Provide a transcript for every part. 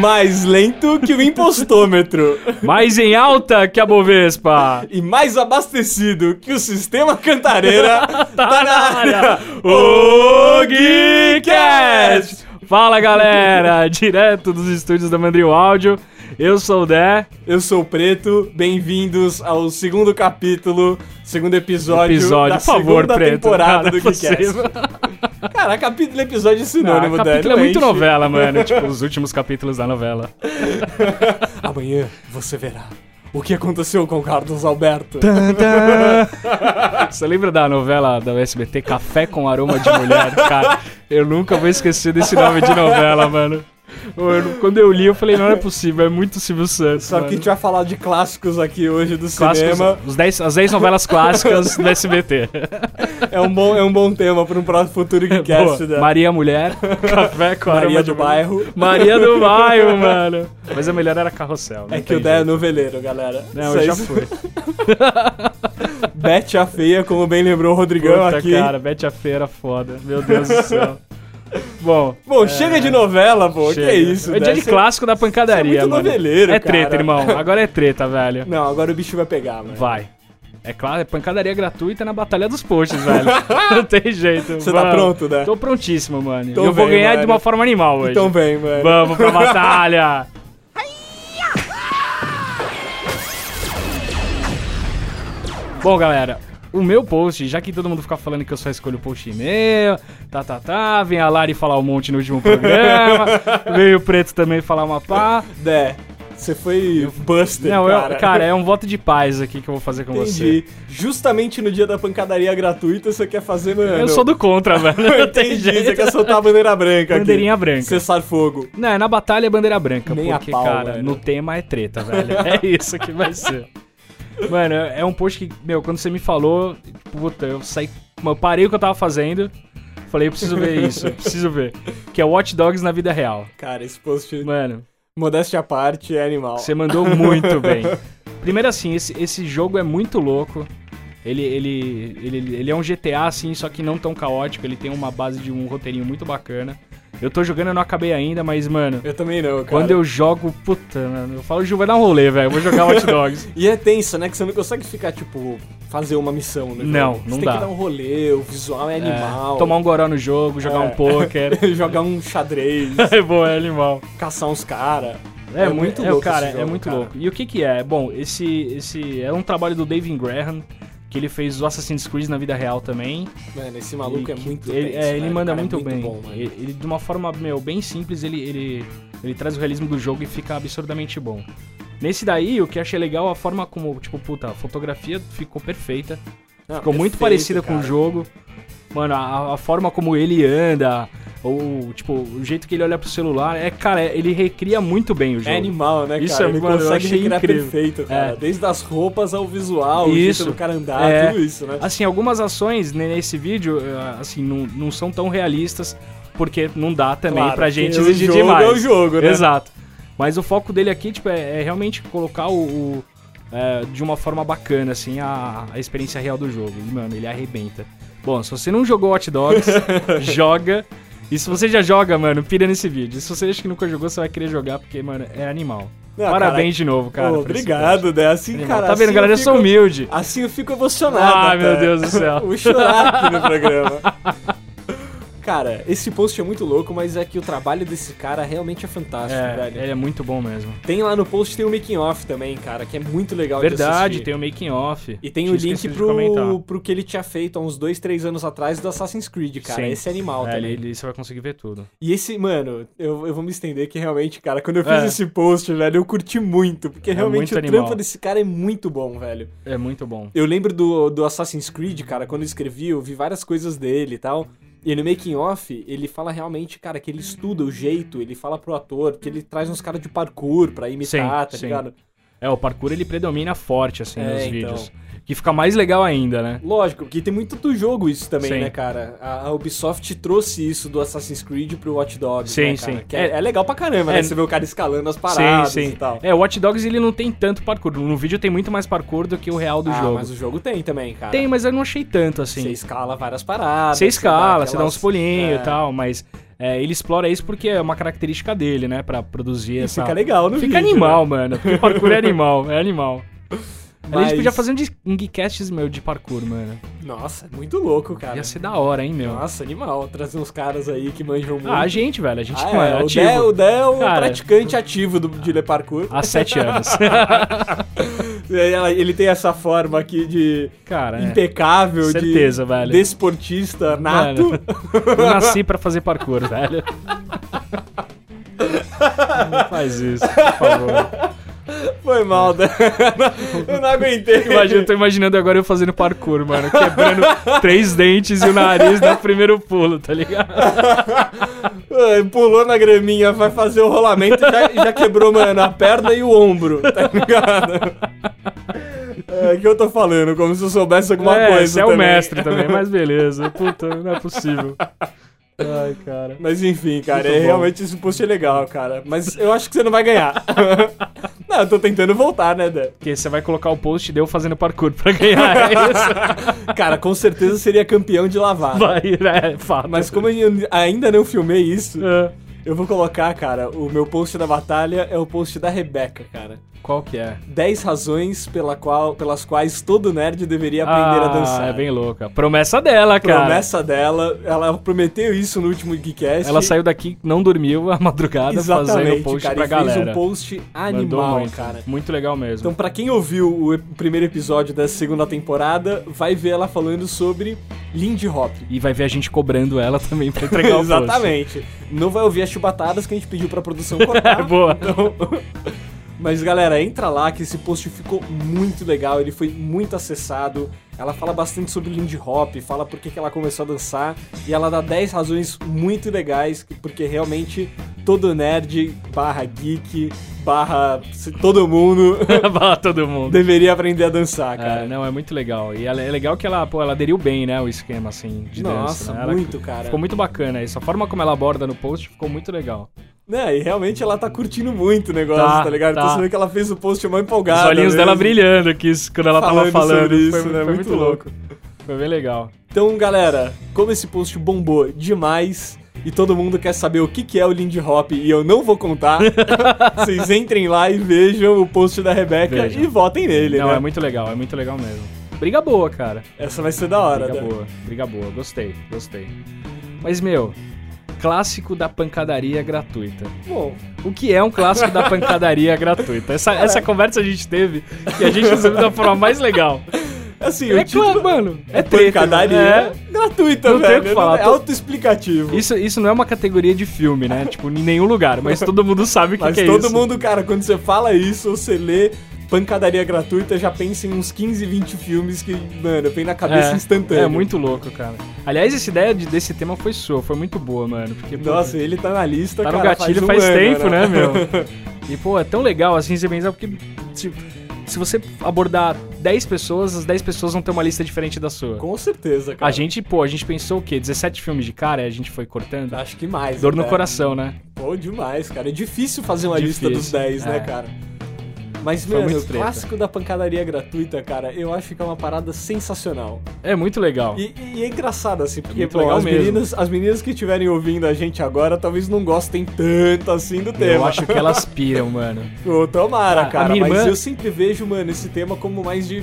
Mais lento que o impostômetro. Mais em alta que a Bovespa. E mais abastecido que o sistema cantareira tá na área. O Geekcast! Fala galera, direto dos estúdios da Mandril Áudio, eu sou o Dé, Eu sou o Preto, bem-vindos ao segundo capítulo, segundo episódio, da episódio, por favor, segunda Preto. temporada Ah, não do é Geekcast. possível. Cara, capítulo e episódio é Ah, sinônimo, Dé, capítulo é não muito enche. novela, mano, tipo os últimos capítulos da novela. Amanhã você verá o que aconteceu com o Carlos Alberto. Tá, Você lembra da novela da SBT Café com Aroma de Mulher? Cara, eu nunca vou esquecer desse nome de novela, mano. Eu- Quando eu li, eu falei, não é possível, é muito Silvio Santos. Sabe que a mano. gente vai falar de clássicos aqui hoje do Clássicos, cinema. os 10 as 10 novelas clássicas do SBT. É um bom, é um bom tema para um próximo futuro Geekcast, É, Boa, né? Maria Mulher, Café com Aroma Maria de do Mulher. Bairro. É Maria do Bairro, mano. Mas a melhor era Carrossel. não É que tem o Dé é jeito. noveleiro, galera. Não, Isso aí já se- foi. Bete a feia, como bem lembrou o Rodrigão Puta, aqui. cara, Bete a Feira, foda. Meu Deus do céu. Bom, Bom, chega de novela, pô. É. Chega. Que isso, É Dé, dia de você- clássico da pancadaria, você é muito mano. noveleiro, é treta, cara. irmão. Agora é treta, velho. Não, agora o bicho vai pegar, mano. Vai. É claro, é pancadaria gratuita na Batalha dos Posts, velho. Não tem jeito. Você tá vamos. pronto, né? Tô prontíssimo, mano. Então eu vou vem, ganhar de mano. uma forma animal hoje. Então vem, mano. Vamos pra batalha! Bom, galera, o meu post, já que todo mundo fica falando que eu só escolho o post e-mail, tá, tá, tá, vem a Lari falar um monte no último programa, veio o Preto também falar uma pá. Dé, você foi buster, Não, eu- cara. cara. é um voto de paz aqui que eu vou fazer com Entendi. você. Justamente no dia da pancadaria gratuita, você quer fazer, mano. Eu sou do contra, velho. Não tem Entendi, você jeito. quer soltar a bandeira branca aqui. Bandeirinha branca. Cessar fogo. Não, é na batalha é bandeira branca, Nem a porque, pau, cara, velho. no tema é treta, velho. É isso que vai ser. Mano, é um post que, meu, quando você me falou, puta, eu saí. Eu parei o que eu tava fazendo. Falei, eu preciso ver isso, eu preciso ver. Que é Watch Dogs na vida real. Cara, esse post, Mano, modéstia à parte, é animal. você mandou muito bem. Primeiro assim, esse, esse jogo é muito louco. Ele, ele, ele, ele é um GTA, assim, só que não tão caótico. Ele tem uma base de um roteirinho muito bacana. Eu tô jogando, eu não acabei ainda, mas, mano. Eu também não, cara. Quando eu jogo, puta, mano, eu falo, Ju, vai dar um rolê, velho, eu vou jogar Watch Dogs. E é tenso, né? Que você não consegue ficar, tipo, fazer uma missão, né? Não, Você não tem dá. que dar um rolê, o visual é É, animal. tomar um goró no jogo, jogar É. um poker. Jogar um xadrez, é bom, é animal. caçar uns caras. É, muito louco, cara, esse é jogo, muito cara. louco. E o que que é? Bom, esse, esse é um trabalho do David Graham, que ele fez o Assassin's Creed na vida real também. Mano, esse maluco E é que- muito ele, tenso, é, ele velho, cara, manda é muito, bem. bom, mano. ele, ele, de uma forma, meu, bem simples, ele, ele, ele traz o realismo do jogo e fica absurdamente bom. Nesse daí, o que eu achei legal é a forma como, tipo, puta, a fotografia ficou perfeita. Ah, Ficou muito perfeito, parecida com o cara. jogo. Mano, a, a forma como ele anda, ou, tipo, o jeito que ele olha pro celular, é, cara, é- ele recria muito bem o jogo. É animal, né, Isso cara? é- ele mano, eu consegue achei recriar incrível. perfeito, cara. É. Desde as roupas ao visual, o Isso. jeito do cara andar, É. tudo isso, né? Assim, algumas ações né, nesse vídeo, eh, assim, não, não são tão realistas, porque não dá também Claro, pra gente porque o exigir jogo demais. é o jogo, né? Exato. Mas o foco dele aqui, tipo, é, é realmente colocar o... o, eh, de uma forma bacana, assim, a, a experiência real do jogo. E, mano, ele arrebenta. Bom, se você não jogou Hot Dogs, joga. E se você já joga, mano, pira nesse vídeo. E se você acha que nunca jogou, você vai querer jogar, porque, mano, é animal. Não, Parabéns de novo, cara. Pô, por esse Ah, obrigado, né? Assim, Animal. cara. tá vendo, assim galera? Eu sou fico- humilde. Assim eu fico emocionado. Ah, meu até. Deus do céu. Vou chorar aqui no programa. Cara, esse post é muito louco, mas é que o trabalho desse cara realmente é fantástico, É, velho. ele é muito bom mesmo. Tem lá no post, tem o making off também, cara, que é muito legal Verdade, de assistir. tem um o making off. E tem o link pro, comentar. pro que ele tinha feito há uns dois, três anos atrás do Assassin's Creed, cara. Sim. Esse animal É, também. ali, ali você vai conseguir ver tudo. E esse, mano, eu, eu vou me estender que realmente, cara, quando eu fiz É. esse post, velho, eu curti muito. Porque realmente muito o animal. trampo desse cara é muito bom, velho. É muito bom. Eu lembro do, do Assassin's Creed, cara, quando eu escrevi, eu vi várias coisas dele e tal. E no making off, ele fala realmente, cara, que ele estuda o jeito, ele fala pro ator, que ele traz uns caras de parkour pra imitar, Sim, tá sim. ligado? É, o parkour ele predomina forte, assim, É, nos então. vídeos. Que fica mais legal ainda, né? Lógico, que tem muito do jogo isso também, Sim. né, cara? A, a Ubisoft trouxe isso do Assassin's Creed pro Watch Dogs, Sim, né, cara? sim. Que é, É- é legal pra caramba, É. né? Você vê o cara escalando as paradas sim, sim. e tal. É, o Watch Dogs ele não tem tanto parkour. No vídeo tem muito mais parkour do que o real do ah, jogo. mas o jogo tem também, cara. Tem, mas eu não achei tanto, Você assim. escala várias paradas. Você escala, você dá aquelas- uns pulinhos é. e tal, mas É, ele explora isso porque é uma característica dele, né? Pra produzir E essa. fica legal, né? não Fica animal, mano. Porque parkour é animal, é animal. A Mas- gente podia fazer um dis- um geekcast, meu, de parkour, mano. Nossa, é muito louco, cara. Ia ser da hora, hein, meu. Nossa, animal. Trazer uns caras aí que manjam muito. Ah, a gente, velho, a gente, Ah, mano, é, o ativo. Dé, o Dé é um Cara. Ah. praticante ativo do, de ler parkour. Há sete anos. Ela- Ele tem essa forma aqui de Cara, é. impecável, Certeza, de velho. desportista nato. Mano, eu nasci pra fazer parkour, velho. Não faz isso, por favor. Foi mal, Dé. Eu não aguentei. Imagina, eu tô imaginando agora eu fazendo parkour, mano. Quebrando três dentes e o nariz no primeiro pulo, tá ligado? Ah, Pulou na graminha, vai fazer o rolamento e já, e já quebrou, mano, a perna e o ombro, tá ligado? É que eu tô falando, como se eu soubesse alguma é, coisa. você é o também. mestre também, mas beleza. Puta, não é possível. Ai, cara. Mas enfim, cara, Muito é, bom. realmente esse post é legal, cara. Mas eu acho que você não vai ganhar. não, eu tô tentando voltar, né, Dan? Porque você vai colocar o post de eu fazendo parkour pra ganhar É isso. Cara, com certeza seria campeão de lavar. Vai, é fato. Mas como eu ainda não filmei isso, Ah, eu vou colocar, cara, o meu post da batalha é o post da Rebeca, cara. Qual que é? 10 razões pela qual, pelas quais todo nerd deveria aprender a dançar. É bem louca. Promessa dela, cara. Promessa dela, ela prometeu isso no último Geekcast. Ela saiu daqui, não dormiu a madrugada fazendo Exatamente, post cara, pra e fez galera. um post Mandou animal, muito, cara. Muito legal mesmo. Então, pra quem ouviu o ep- primeiro episódio da segunda temporada, vai ver ela falando sobre Lindy Hop. E vai ver a gente cobrando ela também pra entregar o post. Exatamente. Não vai ouvir as chubatadas que a gente pediu pra produção cortar. É boa. Então- Mas galera, entra lá que esse post ficou muito legal, ele foi muito acessado. Ela fala bastante sobre Lindy Hop, fala por que que ela começou a dançar e ela dá 10 razões muito legais, que- porque realmente todo nerd, barra geek, barra se- todo mundo Fala todo mundo. deveria aprender a dançar, cara. É, não, é muito legal. E ela- é legal que ela, pô, ela aderiu bem, né, o esquema, assim, de dança. Nossa, né? Ela- muito, cara. Ficou muito bacana isso. A forma como ela aborda no post ficou muito legal. Né, e realmente ela tá curtindo muito o negócio, tá, Tá, ligado? Então tá. você vê que ela fez o post mó empolgada. Os olhinhos mesmo. dela brilhando aqui isso, quando ela tava Falando falando. sobre foi, isso, né? foi Muito muito louco. Foi bem legal. Então, galera, como esse post bombou demais e todo mundo quer saber o que que é o Lindy Hop e eu não vou contar, vocês entrem lá e vejam o post da Rebeca Vejam. e votem nele, não, né? é muito legal, é muito legal mesmo. Briga boa, cara. Essa vai ser da hora, Briga né? boa, briga boa. Gostei, gostei. Mas, meu, clássico da pancadaria gratuita. Bom, O que é um clássico da pancadaria gratuita? Essa, essa conversa a gente teve e a gente resolveu da forma mais legal. assim, o É título claro, mano. É é treta. pancadaria É. gratuita, Não tem o velho. que falar, É tô- autoexplicativo. Isso, isso não é uma categoria de filme, né? Tipo, em nenhum lugar, mas todo mundo sabe o que, Mas que é todo isso. mundo, cara, quando você fala isso, você lê pancadaria gratuita, já pensa em uns 15, 20 filmes que, mano, vem na cabeça instantânea. É muito louco, cara. Aliás, essa ideia de- desse tema foi sua, foi muito boa, mano. Porque, pô, Nossa, ele tá na lista, tipo, tá no cara, gatilho um faz, ano, tempo, né, meu? E, pô, é tão legal assim você pensar, porque se, se você abordar 10 pessoas, as 10 pessoas vão ter uma lista diferente da sua. Com certeza, cara. A gente, pô, a gente pensou o quê? 17 filmes de cara, a gente foi cortando? Acho que mais. Dor no até. coração, né? Pô, demais, cara. É difícil fazer uma Difícil, lista dos 10, né, é. cara? Mas, Foi mano, muito o treta. clássico da pancadaria gratuita, cara, eu acho que é uma parada sensacional. É muito legal. E, e é engraçado, assim, porque, muito pô, legal as, mesmo. meninas, as meninas que estiverem ouvindo a gente agora talvez não gostem tanto, assim, do tema. Eu acho que elas piram, mano. Pô, tomara, A- a cara. minha Mas irmã- eu sempre vejo, mano, esse tema como mais de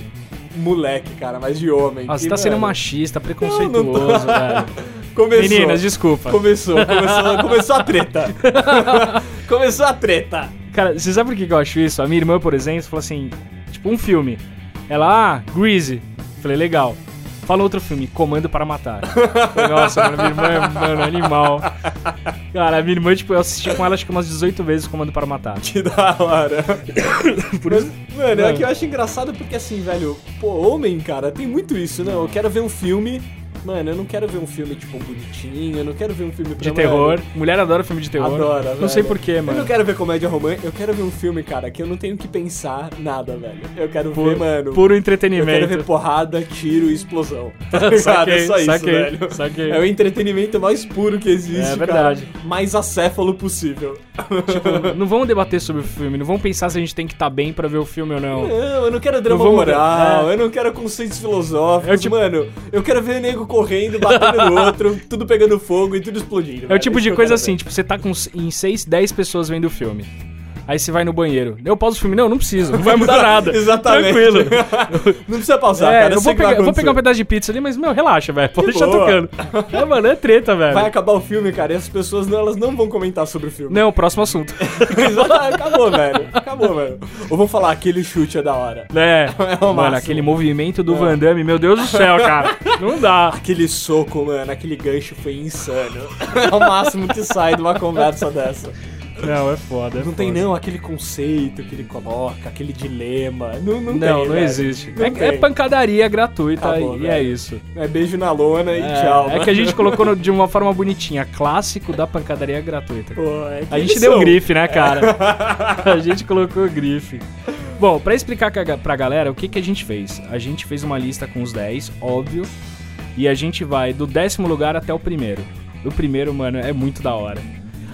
moleque, cara, mais de homem. Ah, você que, tá sendo mano, machista, Não, não tô. preconceituoso, velho. Começou. Meninas, desculpa. Começou, começou, começou a treta. começou a treta. Cara, você sabe por que que eu acho isso? A minha irmã, por exemplo, falou assim: tipo, um filme. Ela, ah, Greasy. Falei, legal. Fala outro filme, Comando para Matar. Falei, Nossa, mano, minha irmã é, mano, animal. Cara, a minha irmã, tipo, eu assisti com ela acho que umas 18 vezes Comando para Matar. Que da hora. Por isso, mano, é Mano. que eu acho engraçado porque assim, velho, pô, homem, cara, tem muito isso, não. Eu quero ver um filme. Mano, eu não quero ver um filme, tipo, bonitinho, eu não quero ver um filme pra, De mano, terror. Mulher adora filme de terror. Adora, Não sei velho. porquê, Eu não mano. quero ver comédia romântica, eu quero ver um filme, cara, que eu não tenho que pensar nada, velho. Eu quero ver, mano. Puro eu entretenimento. quero ver porrada, tiro e explosão. Tá ligado? é Saquei, só isso, saquei, velho. saquei. É o entretenimento mais puro que existe, É verdade. cara. Mais acéfalo possível. Tipo, não vamos debater sobre o filme, não vamos pensar se a gente tem que estar bem pra ver o filme ou não. Não, eu não quero drama Não vamos- moral, é. eu não quero conceitos filosóficos, É o tipo- mano. Eu quero ver nego correndo, batendo no outro, tudo pegando fogo e tudo explodindo. É o velho. tipo Isso de que eu coisa quero assim, tipo, você tá com s- em 6, 10 pessoas vendo o filme. Aí você vai no banheiro. Eu pauso o filme. Não, não preciso. Não vai mudar nada. Exatamente. Tranquilo. Não precisa pausar, É, cara. eu eu sei vou o que vai pegar, eu vou acontecer. pegar um pedaço de pizza ali, mas, meu, relaxa, velho. Pode De deixar boa. tocando. É, mano, é treta, velho. Vai acabar o filme, cara, e as pessoas não, elas não vão comentar sobre o filme. Não, próximo assunto. Eles vão falar, acabou, velho. Acabou, velho. Ou vão falar, aquele chute é da hora. É. o mano, máximo. É. aquele movimento do Van Damme, meu Deus do céu, cara. Não dá. Aquele soco, mano, aquele gancho foi insano. É o máximo que sai de uma conversa dessa. Não, é foda. é Não tem foda. não aquele conceito que ele coloca, aquele dilema. Não, não, tem, Não, não velho. existe. Não é, tem. é pancadaria gratuita Acabou, e velho. é isso. É beijo na lona e É, tchau. é que a gente colocou no- de uma forma bonitinha, clássico da pancadaria gratuita. Pô, é que A gente eles deu são. grife, né, cara? A gente colocou grife. Bom, pra explicar ca- pra galera o que, que a gente fez. A gente fez uma lista com os 10, óbvio. E a gente vai do décimo lugar até o primeiro. O primeiro, mano, é muito da hora.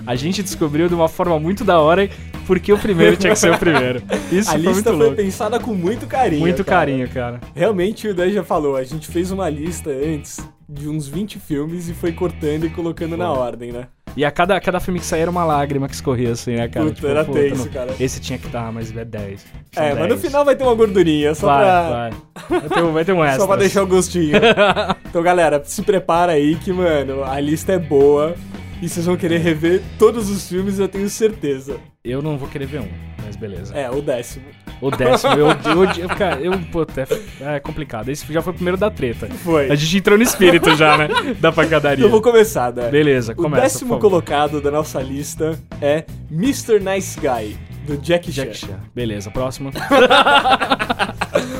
A gente descobriu de uma forma muito da hora porque o primeiro tinha que ser o primeiro. Isso A foi muito lista foi louco. pensada com muito carinho. Muito cara. carinho, cara. Realmente, o Dan já falou, a gente fez uma lista antes de uns 20 filmes e foi cortando e colocando na ordem, né? E a cada, a cada filme que saía era uma lágrima que escorria, assim, né, cara? Puta, era tenso, não, cara. Esse tinha que estar, mas é 10. São É, mas no 10. final vai ter uma gordurinha, só vai, pra... vai. Vai ter um, vai ter um extra. Só pra deixar o gostinho. então, galera, se prepara aí que, mano, a lista é boa e vocês vão querer rever todos os filmes, eu tenho certeza. Eu não vou querer ver um, mas beleza. É, o décimo. O décimo, eu odio. eu- Cara, eu. Puta, é, é complicado. Esse já foi o primeiro da treta. Foi. A gente entrou no espírito já, né? Da pancadaria. Eu vou começar, Dan. Beleza, O começa. décimo por favor. colocado da nossa lista é Mr. Nice Guy, do Jack Jack Chan. Chan. Beleza, próximo.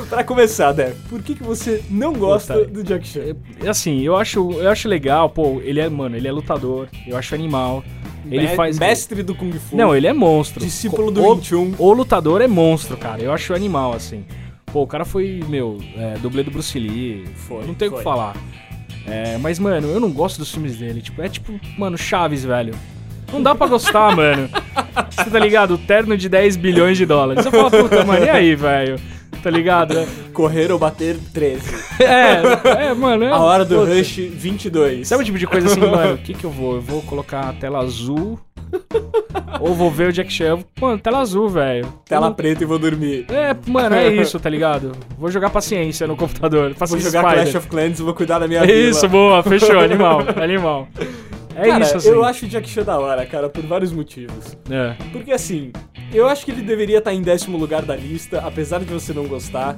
Pra começar, Dan, por que, que você não gosta Puta. do Jack Chan? É, Assim, eu acho, eu acho legal, pô, ele é, mano, ele é lutador, eu acho animal. Ele Me- faz. Mestre do Kung Fu. Não, ele é monstro. Discípulo do o, 21. o lutador é monstro, cara. Eu acho animal, assim. Pô, o cara foi, meu, é, dublê do Bruce Lee. Foi, Não tem o que foi. falar. É, mas, mano, eu não gosto dos filmes dele. Tipo, é tipo, mano, Chaves, velho. Não dá pra gostar, mano. Você tá ligado? O terno de 10 bilhões de dólares. Você fala, puta, mano, e aí, velho? Tá ligado? Correr ou bater 13. É, é, mano. É, A hora do puta. Rush 22. Sabe o tipo de coisa assim, mano? O que que eu vou? Eu vou colocar a tela azul. ou vou ver o Jack Chan. Mano, tela azul, velho. Eu Tela não- preta e vou dormir. É, mano, é isso, tá ligado? Vou jogar paciência no computador. Vou Paciência jogar Spider. Clash of Clans, vou cuidar da minha É vida. isso, boa, fechou, animal, animal. É cara, isso, assim. eu acho o Jack Chan da hora, cara, por vários motivos. É. Porque assim, eu acho que ele deveria estar em décimo lugar da lista, apesar de você não gostar.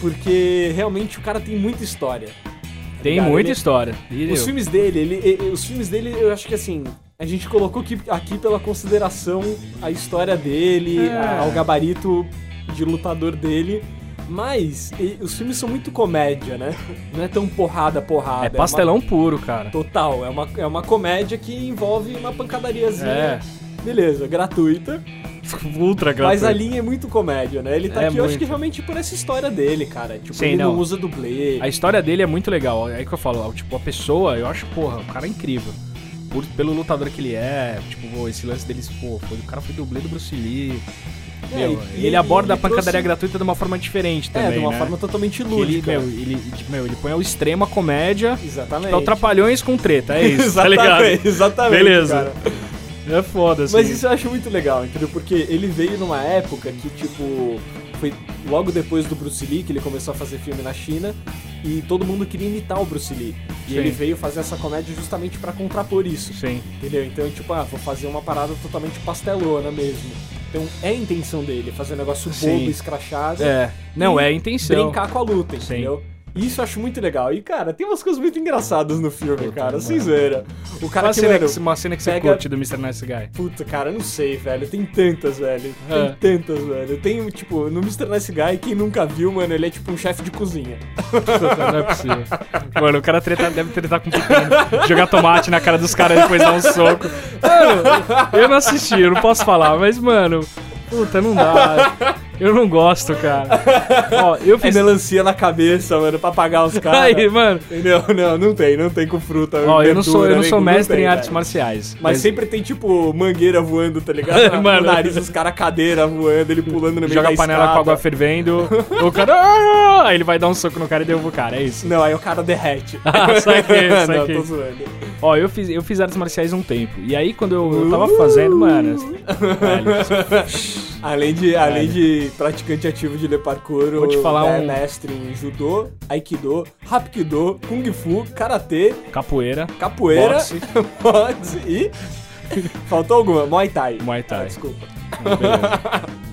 Porque realmente o cara tem muita história. tá Tem ligado? muita Ele- história. E Os eu- filmes dele, ele, e- e- os filmes dele, eu acho que assim, a gente colocou aqui, aqui pela consideração a história dele, É. a- ao gabarito de lutador dele. Mas e- os filmes são muito comédia, né? Não é tão porrada, porrada. É uma- pastelão puro, cara. Total, é uma, é uma comédia que envolve uma pancadariazinha. É. Beleza, gratuita. Ultra gratuito. Mas a linha é muito comédia, né? Ele tá É aqui, eu acho muito. que realmente por essa história dele, cara. Tipo, Sim, ele não, não. usa dublê. A história dele é muito legal. É aí que eu falo, ó, tipo, a pessoa, eu acho, porra, o cara é incrível. Por- pelo lutador que ele é, tipo, pô, esse lance deles, pô, foi, o cara foi dublê do Bruce Lee. É, meu, e- ele, e- aborda e a pancadaria trouxe- gratuita de uma forma diferente também. É, de uma né? forma totalmente Que ele, lúdica. meu, tá ele, tipo, meu, ele põe ao extremo a comédia. Exatamente. Então, trapalhões com treta, é isso, tá ligado? Exatamente, Exatamente, Beleza. cara. É foda, assim. Mas isso eu acho muito legal, entendeu? Porque ele veio numa época que, tipo, foi logo depois do Bruce Lee que ele começou a fazer filme na China e todo mundo queria imitar o Bruce Lee. E Sim. ele veio fazer essa comédia justamente pra contrapor isso. Sim. Entendeu? Então, tipo, ah, vou fazer uma parada totalmente pastelona mesmo. Então, é a intenção dele, fazer um negócio Sim. bobo, escrachado, É. Não, E é a intenção. brincar com a luta, Sim. entendeu? Isso eu acho muito legal. E, cara, tem umas coisas muito engraçadas no filme, Puta, cara, mano. sem zoeira. O cara uma, que, cena mano, que, uma cena que você pega- curte do Mr. Nice Guy. Puta, cara, eu não sei, velho. Tem tantas, velho. Tem É. tantas, velho. Tem, tipo, no Mr. Nice Guy, quem nunca viu, mano, ele é tipo um chefe de cozinha. Não é possível. Mano, o cara treta, deve tretar com pepino, jogar tomate na cara dos caras e depois dar um soco. Mano, eu não assisti, eu não posso falar, mas, mano, puta, não dá. Eu não gosto, cara. Ó, eu É fiz. melancia na cabeça, mano, pra pagar os caras. Aí, mano. Não, não, não tem, não tem com fruta. Ó, eu não verdura, sou, eu não nem sou com- mestre tem, em artes velho. marciais. né, Mas sempre tem, tipo, mangueira voando, tá ligado? No Mano. nariz, os caras cadeira voando, ele pulando no meio joga da a panela escada. com água fervendo, o cara. Aí ele vai dar um soco no cara e derruba o cara, é isso. Não, aí o cara derrete. Ah, saquei, Não, saquei. tô zoando. Ó, eu fiz, eu fiz artes marciais um tempo. E aí quando eu, eu tava fazendo, mano. velho, Além de, além de praticante ativo de Le Parkour, Vou te falar né, um- mestre em judô, aikido, hapkido, kung fu, karatê, capoeira, capoeira, Boxe. boxe e... Faltou alguma? Muay Thai. Muay Thai. Ah, desculpa.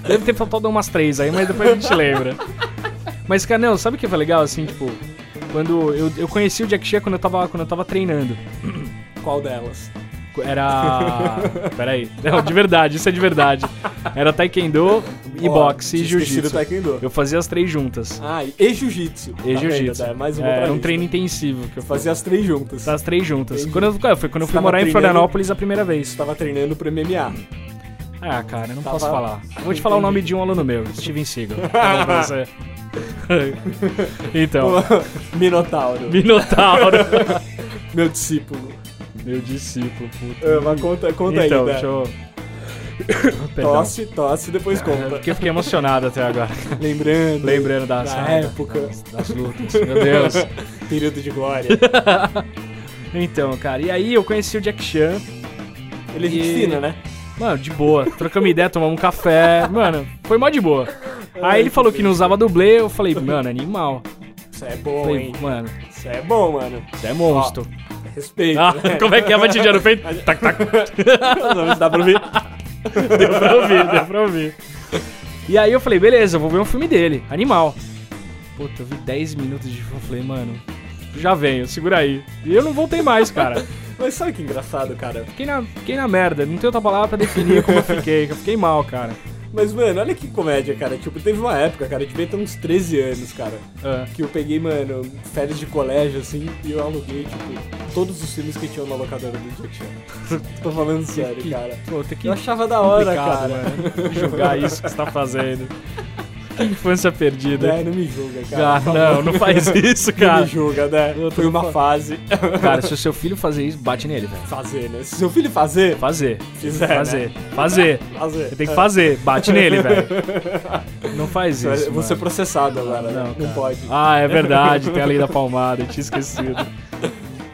Deve ter faltado umas três aí, mas depois a gente lembra. Mas, cara, não, sabe o que foi legal? Assim, tipo, quando eu, eu conheci o Jack Chan quando eu tava, quando eu tava treinando. Qual delas? Era. Peraí. Não, de verdade, isso é de verdade. Era taekwondo, e Ó, boxe e tinha esquecido o jiu-jitsu. taekwondo. Eu fazia as três juntas. Ah, e- e jiu-jitsu. Tá E vendo? jiu-jitsu. É, mais uma pra Era um lista. treino intensivo que eu fazia. Fazer as três juntas. As três juntas. Entendi. Quando eu, cara, foi quando eu Você fui tava morar em treinando- Florianópolis a primeira vez. Estava treinando pro MMA. Ah, cara, eu não Tava- posso falar. Vou te falar o nome de um aluno meu, Steven Seagal. Tá bom pra você? então, Minotauro. Minotauro. Meu discípulo. meu discípulo, puta. Ah, mas conta, conta então, aí, né? deixa eu... Perdão. Tosse, tosse, depois É conta. porque eu fiquei emocionado até agora. Lembrando. Lembrando das, Da época. das, das lutas. Meu Deus. Período de glória. Então, cara, e aí eu conheci o Jack Chan. Ele é E- gente fina, né? Mano, de boa. Trocamos ideia, tomamos um café. Mano, foi mó de boa. Aí ele falou que não usava dublê. Eu falei, mano, é animal. Isso é bom, Falei, hein? mano, Isso é bom, mano. você é monstro. Respeito. Ah, né? como é que é a batidinha no peito? Tac, tac. Não, isso dá pra ouvir? Deu pra ouvir, deu pra ouvir. E aí eu falei, beleza, eu vou ver um filme dele, animal. Puta, eu vi 10 minutos de filme, eu falei, mano, já venho, segura aí. E eu não voltei mais, cara. Mas sabe que engraçado, cara? Fiquei na, fiquei na merda, não tem outra palavra pra definir como eu fiquei, que eu fiquei mal, cara. Mas, mano, olha que comédia, cara. Tipo, teve uma época, cara, eu devia ter uns 13 anos, cara. Ah, Que eu peguei, mano, férias de colégio, assim, e eu aluguei, tipo, todos os filmes que tinham na locadora do Jack Chan. Tô falando sério, que- cara. Pô, tem que Eu achava da hora, complicado, cara. mano, julgar isso que você tá fazendo. Que infância perdida. Né? Não me julga, cara. Ah, Por favor. não, não faz isso, Não cara. me julga, né? Eu tô Foi uma fa- fase. Cara, se o seu filho fazer isso, bate nele, velho. Fazer, né? Se seu filho fazer, Fazer. Fizer, fazer. Fazer. fazer. É. Você tem que fazer. Bate nele, velho. Não faz Você vai- isso. vou ser mano. processado agora, né? Não, Não pode. Ah, é verdade. Tem a lei da palmada. Eu tinha esquecido. Tá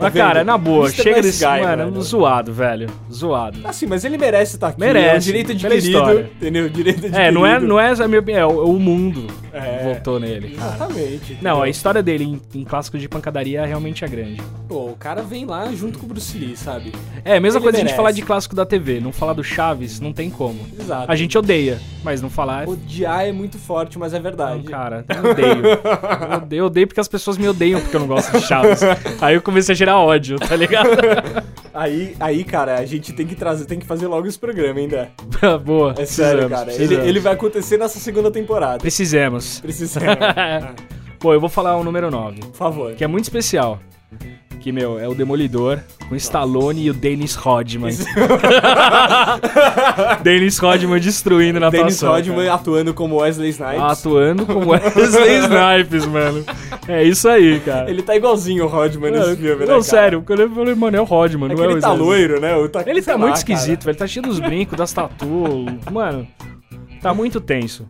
Mas, cara, vendo? na boa. Mr. Chega Nice desse... Guy, mano, é mano. zoado, velho. Zoado. Assim, mas ele merece estar aqui. Merece, É um direito pela adquirido, história. entendeu? Direito adquirido. É, não é, não é a minha opinião. É, o o mundo É. voltou nele, cara. Exatamente. Não, é a entendeu? história dele em, em clássicos de pancadaria realmente é grande. Pô, o cara vem lá junto com o Bruce Lee, sabe? É, mesma Ele coisa a gente merece. falar de clássico da TV. Não falar do Chaves, não tem como. Exato. A gente odeia, mas não falar é Odiar é muito forte, mas é Não, verdade. cara, eu odeio. Eu odeio. Eu odeio porque as pessoas me odeiam porque eu não gosto de Chaves. Aí eu comecei a gerar ódio, tá ligado? aí, aí, cara, a gente tem que trazer, tem que fazer logo esse programa ainda. Boa. É sério, precisamos, cara. Ele, Precisamos. ele vai acontecer nessa segunda temporada. Precisamos. Precisamos. Ah, Pô, eu vou falar o número 9, Por favor. que é muito especial. Que, meu, é o Demolidor com Stallone e o Dennis Rodman. Dennis Rodman destruindo na Dennis atuação. Rodman é cara. Ah, atuando como Wesley Snipes. Atuando como Wesley Snipes, mano. É isso aí, cara. Ele tá igualzinho o Rodman nesse filme, né, não, cara? sério, quando eu falei, mano, é o Rodman, É que não é o ele tá Wesley loiro, né? Ou Ele sei tá lá, muito cara. esquisito, velho. Tá cheio dos brincos, das tatu. Mano, tá muito tenso.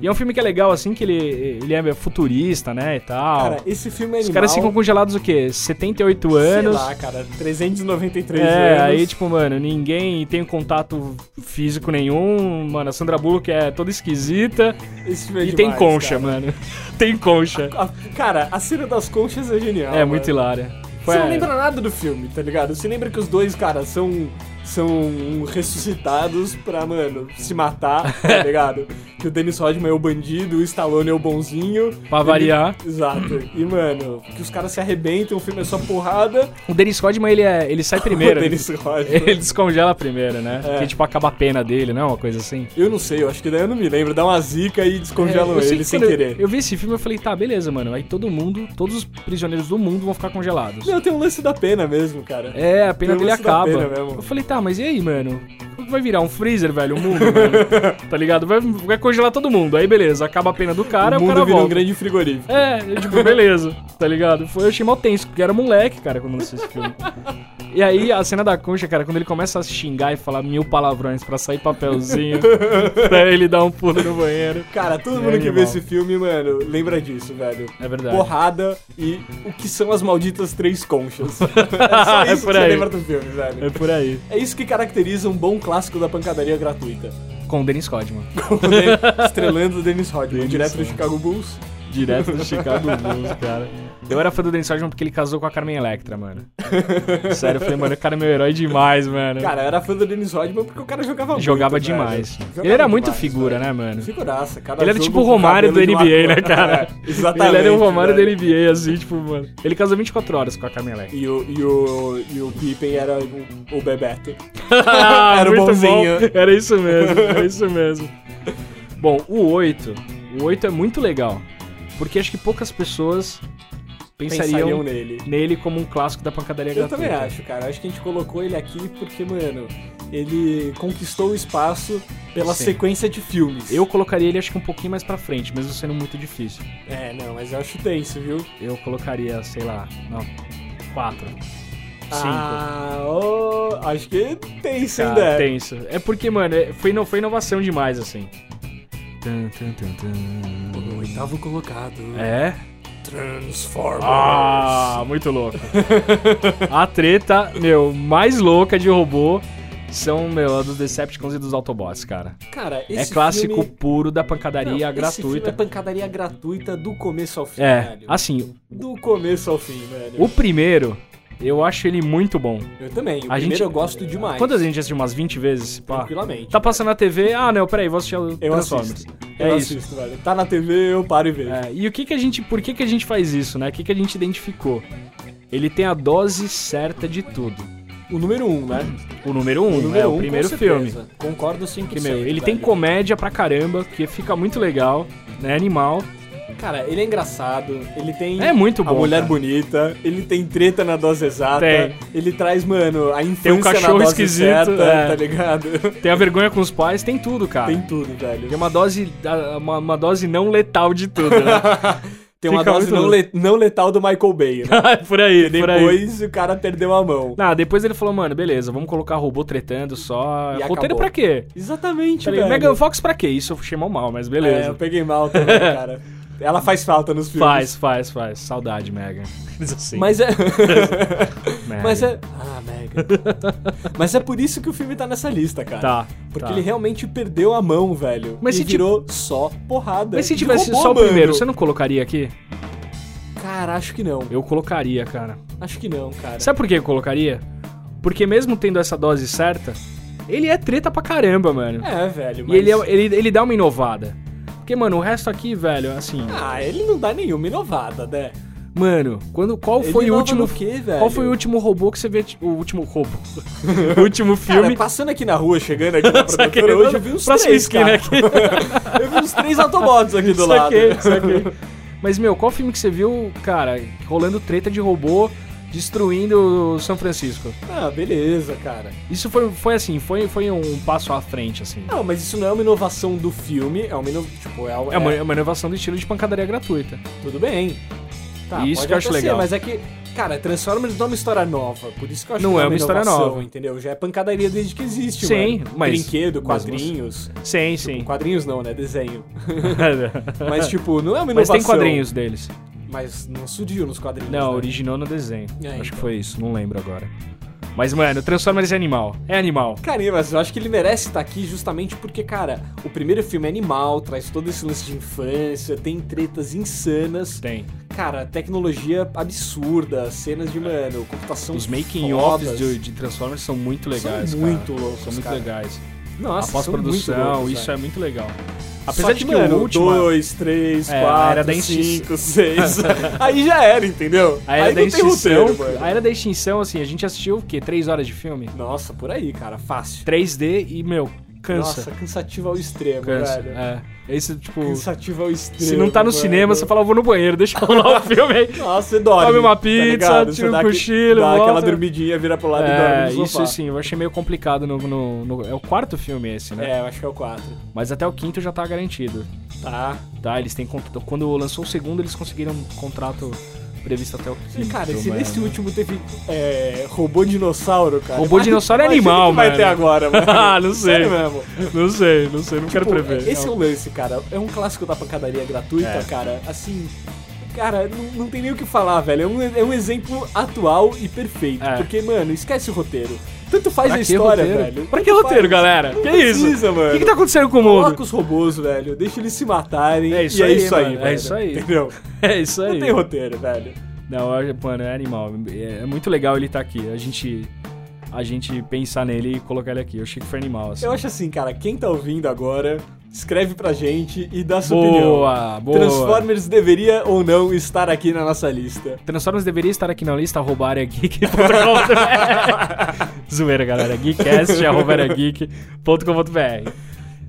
E é um filme que é legal, assim, que ele, ele é futurista, né, e tal. Cara, esse filme é Os animal. caras ficam congelados o quê? 78 anos. Sei lá, cara. 393 É, anos. aí, tipo, mano, ninguém tem contato físico nenhum. Mano, a Sandra Bullock é toda esquisita. Esse filme é e demais, tem concha, cara. mano. Tem concha. A- cara, a cena das conchas é genial. é muito mano. hilária. Você é? não lembra nada do filme, tá ligado? Você lembra que os dois, cara, são, são ressuscitados pra, mano, se matar, tá ligado? que o Dennis Rodman é o bandido, o Stallone é o bonzinho. Pra Ele- variar. Exato. E, mano, que os caras se arrebentam, o filme é só porrada. O Dennis Rodman, ele, é, ele sai primeiro. O Dennis Rodman. Ele descongela primeiro, né? É. Porque, tipo, acaba a pena dele, não? Uma coisa assim. Eu não sei, eu acho que daí eu não me lembro. Dá uma zica e É, descongelam eu sei ele que sem quando eu- querer. Eu vi esse filme e falei, tá, beleza, mano. Aí todo mundo, todos os prisioneiros do mundo vão ficar congelados. Não, tem um lance da pena mesmo, cara. É, a pena Tem dele lance da acaba. pena mesmo. Eu falei, tá, mas e aí, mano? Vai virar um freezer, velho, o mundo, mano. Tá ligado? Vai, vai congelar todo mundo. Aí, beleza, acaba a pena do cara, é o o, mundo cara virou um volta. grande frigorífico. É, eu, tipo, beleza, tá ligado? Foi, eu achei mal tenso, porque eu era moleque, cara, quando eu assisti esse filme. E aí, a cena da concha, cara, quando ele começa a xingar e falar mil palavrões pra sair papelzinho, daí ele dá um pulo no banheiro. Cara, todo É mundo que vê animal. esse filme, mano, lembra disso, velho. É verdade. Porrada e o que são as malditas três conchas. É só É isso que por você aí. lembra do filme, É velho. por aí. É isso que caracteriza um bom clássico da pancadaria gratuita. Com o Dennis Rodman. Estrelando o Dennis Rodman, Dennis direto do Rodman. Chicago Bulls. Direto do Chicago Bulls, cara. Eu era fã do Dennis Rodman porque ele casou com a Carmen Electra, mano. Sério, eu falei, mano, o cara é meu herói demais, mano. Cara, eu era fã do Dennis Rodman porque o cara jogava muito. Jogava velho. demais. Jogava Ele era muito demais, figura, velho. né, mano? Figuraça, cara. Ele era jogo tipo o com Romário do cabelo de NBA, uma né, cor. cara? É, exatamente. ele era o Romário velho. da NBA, assim, tipo, mano. Ele casou 24 horas com a Carmen Electra. E o, e o, e o Pippen era o, o Bebeto. Ah, Era o bonzinho. Bom. Era isso mesmo, era isso mesmo. Bom, o 8. O 8 é muito legal. Porque acho que poucas pessoas pensariam, Pensariam nele. nele como um clássico da pancadaria Eu gratuita. também acho, cara. Acho que a gente colocou ele aqui porque, mano, ele conquistou o espaço pela Sim. sequência de filmes. Eu colocaria ele acho que um pouquinho mais pra frente, mesmo sendo muito difícil. É, não, mas eu acho tenso, viu? Eu colocaria, sei lá, não, 4, 5. Ah, ô, acho que é tenso Cara, ainda. tenso. É porque, mano, é- foi, ino- foi inovação demais, assim. Tum, tum, tum, tum. O oitavo colocado. É? Transformers. Ah, muito louco. A treta, meu, mais louca de robô são, meu, a dos Decepticons e dos Autobots, cara. Cara, É esse clássico filme... puro da Não, pancadaria Esse filme gratuita. é pancadaria gratuita do começo ao fim, É, velho. assim, Do começo ao fim, velho. o primeiro, eu acho ele muito bom. Eu também. O a primeiro gente- eu gosto demais. Quantas a gente assistiu? Umas 20 vezes? esse Pá. Tranquilamente. Tá passando na TV, ah, não, peraí, vou assistir o Eu Transformers. assisto. É eu isso. assisto, velho. Tá na TV, eu paro e vejo. É, e o que que a gente, por que que a gente faz isso, né? O que que a gente identificou? Ele tem a dose certa de tudo. O número um, né? O número um, O número é um, o primeiro com filme. certeza. Concordo 100%. Primeiro, ele tem velho. comédia pra caramba, que fica muito legal, né? Animal. Cara, ele é engraçado, ele tem... É muito A bom. mulher cara. bonita, ele tem treta na dose exata, Tem. um ele traz, mano, a infância cachorro na dose esquisito, certa, é. tá ligado? Tem a vergonha com os pais, tem tudo, cara. Tem Tem, tudo, velho. uma dose. a- Uma, uma dose não letal de tudo, né? Tem uma Fica dose muito não, le- não letal do Michael Bay, né? por aí, por aí. Depois o cara perdeu a mão. Não, depois ele falou, mano, beleza, vamos colocar robô tretando só. E Roteiro acabou. pra quê? Exatamente, Falei, velho. Megan Fox pra quê? Isso eu achei mal, mal mas É, beleza. eu peguei mal também, cara. Ela faz falta nos filmes. faz, faz, faz. Saudade, Megan. Mas assim, Mas é... Megan. Mas é... Ah, Megan. Mas é por isso que o filme tá nessa lista, cara. Tá. Porque tá. ele realmente perdeu a mão, velho. Mas e se ti- virou só porrada. Mas se de tivesse robô, só o mano. primeiro, você não colocaria aqui? Cara, acho que não. Eu colocaria, cara. Acho que não, cara. Sabe por que eu colocaria? Porque mesmo tendo essa dose certa, ele é treta pra caramba, mano. É, velho. E Mas... ele, é- ele, ele dá uma inovada. Porque, mano, o resto aqui, velho, assim. Ah, ele não dá nenhuma inovada, né? Mano, quando, qual Ele foi o inova último. no quê, velho? Qual foi o último robô que você vê? tipo, O último robô. o último Cara, filme. passando aqui na rua, chegando aqui na Saquei, produtora, hoje eu vi uns próxima três, esquina cara. aqui. Eu vi uns três Autobots aqui do lado. Saquei, saquei. Mas, meu, qual filme que você viu, cara, rolando treta de robô destruindo São Francisco? Ah, beleza, cara. Isso foi, foi assim, foi, foi um passo à frente, assim. Não, mas isso não é uma inovação do filme, é uma inovação, tipo, é, É uma, é uma inovação do estilo de pancadaria gratuita. tudo bem. Tá, Isso pode que eu acho até ser, legal. mas é que, cara, Transformers não é uma história nova, por isso que eu acho Não que é uma história inovação, nova. entendeu? Já é pancadaria desde que existe, Sim, mano. mas- Brinquedo, mas quadrinhos. Sim, sim. Quadrinhos não, né? Desenho. Mas, tipo, não é uma Tipo, Mas inovação. tem quadrinhos deles. Mas não surgiu nos quadrinhos. Não, né? originou no desenho. É, Acho então. que foi isso, não lembro agora. Mas, mano, Transformers é animal. É animal. Cara, mas eu acho que ele merece estar aqui justamente porque, cara, o primeiro filme é animal, traz todo esse lance de infância, tem tretas insanas. Tem. Cara, tecnologia absurda, cenas de, mano, computação Os making-offs fodas. de, de Transformers são muito legais, São cara. muito loucos, São muito cara. legais. Nossa, a pós-produção, isso é muito legal. Apesar de que mano, o último... 2, 3, É, a 4, era da insti- 5, 6. Aí já era, entendeu? A era aí da não tem extinção... roteiro, mano. a era da extinção, assim, a gente assistiu o quê? Três horas de filme? Nossa, por aí, cara, fácil. 3D e, meu, Cansa. Nossa, cansativo ao extremo, cansa. velho. É. Esse, tipo. Cansativo ao extremo. Se não tá no velho. cinema, você fala, eu vou no banheiro, deixa eu rolar o filme aí. Nossa, você dorme. Come tá uma pizza, ligado? tira Você um dá aquele- cochilo, Dá aquela volta. dormidinha, vira pro lado e É, dorme no isso sofá. sim, eu achei meio complicado no, no- no- É o quarto filme esse, né? É, eu acho que é o 4. Mas até o quinto já tá garantido. Tá. Tá, eles têm contrato. Quando lançou o segundo, eles conseguiram um contrato previsto até o quinto. E, cara, se mano. nesse último teve é, robô dinossauro, cara. Robô dinossauro é imagina animal, o que vai mano. ter agora, mano. Ah, não sei. Sério mesmo. Não sei, não sei, não quero Pô, prever. Esse é o lance, cara. É um clássico da pancadaria gratuita, É. cara. Assim. Cara, não, não tem nem o que falar, velho. É um, é um exemplo atual e perfeito. É. Porque, mano, esquece o roteiro. Tanto faz Pra a que história, roteiro? velho. Pra que Tanto roteiro, faz. galera? Não Que precisa, isso? O mano. que, que tá acontecendo com o mundo? Coloca os robôs, velho. Deixa eles se matarem. É isso e aí, é isso aí, mano. É velho. isso aí. Entendeu? É isso aí. Não tem roteiro, velho. Não, eu- mano, é animal. É é muito legal ele estar aqui. A gente, a gente pensar nele e colocar ele aqui. Eu achei que foi animal. Assim. Eu acho assim, cara, quem tá ouvindo agora, escreve pra gente e dá é sua opinião. boa, boa. Transformers deveria ou não estar aqui na nossa lista. Transformers deveria estar aqui na lista, arroba areageek.com.br. Zoeira, galera. Geekcast, arroba areageek.com.br.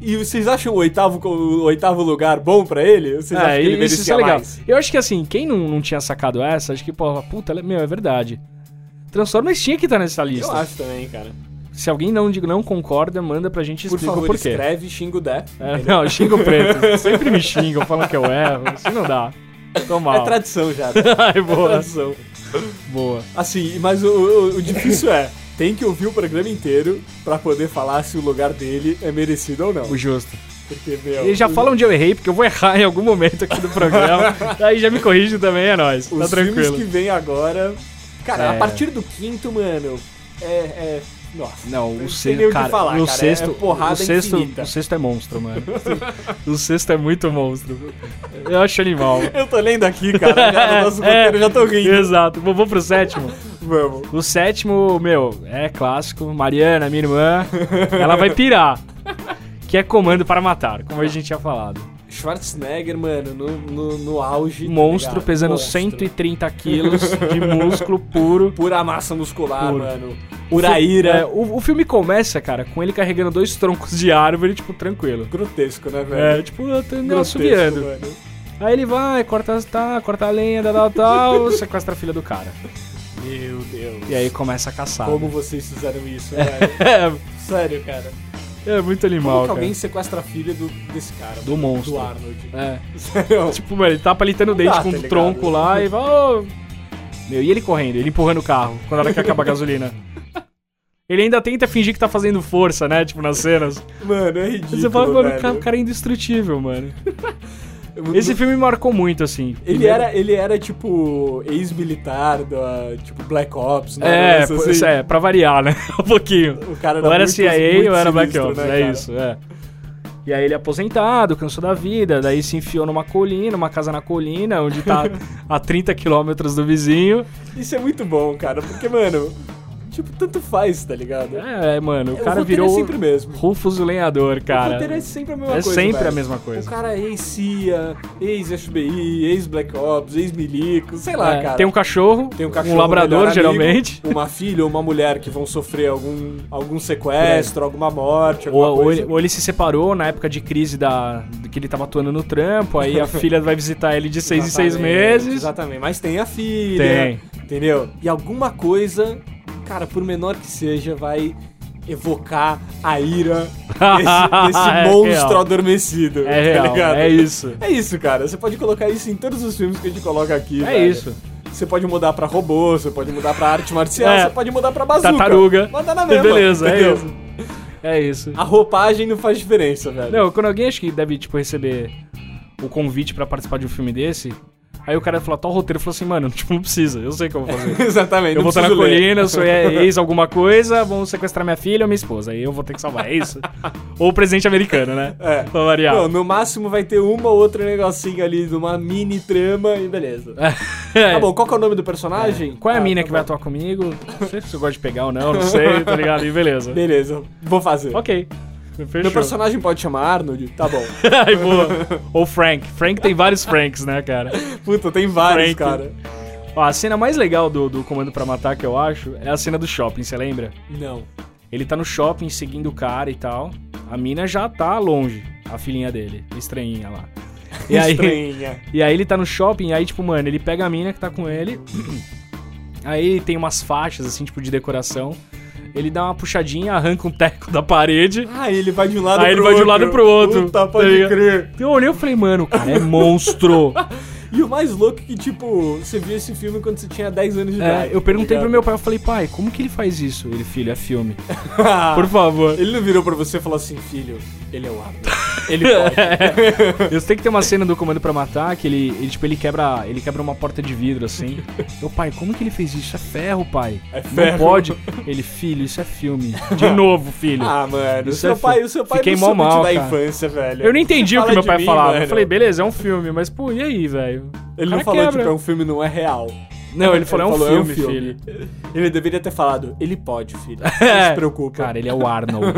E vocês acham o oitavo, co- o oitavo lugar bom pra ele? Vocês acham É, que ele isso, isso merecia é legal. mais? Eu acho que assim, quem não, não tinha sacado essa, acho que, pô, puta, meu, é verdade. Transformers tinha que estar nessa Eu lista. acho também, cara. Se alguém não, não concorda, manda pra gente e Por explica favor, o porquê. escreve, xinga o Dé. É, não, xinga o preto. Sempre me xingam, falam que eu erro. Isso não dá. Tô É mal. tradição já, Dé. Ai, É boa, tradição. boa. Assim, mas o, o- o difícil é, tem que ouvir o programa inteiro pra poder falar se o lugar dele é merecido ou não. O justo. Porque, meu, E já os- fala onde eu errei, porque eu vou errar em algum momento aqui do programa. Aí já me corrige também, é nóis. Tá Os filmes tranquilo. que vem agora. Cara, É. a partir do quinto, mano, é. é nossa. Não, tem o nem sexto. o que Cara, falar, o cara, é sexto. porrada o sexto, infinita. o sexto é monstro, mano. o sexto é muito monstro. Eu acho animal. É, Eu tô lendo aqui, cara. Já, no nosso roteiro, eu já tô rindo. Exato. Vou, vou pro sétimo. é. Vamos. O sétimo, meu, é clássico. Mariana, minha irmã, ela vai pirar. Que é Comando para Matar, como a gente tinha falado. Um Schwarzenegger, mano, no, no, no auge. tá Monstro ligado? pesando Monstro. 130 quilos de músculo puro. Pura massa muscular, Puro. mano. É, Uraíra. o, o filme começa, cara, com ele carregando dois troncos de árvore, tipo, tranquilo. Grotesco, né, É, velho? tipo, eu tô me Grotesco, assobiando. mano. Aí ele vai, corta, as- tá, corta a lenha, tal, tal, tal, sequestra a filha do cara. Meu Deus. E aí começa a caçar. Como vocês fizeram isso, velho? Tá. É, Sério, cara. é muito Como animal, que cara. alguém sequestra a filha do, desse cara? Do monstro. Do Arnold. É. Sério. Tipo, mano, ele tá palitando o Não dá, dente com tá um ligado? tronco lá e vai. "Ô". Meu, e ele correndo, ele empurrando o carro quando a hora que acaba a gasolina. Ele ainda tenta fingir que tá fazendo força, né? Tipo, nas cenas. Mano, é ridículo. Você fala, mano, o ca- o velho. cara é indestrutível, mano. Eu- Esse filme me marcou muito, assim. Ele Primeiro- era, ele era tipo ex-militar da tipo Black Ops, né? É, Mas, pô, assim, isso é, pra variar, né? um pouquinho. O cara era Ou era muito- CIA muito ou era Black sinistro, Ops, né, é cara? isso, é. E aí ele é aposentado, cansou da vida, daí se enfiou numa colina, numa casa na colina, onde tá a 30 quilômetros do vizinho. Isso é muito bom, cara, porque, mano, tipo, tanto faz, tá ligado? É, mano, o O cara roteiro virou é sempre o mesmo. Rufus o lenhador, o cara. roteiro é sempre a mesma É coisa. sempre velho. a mesma coisa. O cara é ex-CIA, ex-FBI, ex-Black Ops, ex-milico, sei lá, É, cara. Tem um cachorro, Tem um cachorro, labrador, melhor amigo, geralmente. Uma filha ou uma mulher que vão sofrer algum, algum sequestro, alguma morte, É. Ou, alguma ou coisa. ele, ou ele se separou na época de crise da, do que ele tava atuando no trampo, aí a filha vai visitar ele de seis em seis Exatamente, meses. Exatamente, mas tem a filha. Tem. Entendeu? E alguma coisa, cara, por menor que seja, vai evocar a ira desse, desse É monstro real. adormecido. É real, tá ligado? é isso. É isso, cara. Você pode colocar isso em todos os filmes que a gente coloca aqui. É velho. isso. Você pode mudar pra robô, você pode mudar pra arte marcial, É. você pode mudar pra bazuca. Tartaruga. Manda na mesma. Beleza, é entendeu? isso. É isso. A roupagem não faz diferença, velho. Não, quando alguém acho que deve, tipo, receber o convite pra participar de um filme desse, aí o cara fala, tal roteiro, falou assim, mano, tipo, não precisa, eu sei o que eu vou fazer. Exatamente. Eu não vou estar na preciso ler. colina, eu sou é ex alguma coisa, vão sequestrar minha filha ou minha esposa. Aí eu vou ter que salvar, é isso? ou o presidente americano, né? É. Pra variar. Não, no máximo vai ter uma ou outra negocinho ali de uma mini trama e beleza. É. Tá bom, qual que é o nome do personagem? Qual é a Ah, mina tá que vai bom. atuar comigo? Não sei se eu gosto de pegar ou não, não sei, tá ligado? E beleza. Beleza, vou fazer. Ok. Meu Fechou. personagem pode chamar Arnold? Tá bom. Aí, boa. Ou Frank. Frank tem vários Franks, né, cara? Puta, tem vários, Frank. cara. Ó, a cena mais legal do, do Comando pra Matar, que eu acho, é a cena do shopping, você lembra? Não. Ele tá no shopping seguindo o cara e tal. A mina já tá longe, a filhinha dele, estranhinha lá. E aí, Estranha. e aí ele tá no shopping, e aí, tipo, mano, ele pega a mina que tá com ele. Aí tem umas faixas, assim, tipo, de decoração. Ele dá uma puxadinha, arranca um teco da parede. Ah, ele vai de um lado Aí ele pro vai de um outro. lado pro outro, Puta, tá pode ligado? crer. Eu olhei e falei, mano, o cara é monstro. E o mais louco é que, tipo, você viu esse filme quando você tinha 10 anos de idade. É, eu perguntei tá pro ligado? meu pai, eu falei, pai, como que ele faz isso? Ele, filho, é filme. Ah, Por favor. Ele não virou pra você e falou assim, filho, ele é o árbitro. Ele pode. Eu sei que tem uma cena do Comando pra Matar que ele, ele, tipo, ele quebra, ele quebra uma porta de vidro assim. Meu pai, como que ele fez isso? É ferro, pai. É Não ferro. pode. Ele, filho, isso é filme. De novo, filho. Ah, mano, o Isso seu, é fi- pai, o seu pai Fiquei não mó soube mal, te dar cara. infância, velho. eu não entendi o Fala que meu de pai mim, falava. Eu mano. falei, beleza, é um filme, mas pô, e aí, velho? Ele O não cara falou, quebra. tipo, é um filme, não é real. Não, ele falou, é um filme, filho. Ele deveria ter falado, ele pode, filho. Não É. se preocupa. Cara, ele é o Arnold.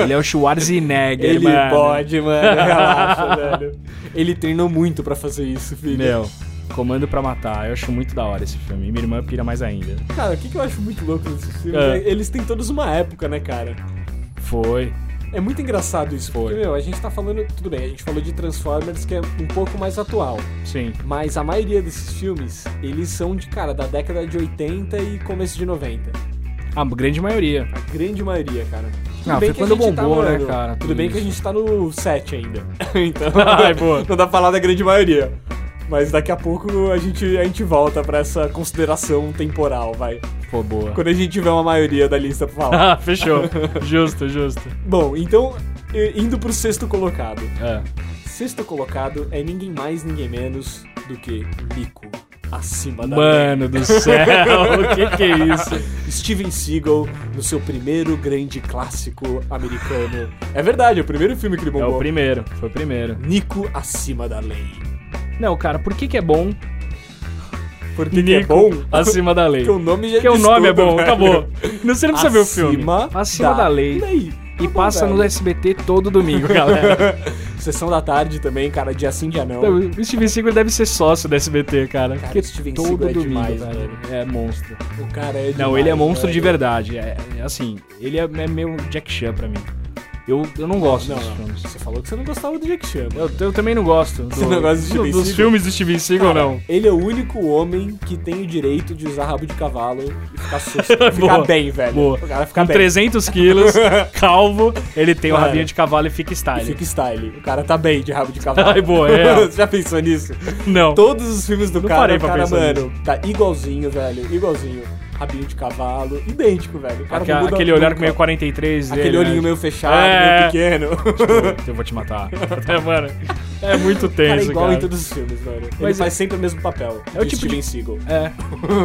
ele é o Schwarzenegger, ele mano. pode, mano. Relaxa, velho. Ele treinou muito pra fazer isso, filho. Meu, Comando pra Matar. Eu acho muito da hora esse filme. E minha irmã pira mais ainda. Cara, o que, que eu acho muito louco nesses filmes? É. é- Eles têm todos uma época, né, cara? Foi. É muito engraçado isso, Foi. porque, meu, a gente tá falando. Tudo bem, a gente falou de Transformers, que é um pouco mais atual. Sim. Mas a maioria desses filmes, eles são de, cara, da década de 80 e começo de 90. A grande maioria. A grande maioria, cara. Tudo Ah, bem foi que a quando gente bombou, né, mano, cara, Tudo tudo bem que a isso. gente tá no 7 ainda. então, Ai, boa. não dá pra falar da grande maioria. Mas daqui a pouco a gente, a gente volta pra essa consideração temporal, vai. Pô, boa. Quando a gente tiver uma maioria da lista pra falar. Ah, fechou. Justo, justo. Bom, então, e- indo pro sexto colocado. É. Sexto colocado é ninguém mais, ninguém menos do que Lico. Acima da média. Mano do céu, o que que é isso? Steven Seagal no seu primeiro grande clássico americano. É verdade, é o primeiro filme que ele É bombou. o primeiro, foi o primeiro. Nico acima da lei. Não, cara, por que que é bom Porque que é bom? acima da lei? Porque o nome já Porque o diz nome é tudo, né? bom, velho. acabou. Não, você não precisa ver o filme. Acima da, lei. lei. E Tá bom, passa no velho. SBT todo domingo, galera. Sessão da tarde também, cara, dia sim, dia Então, não. o Steven Seagal deve ser sócio do SBT, cara. Cara, porque o Steven todo Seagal é domingo, demais, velho. É monstro. O cara é Não, demais, ele é monstro velho. de verdade. É, é assim, ele é, é meio Jack Chan pra mim. Eu, eu não gosto Não, dos não. filmes. Você falou que você não gostava do Jack Chan. Eu, eu também não gosto. Do, Você não gosta do Steven dos Seagal? filmes do Steven Seagal, Cara, não. Ele é o único homem que tem o direito de usar rabo de cavalo e ficar susto. ficar Boa. bem, velho. Boa. O cara fica Com bem. 300 quilos, calvo, ele tem o Cara. rabinho de cavalo e fica E style. fica style. O cara tá bem de rabo de cavalo. Ai, boa, é. Você já pensou nisso? Não. Todos os filmes do Não cara, parei o pra cara, pensar mano, tá igualzinho, velho. Igualzinho. Rabinho de cavalo, idêntico, velho. O cara Aquela- não muda aquele olhar nunca. meio 43 dele. Aquele olhinho né? meio fechado, É. meio pequeno. Eu vou te matar. É, mano, é muito O cara é tenso, igual cara. em todos os filmes, mano. Ele Mas faz sempre o mesmo papel. É o de tipo Steven de- Seagal. É.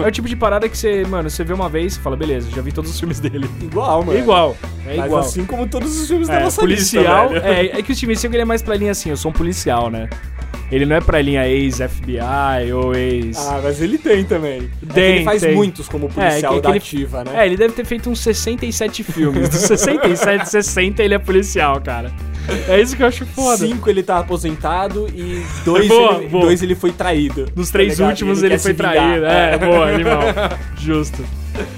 É o tipo de parada que você, mano, você vê uma vez e fala, beleza, já vi todos os filmes dele. Igual, É mano. igual. É Mas igual. assim como todos os filmes da É, nossa policial. lista, velho. é, é que o Steven Seagal ele é mais pra linha assim, eu sou um policial, né? Ele não é pra linha ex-FBI ou ex. Ah, mas ele tem também. É que Tem, ele faz tem. muitos como policial É, que- que da ele- ativa, né? É, ele deve ter feito uns 67 filmes. Dos 67, 60 ele é policial, cara. É isso que eu acho foda. Cinco ele tá aposentado e dois, Boa, ele, boa. dois ele foi traído. Nos tá três ligado? E últimos ele, quer foi se vingar. traído. É, boa, animal. Justo.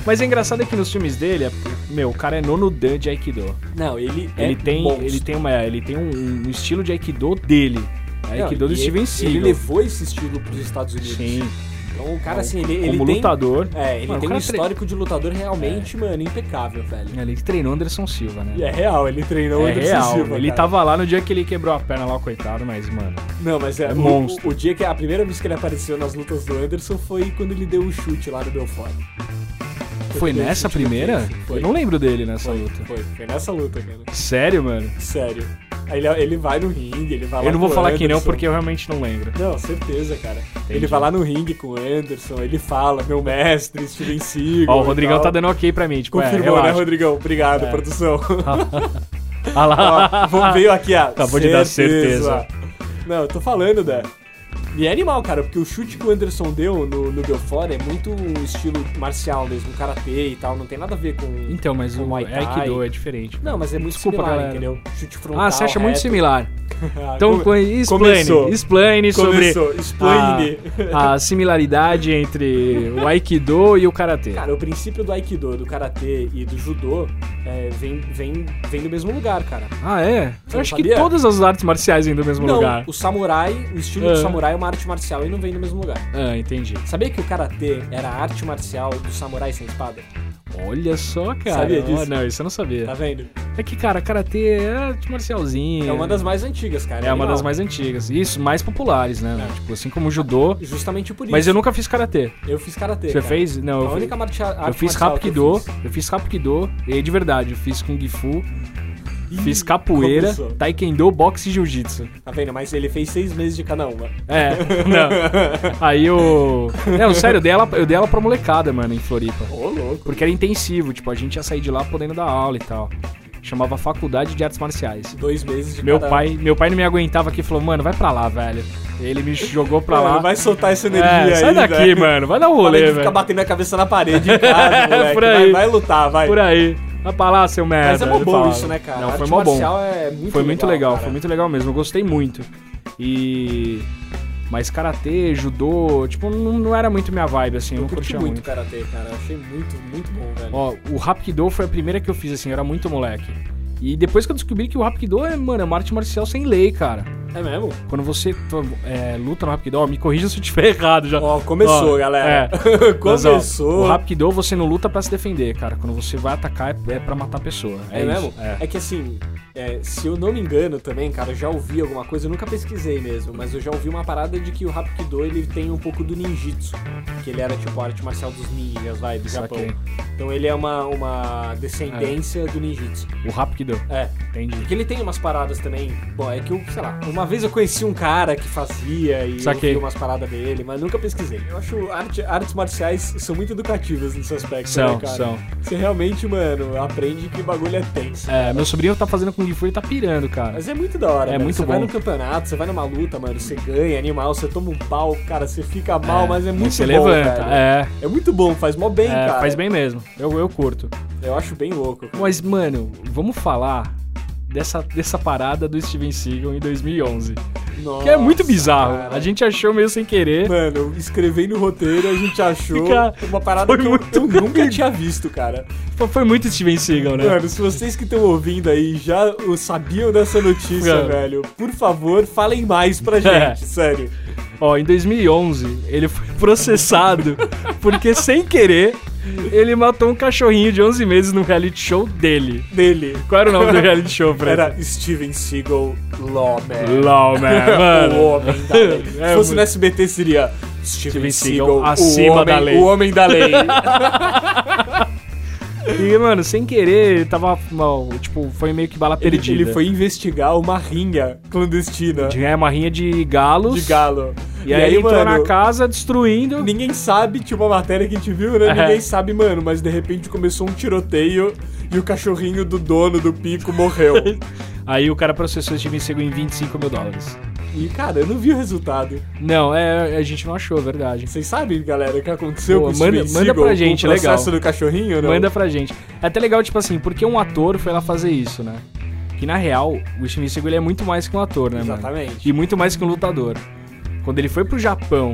Mas é engraçado é que nos filmes dele, é- meu, o cara é nono dan de Aikido. Não, ele é Ele tem, monstro. ele tem, uma, ele tem um, um estilo de Aikido dele. É Não, Aikido do e Steven ele, Seagal. Ele levou esse estilo pros Estados Unidos. Sim. Então o cara, assim, ele, ele Como tem... lutador. É, ele Mano, o tem um cara tre- É. histórico de lutador realmente, mano, impecável, velho. Ele treinou Anderson Silva, né? E é real, ele treinou o É Anderson real. Silva, ele cara. tava lá no dia que ele quebrou a perna lá, coitado, mas, mano. Não, mas é, É o, monstro. O, o dia que a primeira vez que ele apareceu nas lutas do Anderson foi quando ele deu o chute lá no Belfort. Foi dei um nessa chute no primeira? Face. Foi. Eu não lembro dele nessa Foi, luta. foi, foi nessa luta, cara. Sério, mano? Sério. Aí ele, ele vai no ringue, ele vai lá Eu não vou com o falar que não, Anderson. porque eu realmente não lembro. Não, certeza, cara. Ele vai lá no ringue com o Anderson, ele fala, meu mestre, Steven Seagal. Ó, o e Rodrigão tal. tá dando ok pra mim, tipo, Confirmou, é, né, relaxa. É. Rodrigão? Obrigado, produção. Ah lá. Ó, vou- veio aqui, ó. Acabou de dar certeza. Não, eu tô falando, Dé. E é animal, cara, porque o chute que o Anderson deu no, no Belfort é muito um estilo marcial mesmo, karatê e tal, não tem nada a ver com. Então, mas com o Muay Thai. Aikido é diferente. Não, mas é muito Desculpa, similar, galera. entendeu? Chute frontal. Ah, você acha muito reto. Ah, similar. Então, Come- começou. explaine, explaine sobre começou. Explaine. a, a similaridade entre o Aikido e o Karatê. Cara, o princípio do Aikido, do Karatê e do Judô é, vem, vem, vem do mesmo lugar, cara. Ah, Você é? Eu não acho que sabia? todas as artes marciais vêm do mesmo não, lugar. o samurai, o estilo É. do samurai é uma arte marcial e não vem do mesmo lugar. Ah, entendi. Sabia que o Karatê era a arte marcial do samurai sem espada? Olha só, cara. Sabia disso? Oh, não, isso eu não sabia. Tá vendo? É que, cara, Karatê é arte marcialzinha. É uma das mais antigas, cara. É uma animal. das mais antigas. Isso, mais populares, né? É. Tipo, assim como o judô. Justamente por isso. Mas eu nunca fiz karatê. Eu fiz Karatê, Você cara. fez? Não, A eu, única marcha- eu arte fiz marcial que Rapkido, eu eu fiz. fiz, Rapkido, e de verdade, eu fiz Kung Fu, fiz capoeira, começou. taekwondo, boxe e jiu-jitsu. Tá vendo? Mas ele fez seis meses de cada uma. É, não. Aí eu. Não, sério, eu dei, ela, eu dei ela pra molecada, mano, em Floripa. Ô, louco. Porque era intensivo, tipo, a gente ia sair de lá podendo dar aula e tal. Chamava Faculdade de Artes Marciais. Dois meses de Meu cada um. pai, meu pai não me aguentava aqui e falou, mano, vai pra lá, velho. Ele me jogou pra Mano, lá. vai soltar essa energia É, aí, sai daqui, velho. mano. Vai dar um Falei rolê, de ficar velho. batendo a cabeça na parede em casa, moleque. Por Vai, aí. vai lutar, vai. Por aí. Vai pra lá, seu merda. Mas é mó ele bom falava. isso, né, cara? Não, foi Arte mó bom. marcial é muito foi muito legal, cara. foi muito legal mesmo. Eu gostei muito. E... Mas karatê, judô, tipo, não, não era muito minha vibe, assim. Eu, Eu não curti curtia muito o muito. Karatê, cara. Eu achei muito, muito bom, velho. Ó, o Rapkido foi a primeira que eu fiz, assim. Eu era muito moleque. E depois que eu descobri que o Rapkido é, mano, é uma arte marcial sem lei, cara. É mesmo? Quando você é, luta no Rapkido, ó, me corrija se eu tiver errado já. Ó, começou, Ó, é. galera. Mas, ó, começou. o Rapkido você não luta pra se defender, cara. Quando você vai atacar é, é pra matar a pessoa. É, É, isso. mesmo? É. É. que assim, é, se eu não me engano também, cara, eu já ouvi alguma coisa, eu nunca pesquisei mesmo, mas eu já ouvi uma parada de que o Hapkido ele tem um pouco do ninjitsu, que ele era tipo a arte marcial dos ninjas, vai, do Japão. Saquei. Então ele é uma, uma descendência do ninjitsu. O Rapkido. É. Entendi. Porque ele tem umas paradas também. Bom, é que eu, sei lá, uma vez eu conheci um cara que fazia e Saquei. eu vi umas paradas dele, mas nunca pesquisei. Eu acho arte, artes marciais são muito educativas nesse aspecto, né, São, cara? são. Você realmente, mano, aprende que bagulho é tenso. É, meu sobrinho tá fazendo Kung Fu e tá pirando, cara. Mas é muito da hora, É velho. muito Você vai bom. no campeonato, você vai numa luta, mano, você ganha, animal, você toma um pau, cara, você fica mal, mas é muito Você bom. levanta, velho. é. É muito bom, faz mó bem, é, cara. faz bem mesmo. Eu, eu curto. Eu acho bem louco. cara. Mas, mano, vamos falar dessa, dessa parada do Steven Seagal em 2011. que é muito Nossa, bizarro. cara. A gente achou meio sem querer. Mano, escrevei no roteiro, a gente achou Cara, uma parada foi que eu, muito eu nunca tinha visto, cara. Foi- Foi muito Steven Seagal, né? Mano, se vocês que estão ouvindo aí já o- sabiam dessa notícia, Cara. velho, por favor, falem mais pra gente, É. sério. Ó, em 2011, ele foi processado porque, sem querer, ele matou um cachorrinho de 11 meses no reality show dele. Dele. Qual era o nome do reality show, Fred? Era Steven Seagal Lawman. É, LOL, man, mano. O homem da lei. É Se fosse muito- no SBT seria Steven, Steven Seagal, Seagal, o acima homem- da lei. O homem da lei. E, mano, sem querer, ele tava. mal, tipo, foi meio que bala ele, perdida. ele foi investigar uma rinha clandestina De ganhar uma rinha de galos. de galo. E, aí, ele entrou mano, na casa destruindo. Ninguém sabe, tipo a matéria que a gente viu, né? É. Ninguém sabe, mano, mas de repente começou um tiroteio e o cachorrinho do dono do pico morreu. Aí o cara processou esse vencego em 25 mil dólares. e, cara, eu não vi o resultado. Não, é, a gente não achou, é verdade. Vocês sabem, galera, o que aconteceu Pô, com o manda- Steven manda Seagal, pra gente, com o processo legal. do cachorrinho, não? Manda pra gente. É até legal, tipo assim, porque um ator foi lá fazer isso, né? Que na real, o Steven Seagal ele é muito mais que um ator, né, mano? Exatamente. E muito mais que um lutador. Quando ele foi pro Japão,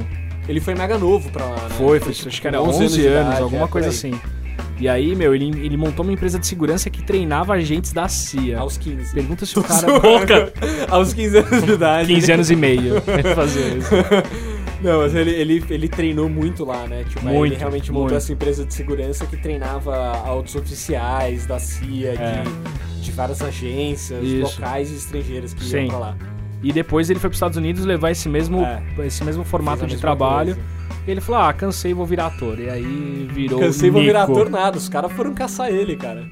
Ele foi mega novo pra lá, né? foi, foi acho que era 11 anos, de idade, alguma é, por coisa aí. assim. E aí, meu, ele, ele montou uma empresa de segurança que treinava agentes da CIA. Aos 15. Pergunta se o cara. Aos 15 anos de idade. 15 anos e meio ele fazia isso. Não, mas ele, ele, ele treinou muito lá, né? Tipo, aí Muito, ele realmente montou muito. essa empresa de segurança que treinava altos oficiais da CIA, É. de, de várias agências Isso. locais e estrangeiras que Sim. iam pra lá. E depois ele foi pros Estados Unidos levar esse mesmo, É. esse mesmo Fez formato a de mesma trabalho. coisa. E ele falou: ah, cansei, vou virar ator. E aí virou. Cansei, vou virar Nico. ator nada. Os caras foram caçar ele, cara.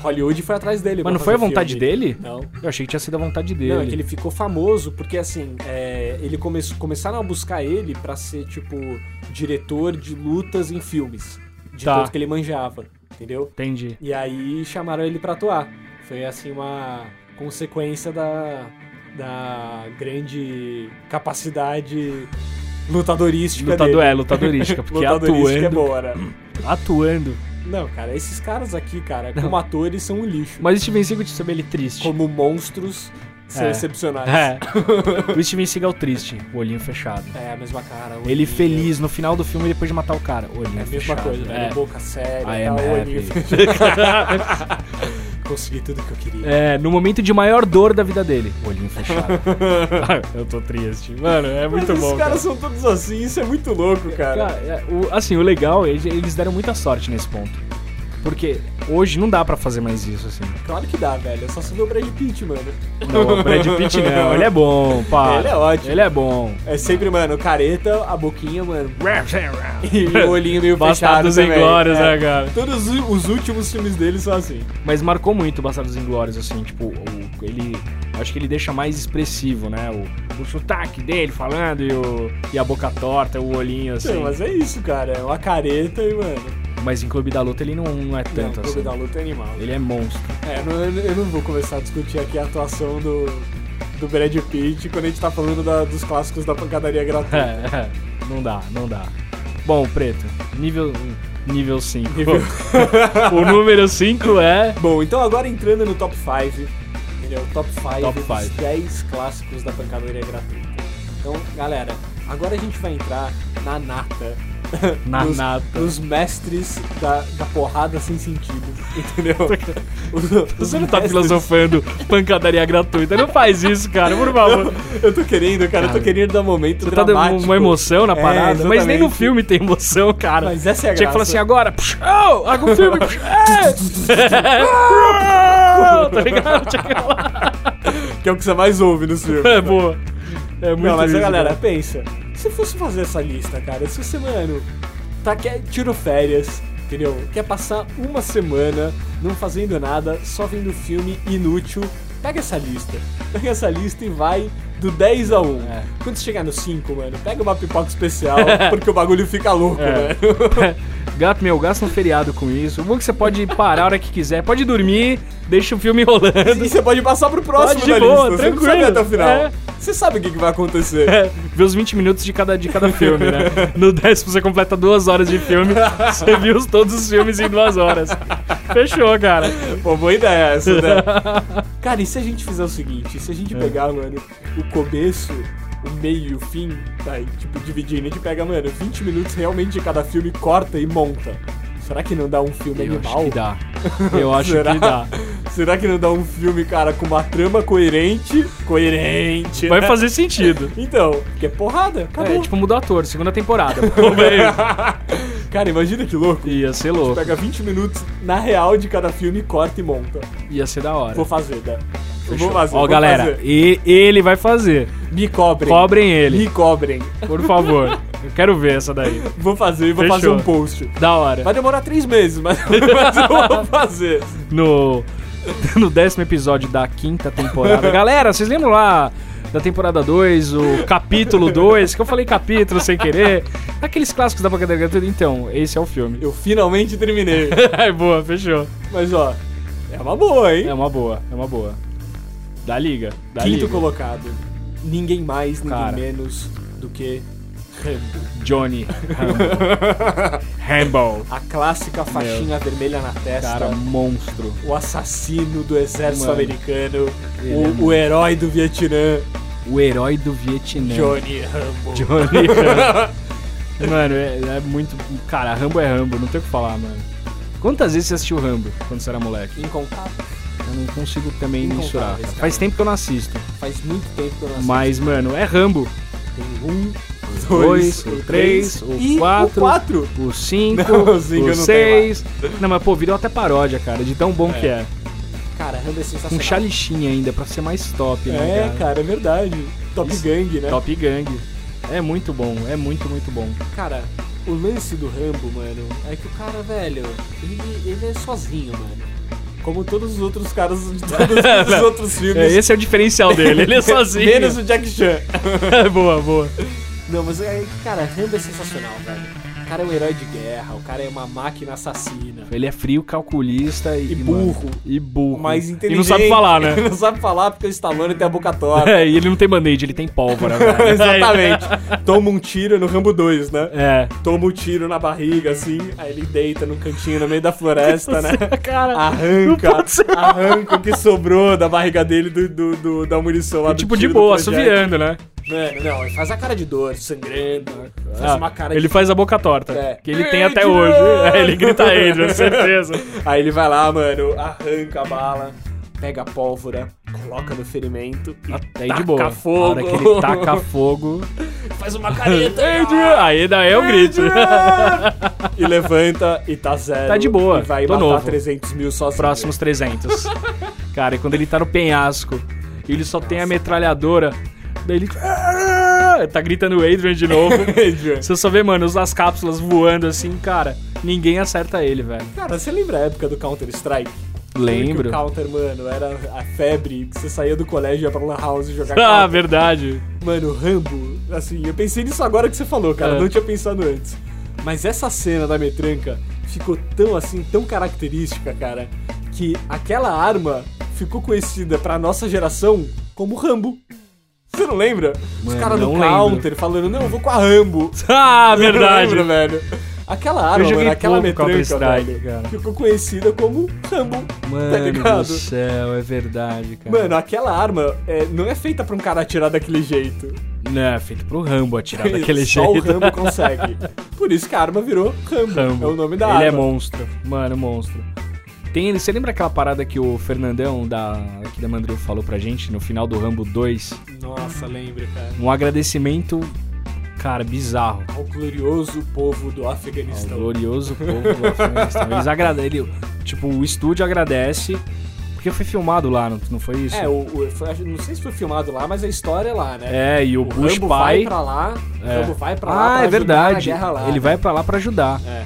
Hollywood foi atrás dele. Mas pra não foi a fazer vontade filme. dele? Não. Eu achei que tinha sido a vontade dele. Não, é que ele ficou famoso porque, assim, é, ele come... começaram a buscar ele pra ser, tipo, diretor de lutas em filmes. De Tá. tanto que ele manjava, entendeu? Entendi. E aí chamaram ele pra atuar. Foi assim uma consequência da, da grande capacidade lutadorística Lutador, dele. é, lutadorística, porque lutadorística é atuando, boa, né? atuando. Não, cara, esses caras aqui, cara, como atores são um lixo. Mas o Steven Seagal você vê ele triste. Como monstros são É. excepcionais. É. o Steven Seagal triste, o olhinho fechado. É a mesma cara. olhinho, Ele feliz no final do filme depois de matar o cara. Olhinho É a mesma fechado. Ah, é, coisa, né? Boca séria, I am tá, olhinho happy. Consegui tudo que eu queria. É, no momento de maior dor da vida dele. Olhinho fechado. Ah, eu tô triste. Mano, é muito Mas bom. Os cara. caras são todos assim, isso é muito louco, cara. Cara, é, o- assim, o legal, é eles- eles deram muita sorte nesse ponto. Porque hoje não dá pra fazer mais isso, assim. Claro que dá, velho. É só se ver o Brad Pitt, mano. Não, o Brad Pitt não, ele é bom, pá. Ele é ótimo. Ele é bom. É sempre, mano, careta, a boquinha, mano, e o olhinho meio fechado Bastardos também. Inglórios, É. né, cara? Todos os últimos filmes dele são assim. Mas marcou muito o Bastardos Inglórios, assim, tipo, o- ele... Acho que ele deixa mais expressivo, né? O, o sotaque dele falando e, o- e a boca torta, o olhinho, assim. Sim, mas... mas é isso, cara. É uma careta e, mano. em Clube da Luta ele não, não é Não, tanto, o assim. Clube da Luta é animal. Ele é monstro. É, eu não, eu não vou começar a discutir aqui a atuação do, do Brad Pitt quando a gente tá falando da- dos clássicos da pancadaria gratuita. É, não dá, não dá. Bom, Preto, nível nível 5. Nível- o número 5 é... Bom, então agora entrando no top 5, entendeu? Top 5 Top dos five. 10 clássicos da pancadaria gratuita. Então, galera, agora a gente vai entrar na nata. Na dos, nata. Dos mestres da, da porrada sem sentido, entendeu? Os- os Você não tá mestres- filosofando pancadaria gratuita. Não faz isso, cara, por favor. Eu tô querendo, cara, eu tô Cara, querendo dar um momento Ah. Você tá dando dramático. uma emoção na É, parada, mas nem no exatamente. filme tem emoção, cara. Mas essa é a Tinha que falar graça. assim agora, psh, oh, ah, com o filme, psh, é. tá ligado? Tinha que falar. Que é o que você mais ouve nos filmes. É boa. É muito Não, mas isso, a galera, cara. pensa. Se fosse fazer essa lista, cara, se você, mano, tá, quer, tirou férias, entendeu? Quer passar uma semana não fazendo nada, só vendo filme inútil, pega essa lista. Pega essa lista e vai do 10 a 1. É. Quando você chegar no 5, mano, pega uma pipoca especial, porque o bagulho fica louco, É. velho. Gato, meu, gasta um feriado com isso. O bom é que você pode parar a hora que quiser, pode dormir, deixa o filme rolando. E você pode passar pro próximo Pode de da boa, lista, você não tranquilo. sabe até o final. É. Você sabe o que, que vai acontecer. Vê os 20 minutos de cada, de cada filme, né? No décimo você completa duas horas de filme, você viu os- todos os filmes em duas horas. Fechou, cara. Pô, boa ideia essa, né? Cara, e se a gente fizer o seguinte? Se a É. gente pegar, mano, o começo, o meio e o fim, tá? E, tipo, dividindo, a gente pega, mano, 20 minutos realmente de cada filme, corta e monta. Será que não dá um filme Eu animal? acho que dá. Eu acho Será? que dá. Será que não dá um filme, cara, com uma trama coerente? Coerente, Vai né? fazer sentido. Então, que é porrada, acabou. É, tipo, mudou ator, segunda temporada. Pô, velho. Cara, imagina que louco. Ia ser louco. Pega 20 minutos na real de cada filme, corta e monta. Ia ser da hora. Vou fazer, né? Eu Fechou. Vou fazer, Ó, vou galera, fazer. e, ele vai fazer. Me cobrem. Cobrem ele, Me cobrem. por favor. Eu quero ver essa daí. Vou fazer, vou Fechou. fazer um post. Da hora. Vai demorar três meses, mas, mas eu vou fazer. no, no décimo episódio da quinta temporada. Galera, vocês lembram lá da temporada 2, o capítulo 2, que eu falei capítulo sem querer. Aqueles clássicos da Pancadaria Gratuita. Então, esse é o filme. Eu finalmente terminei. é boa, fechou. Mas ó, é uma boa, hein? É uma boa, é uma boa. Da liga, da Quinto liga. colocado. Ninguém mais, ninguém Cara. menos do que Rambo. Johnny Rambo. Rambo. A clássica faixinha vermelha na testa. Cara, monstro. O assassino do exército Mano. americano. Ele é O, o herói do Vietnã. O herói do Vietnã. Johnny Rambo. Johnny Rambo. Mano, é, é muito. Cara, Rambo é Rambo, não tem o que falar, mano. Quantas vezes você assistiu Rambo quando você era moleque? Incontável. Eu não consigo também Incontáveis, misturar. cara. cara. Faz tempo que eu não assisto. Faz muito tempo que eu não assisto. Mas, mano, é Rambo. Tem um, dois, dois, o três, o e quatro. o quatro. O 5, Não, o cinco o não tem 6. Não, mas pô, virou até paródia, cara, de tão bom que é. Cara, Rambo é Com sensacional. chalichinha ainda, pra ser mais top, Um né? É, cara, é verdade. Top Isso. Gang, né? Top Gang. É muito bom, é muito, muito bom. Cara, o lance do Rambo, mano, é que o cara, velho, ele, ele é sozinho, mano. Como todos os outros caras de todos os outros filmes. É, esse é o diferencial dele, ele é sozinho. Menos o Jack Chan. é boa, boa. Não, mas, é- cara, Rambo é sensacional, velho. O cara é um herói de guerra, o cara é uma máquina assassina. Ele é frio, calculista e, E burro. mano, e burro. Mas inteligente. E não sabe falar, né? Ele não sabe falar porque o Stallone tem a boca torta. É, e ele não tem band-aid, ele tem pólvora, velho. Exatamente. Toma um tiro no Rambo 2, né? É. Toma um tiro na barriga, assim, aí ele deita num cantinho no meio da floresta, né? Cara, não Arranca, pode ser. arranca o que sobrou da barriga dele do, do- do- da munição lá do tipo, de tiro do boa, projétil. assoviando, né? Mano, não, ele faz a cara de dor, sangrando, né? faz Ah, uma cara de... ele faz a boca torta, É. que ele tem até Adrian! hoje. É, ele grita Adrian, certeza. Aí ele vai lá, mano, arranca a bala, pega a pólvora, coloca no ferimento e Até taca de boa. fogo. A hora que ele taca fogo... faz uma careta. Adrian! Aí daí eu grito. e levanta e tá zero. Tá de boa, E vai tô matar novo. 300 mil sozinho. Próximos 300. Cara, e quando ele tá no penhasco, ele só tem a metralhadora, daí ele... Tá gritando Adrian de novo. Adrian. Você só vê, mano, as cápsulas voando assim, cara. Ninguém acerta ele, velho. Tá Cara, você lembra a época do Counter-Strike? Que Lembro. o Counter, mano, era a febre que você saía do colégio ia pra Lan House jogar Ah, Counter. verdade. Mano, Rambo, assim, eu pensei nisso agora que você falou, cara, É. não tinha pensado antes. Mas essa cena da metranca ficou tão assim, tão característica, cara, que aquela arma ficou conhecida pra nossa geração como Rambo. Você não lembra? Os Mano, caras do não lembro. Counter falando, não, eu vou com a Rambo. Ah, Você não verdade. lembra, velho. Aquela Eu arma, joguei mano, aquela pouco metranca, Counter-Strike, velho, cara. ficou conhecida como Rambo, tá Mano do ligado? céu, é verdade, cara. Mano, aquela arma é, não é feita pra um cara atirar daquele jeito. Não, é feito pro Rambo atirar daquele Só jeito. o Rambo consegue. Por isso que a arma virou Rambo. Rambo. É o nome da Ele é arma. monstro. Mano, monstro. Tem, você lembra aquela parada que o Fernandão da, aqui da Mandril falou pra gente no final do Rambo 2? Nossa, lembra, cara. Um agradecimento, cara, bizarro. Ao glorioso povo do Ao Afeganistão. glorioso povo do Afeganistão. Eles agradecem. ele- Tipo, o estúdio agradece. Porque foi filmado lá, não, não foi isso? É, o, o- foi- acho- não sei se foi filmado lá, mas a história é lá, né? É, e o, O Bush Rambo vai pai. pra lá, o É. Rambo vai pra lá ah, pra é ajudar verdade. na guerra lá. né? Ele vai pra lá pra ajudar. É.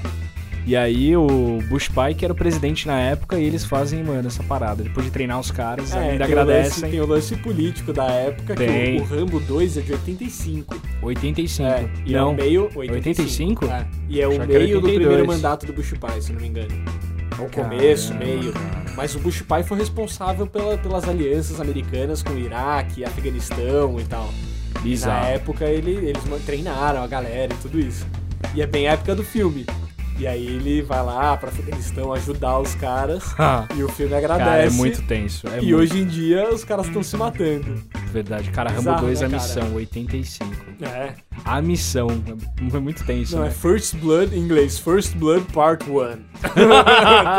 E aí o Bush pai, que era o presidente na época, e eles fazem, mano, essa parada. Depois de treinar os caras, É, ainda tem o lance- agradecem. Tem o lance político da época, Tem. que o, o Rambo 2 é de 85. 85. É, e é não. o meio... 85? É, e é o Achava que era meio do 82. primeiro mandato do Bush pai, se não me engano. É o começo, Caramba, meio... cara. Mas o Bush pai foi responsável pela- pelas alianças americanas com o Iraque, Afeganistão e tal. E Bizarro. Na época ele, eles man- treinaram a galera e tudo isso. E é bem a época do filme. E aí ele vai lá pra Afeganistão ajudar os caras. E o filme agradece. Cara, é muito tenso. É e muito, hoje em dia os caras estão se matando. verdade. Cara, Rambo bizarro, 2 né, a cara? missão, 85. É. A missão. É muito tenso. Não, né? é First Blood em inglês. First Blood Part 1.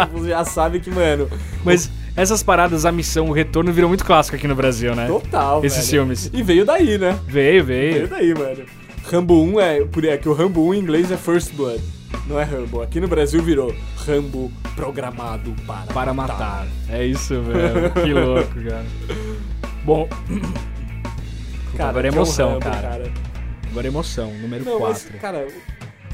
Tipo, já sabe que, mano. Mas essas paradas, a missão, o retorno virou muito clássico aqui no Brasil, né? Total. Esses velho. filmes. E veio daí, né? Veio, Veio veio. daí, mano. Rambo 1 é. Por é que o Rambo 1 em inglês é First Blood. Não é Rambo. Aqui no Brasil virou Rambo programado para. Para matar. É isso, velho. que louco, cara. Bom, agora é John emoção, um Rambo, cara. agora é emoção. Número Não, mas, 4. cara.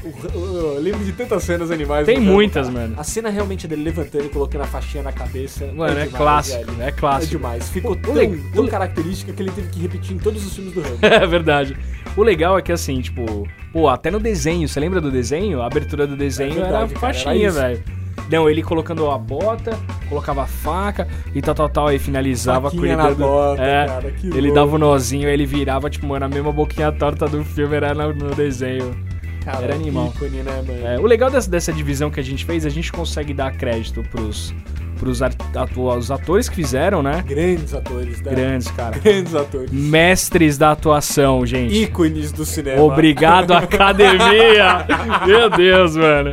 o- o- o- eu lembro de tantas cenas animais. Tem do Rambo, muitas, cara. mano. A cena realmente dele levantando e colocando a faixinha na cabeça. Mano, é, demais, clássico. velho. É É clássico. demais. Ficou O tão, le- tão o- característica que ele teve que repetir em todos os filmes do Rambo. É verdade. O legal é que assim, tipo, pô, até no desenho, você lembra do desenho? A abertura do desenho verdade, era cara, faixinha, era velho. Não, ele colocando a bota, colocava a faca e tal, tal, tal, aí finalizava com Faquinha ele na dando- bota, é, cara, que ele louco. dava o nozinho, aí ele virava, tipo, mano, a mesma boquinha torta do filme era no, no desenho. Cara, Era animal. ícone, né, mano? É, o legal dessa, dessa divisão que a gente fez, a gente consegue dar crédito pros, pros ar- atu- os atores que fizeram, né? Grandes atores, né? Grandes, cara. Grandes atores. Mestres da atuação, gente. Ícones do cinema. Obrigado, academia! Meu Deus, mano.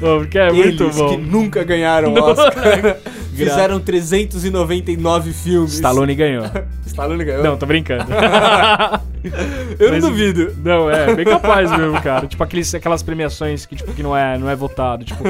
Pô, Porque é Eles muito que bom. nunca ganharam Oscar. Fizeram 399 filmes. Stallone ganhou. Stallone ganhou. Não, tô brincando. Eu mas- não duvido. Não, é, bem capaz mesmo, cara. Tipo, aqueles, aquelas premiações que, tipo, que não é, não é votado. Tipo,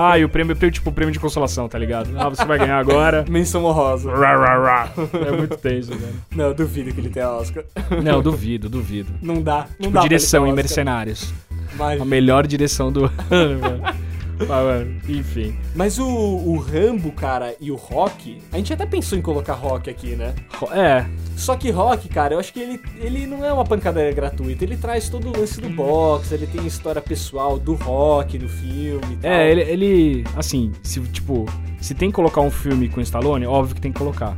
ah, e o prêmio, tipo, o prêmio de consolação, tá ligado? Ah, você vai ganhar agora. Menção honrosa. Rá, rá, rá. É muito tenso, velho. Não, eu duvido que ele tenha Oscar. Não, duvido, duvido. Não dá. Não Tipo, dá pra ele ter direção em Oscar. Mercenários. Mas- A melhor direção do ano, velho. Mas, mano, enfim. Mas o, o Rambo, cara, e o Rock, a gente até pensou em colocar Rock aqui, né? Ro- É, Só que Rock, cara, eu acho que ele, ele não é uma pancadaria gratuita. Ele traz todo o lance do boxe, ele tem a história pessoal do Rock no filme e tal. é, ele, ele. Assim, se tipo, se tem que colocar um filme com Stallone, óbvio que tem que colocar.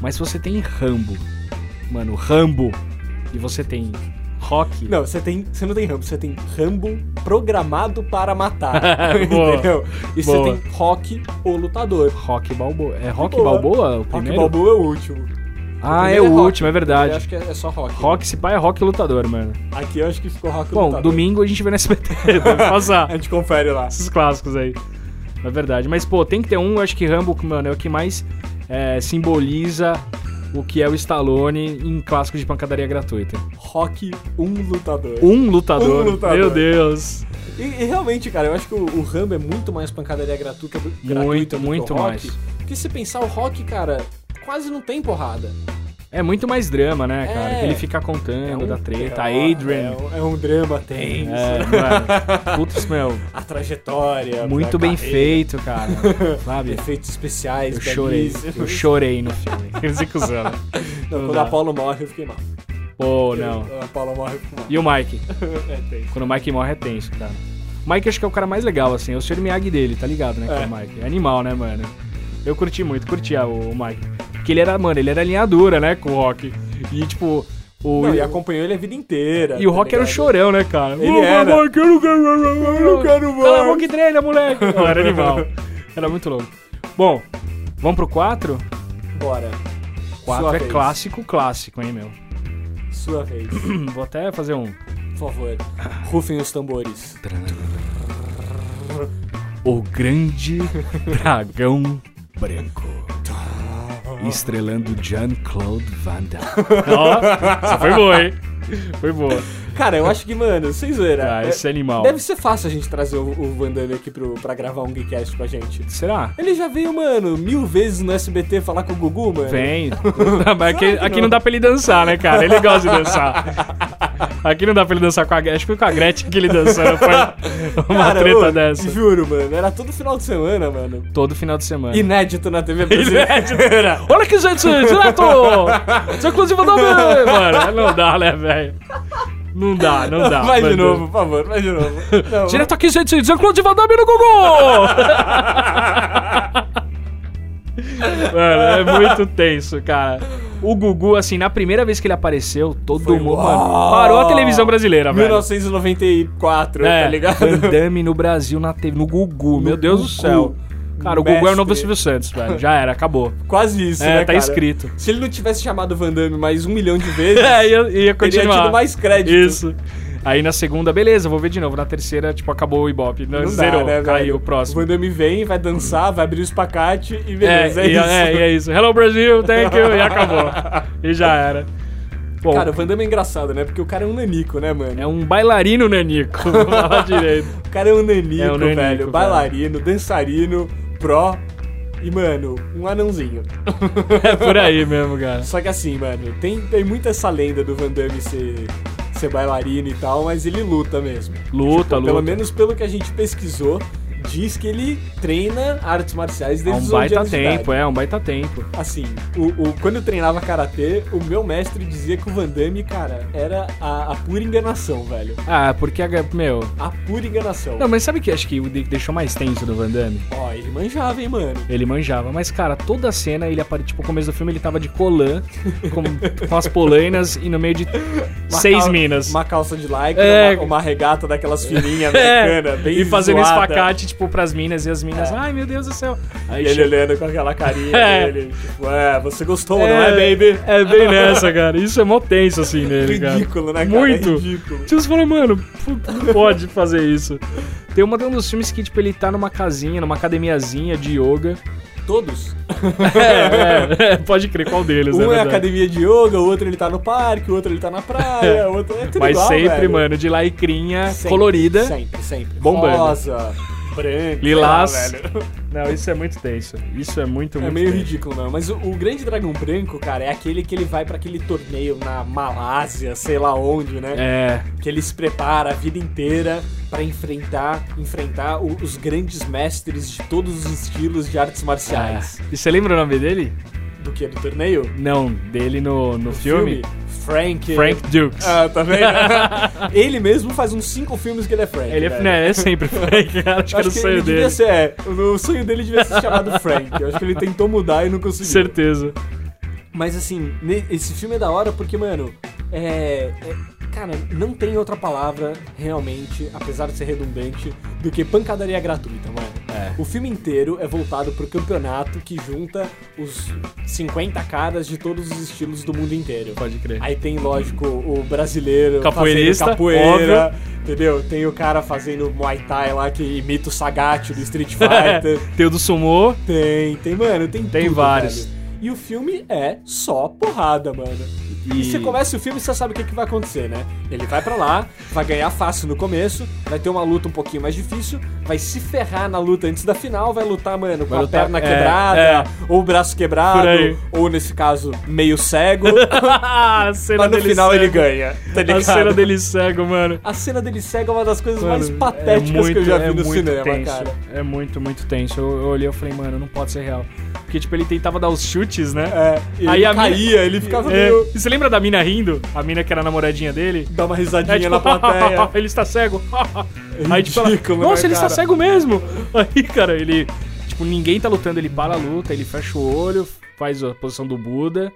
Mas se você tem Rambo, mano, Rambo, e você tem Rock. Não, você, tem, você não tem Rambo, você tem Rambo programado para matar. Boa. entendeu? E Boa. você tem Rock, o lutador. Rock Balboa. É Rock Boa. Balboa o Rock primeiro? Balboa é o último. Ah, é primeiro o é Rock. último, é Eu verdade. acho que é, é só Rock. Rock, se pá, é Rock Lutador, mano. Aqui eu acho que ficou Rock Bom, lutador. domingo a gente vê no SBT, vai A passar gente confere lá. esses clássicos aí. É verdade. Mas, pô, tem que ter um, eu acho que Rambo, mano, é o que mais é, simboliza o que é o Stallone em clássicos de pancadaria gratuita. Rock, um lutador. Um lutador. Um lutador. Meu Deus. E, e realmente, cara, eu acho que o, o Rambo é muito mais pancadaria gratuita do, gratuita do muito que o Rock. mais. Porque se pensar, o Rock, cara, quase não tem porrada. É muito mais drama, né, cara? É. Que ele fica contando da treta. é um- Adrian. É, um- é um drama tenso. É, mano. Putz, meu. A trajetória. Muito pra bem carreira, é feito, cara. Sabe? Efeitos especiais. Eu chorei. belíssimos. Eu chorei no filme. Eles acusando. Não, Não quando dá. a Paula morre, eu fiquei mal. Pô, não. Quando a Paula morre, eu fiquei mal. E o Mike? É, tem. Quando o Mike morre é tenso, cara. O Mike acho que é o cara mais legal, assim. É o Sr. Miyagi dele, tá ligado, né, cara, É. Mike? É animal, né, mano? Eu curti muito, curtia o, o Mike. Porque ele era, mano, ele era linha dura, né, com o Rock. E, tipo, o... Não, e acompanhou ele a vida inteira. E o tá Rock era o ligado? chorão, né, cara? Ele Ô, era. Mike, eu não quero, eu não quero mais. Cala a boca e treina, moleque. Não, era animal. Era muito louco. Bom, vamos pro 4? Bora. 4 Sua é vez. clássico, clássico, hein, meu. Sua vez. Hum, Vou até fazer um... Por favor. Rufem os tambores. O Grande Dragão Branco. Estrelando Jean-Claude Van Damme. Ó, essa foi boa, hein? Foi boa. Cara, eu acho que, mano, sem zoeira. Ah, é- esse animal. Deve ser fácil a gente trazer o, o Van Damme aqui pro, pra gravar um Geekcast com a gente. Será? Ele já veio, mano, mil vezes no SBT falar com o Gugu, mano. Vem. Mas aqui, aqui não dá pra ele dançar, né, cara? Ele gosta de dançar. Aqui não dá pra ele dançar com a Gretchen. Acho que com a Gretchen que ele dançando foi uma Cara, treta ô, dessa. Juro, mano. Era todo final de semana, mano. Todo final de semana. Inédito na TV brasileira. Inédito. é Olha que gente, direto! Isso é inclusive da mãe, mano. Não dá, né, velho? Não dá, não dá. vai de mano. novo, por favor, vai de novo. Não, Direto aqui, gente, Jean-Claude Van Damme no Google! mano, é muito tenso, cara. O Gugu, assim, na primeira vez que ele apareceu, todo Foi, mundo. "Uau!" Mano, parou a televisão brasileira, velho. 1994, É, tá ligado? Van Damme no Brasil, na TV, no Gugu, meu Deus do Gugu. céu. Cara, o Gugu é o novo Mestre. Silvio Santos, velho. Já era, acabou. Quase isso, É, né, tá cara? escrito. Se ele não tivesse chamado Van Damme mais um milhão de vezes, É, ia, ia ele tinha continuar. tido mais crédito. Isso. Aí na segunda, beleza, vou ver de novo. Na terceira, tipo, acabou o Ibope. Não, Não dá, zerou, né, velho? caiu, próximo. O Van Damme vem, vai dançar, vai abrir o espacate e beleza, é, e- isso. é, e é isso. Hello Brasil, thank you, e acabou. E já era. Bom, Cara, o Van Damme é engraçado, né? Porque o cara é um nanico, né, mano? é um bailarino nanico, vou falar direito. O cara é um nanico, É um nanico, velho. velho. Bailarino, dançarino, pró e, mano, um anãozinho. É por aí mesmo, cara. Só que assim, mano, tem, tem muito essa lenda do Van Damme ser, ser bailarino e tal, mas ele luta mesmo. Luta, luta. Pelo menos pelo que a gente pesquisou, diz que ele treina artes marciais é desde um os 11 baita anos de idade. tempo, é, um baita tempo. Assim, o, o- quando eu treinava karatê, o meu mestre dizia que o Van Damme, cara, era a, a pura enganação, velho. Ah, porque, a meu... A pura enganação. Não, mas sabe o que acho que o de- deixou mais tenso do Van Damme? Ó, ele manjava, hein, mano. Ele manjava, mas cara, toda a cena ele aparece, tipo, o começo do filme ele tava de colã, com, com as polainas e no meio de Uma seis cal- minas. Uma calça de lycra, É. uma, uma regata daquelas fininhas É, americanas, bem e fazendo zoada. espacate, tipo, pras minas e as minas, ai meu Deus do céu. Aí E ele é chega- olhando com aquela carinha É. dele, tipo, é, você gostou, não é, baby? É bem nessa, cara. Isso é mó tenso, assim, nele, cara. Ridículo, né, cara? Muito. É ridículo. Tipo, você fala, mano, pu- não pode fazer isso. Tem uma, tem um dos filmes que, tipo, ele tá numa casinha, numa academiazinha de yoga. Todos. É, é, é, pode crer qual deles, né? Um é verdade. academia de yoga, o outro ele tá no parque, o outro ele tá na praia, o outro... É tudo Mas igual, sempre, velho. mano, de laicrinha Sempre, colorida. Sempre, sempre. Bombando. Rosa, branca. Lilás. sei lá, Ah, velho. Não, isso é muito tenso. Isso é muito, É muito meio tenso. ridículo, não. Mas o, o grande dragão branco, cara, é aquele que ele vai pra aquele torneio na Malásia, sei lá onde, né? É, Que ele se prepara a vida inteira. pra enfrentar, enfrentar o- os grandes mestres de todos os estilos de artes marciais. é. E você lembra o nome dele? Do que? Do torneio? Não, dele no, no filme? Frank. Frank Dukes. Ah, tá vendo? ele mesmo faz uns cinco filmes que ele é Frank. ele é, velho. né, é sempre Frank, cara. Acho que era Acho o que ele sonho devia dele. ser. é, o sonho dele devia ser chamado Frank. Eu acho que ele tentou mudar e não conseguiu. Certeza. Mas assim, ne- esse filme é da hora porque, mano, é, é- Cara, não tem outra palavra realmente, apesar de ser redundante, do que pancadaria gratuita, mano. É. O filme inteiro é voltado pro campeonato que junta os 50 caras de todos os estilos do mundo inteiro. Pode crer. Aí tem, lógico, o brasileiro Capoeirista, fazendo capoeira, entendeu? Tem o cara fazendo Muay Thai lá que imita o Sagat do Street Fighter. Tem o do Sumô. tem, tem, mano, tem Tem tudo, vários. velho. E o filme é só porrada, mano. E você começa o filme e você sabe o que, que vai acontecer, né? Ele vai pra lá, vai ganhar fácil no começo, vai ter uma luta um pouquinho mais difícil, vai se ferrar na luta antes da final, vai lutar, mano, com Vai a lutar- perna é, quebrada, é. ou o braço quebrado, Por aí. ou nesse caso, meio cego. a cena Mas no dele final cego. ele ganha, tá ligado? A cena dele cego, mano. A cena dele cego é uma das coisas Mano, mais é patéticas que eu já vi é no muito cinema, tenso. cara. É muito, muito tenso. Eu, eu olhei e falei, mano, não pode ser real. Porque, tipo, ele tentava dar os chutes, né? É, e Aí ele a mina- caía, ele ficava É. meio... E você lembra da mina rindo? A mina que era a namoradinha dele? Dá uma risadinha É, tipo, na plateia. ele está cego. Aí tipo, ela, ridículo, né, nossa, ele está cara?" cego mesmo. Aí, cara, ele. Tipo, ninguém tá lutando, ele para a luta, ele fecha o olho, faz a posição do Buda.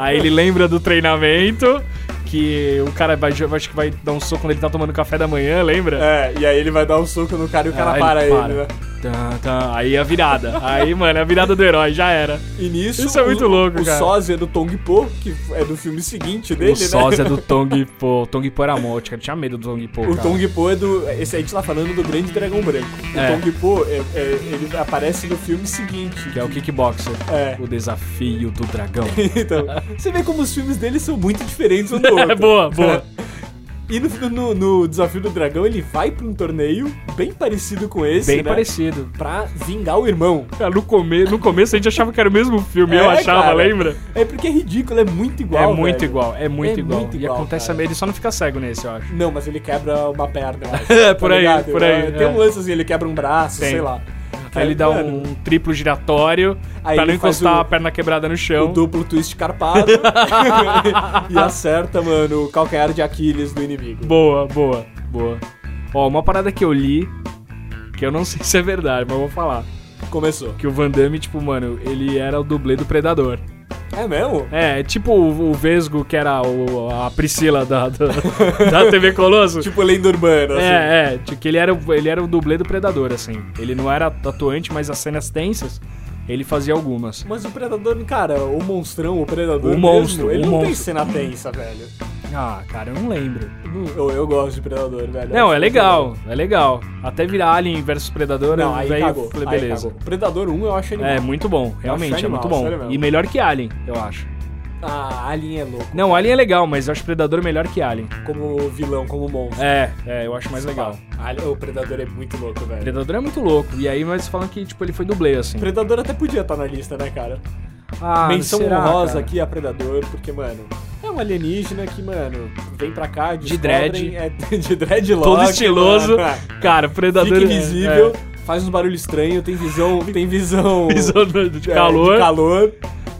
Aí ele lembra do treinamento. Que o cara vai, jo- acho que vai dar um soco quando ele tá tomando café da manhã, lembra? É, e aí ele vai dar um soco no cara e o cara Aí para ele, Ah, para. né? Tá, tá. Aí a virada. Aí, mano, a virada do herói, já era. E nisso, Isso é muito o, louco, o cara. sósia do Tong Po, que é do filme seguinte dele, o né? sósia do Tong Po. O Tong Po era morte, cara. Eu tinha medo do Tong Po. O cara. Tong Po é do. Esse aí a gente tá falando do Grande Dragão Branco. O É. Tong Po, é- é- ele aparece no filme seguinte. Que é o kickboxer. É. O desafio do dragão. Então, você vê como os filmes dele são muito diferentes um do outro. É boa, boa. E no, no- no Desafio do Dragão, ele vai pra um torneio bem parecido com esse, Bem né? parecido. Pra vingar o irmão. Cara, no, come... no começo a gente achava que era o mesmo filme, eu É, achava, cara. lembra? É porque é ridículo, é muito igual. é muito velho. igual, é muito É igual. muito e igual, acontece cara. a ele só não fica cego nesse, eu acho. Não, mas ele quebra uma perna. eu acho, É, tá por aí, ligado? por aí, É, Tem é. um lance assim, ele quebra um braço, Tem. sei lá. Aí ele dá É, Mano, um triplo giratório Aí pra ele não faz encostar o- a perna quebrada no O chão. duplo twist carpado e acerta, mano, o calcanhar de Aquiles do inimigo. Boa, boa, boa. Ó, uma parada que eu li, que eu não sei se é verdade, mas eu vou falar. Começou. Que o Van Damme, tipo, mano, ele era o dublê do Predador. É mesmo? É, tipo o, o Vesgo, que era o- a Priscila da, da, da TV Colosso. Tipo lenda urbana, assim. É, é, tipo, que ele era, o- ele era o dublê do Predador, assim. Ele não era atuante, mas as cenas tensas, ele fazia algumas. Mas o Predador, cara, o monstrão, o Predador O mesmo, monstro, ele o não tem monstro. cena tensa, velho. Ah, cara, eu não lembro. Não- Eu, eu gosto de Predador, velho. Eu Não, acho é legal, é legal. Até virar Alien versus Predador, Não, aí velho, cagou, falei, aí beleza. cagou. Predador 1 eu acho animal. É, muito bom, realmente, acho é muito animal, sério bom. mesmo. E melhor que Alien, eu acho. Ah, Alien é louco. Não, Alien é legal, mas eu acho Predador melhor que Alien. Como vilão, como monstro. É, é, eu acho mais legal. Ah, Alien- o Predador é muito louco, velho. Predador é muito louco. E aí, mas falam que, tipo, ele foi dublê, assim. Predador até podia estar na lista, né, cara? Ah, Menção será, honrosa cara? aqui a Predador, porque, mano, é um alienígena que, mano, vem pra cá, De descobrem- é, de dread Todo estiloso. mano, Cara, Predador... fica é- invisível, faz uns barulhos estranhos, tem visão, tem visão, é, visão do- de é, calor. de calor.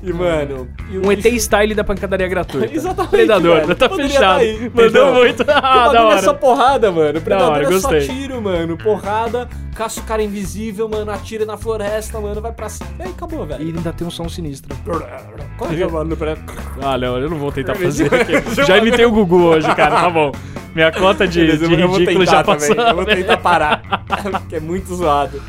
E, mano, e o Um ET bicho- style da pancadaria gratuita. Exatamente, Predador, velho. tá Poderia fechado. tá aí, entendeu? Mandou muito. O ah, da bagulho hora. é só porrada, mano. O Predador hora, é gostei. só tiro, mano. Porrada, caça o cara invisível, mano. Atira na floresta, mano. Vai pra cima. E aí, acabou, E velho. ainda tem um som sinistro. Qual é que é o barulho do Predador? Ah, não, eu não vou tentar Beleza. fazer aqui. Já imitei o Gugu hoje, cara, tá bom. Minha cota de, Beleza, de eu vou ridículo tentar já também. passou. Eu vou tentar parar. Porque é muito zoado.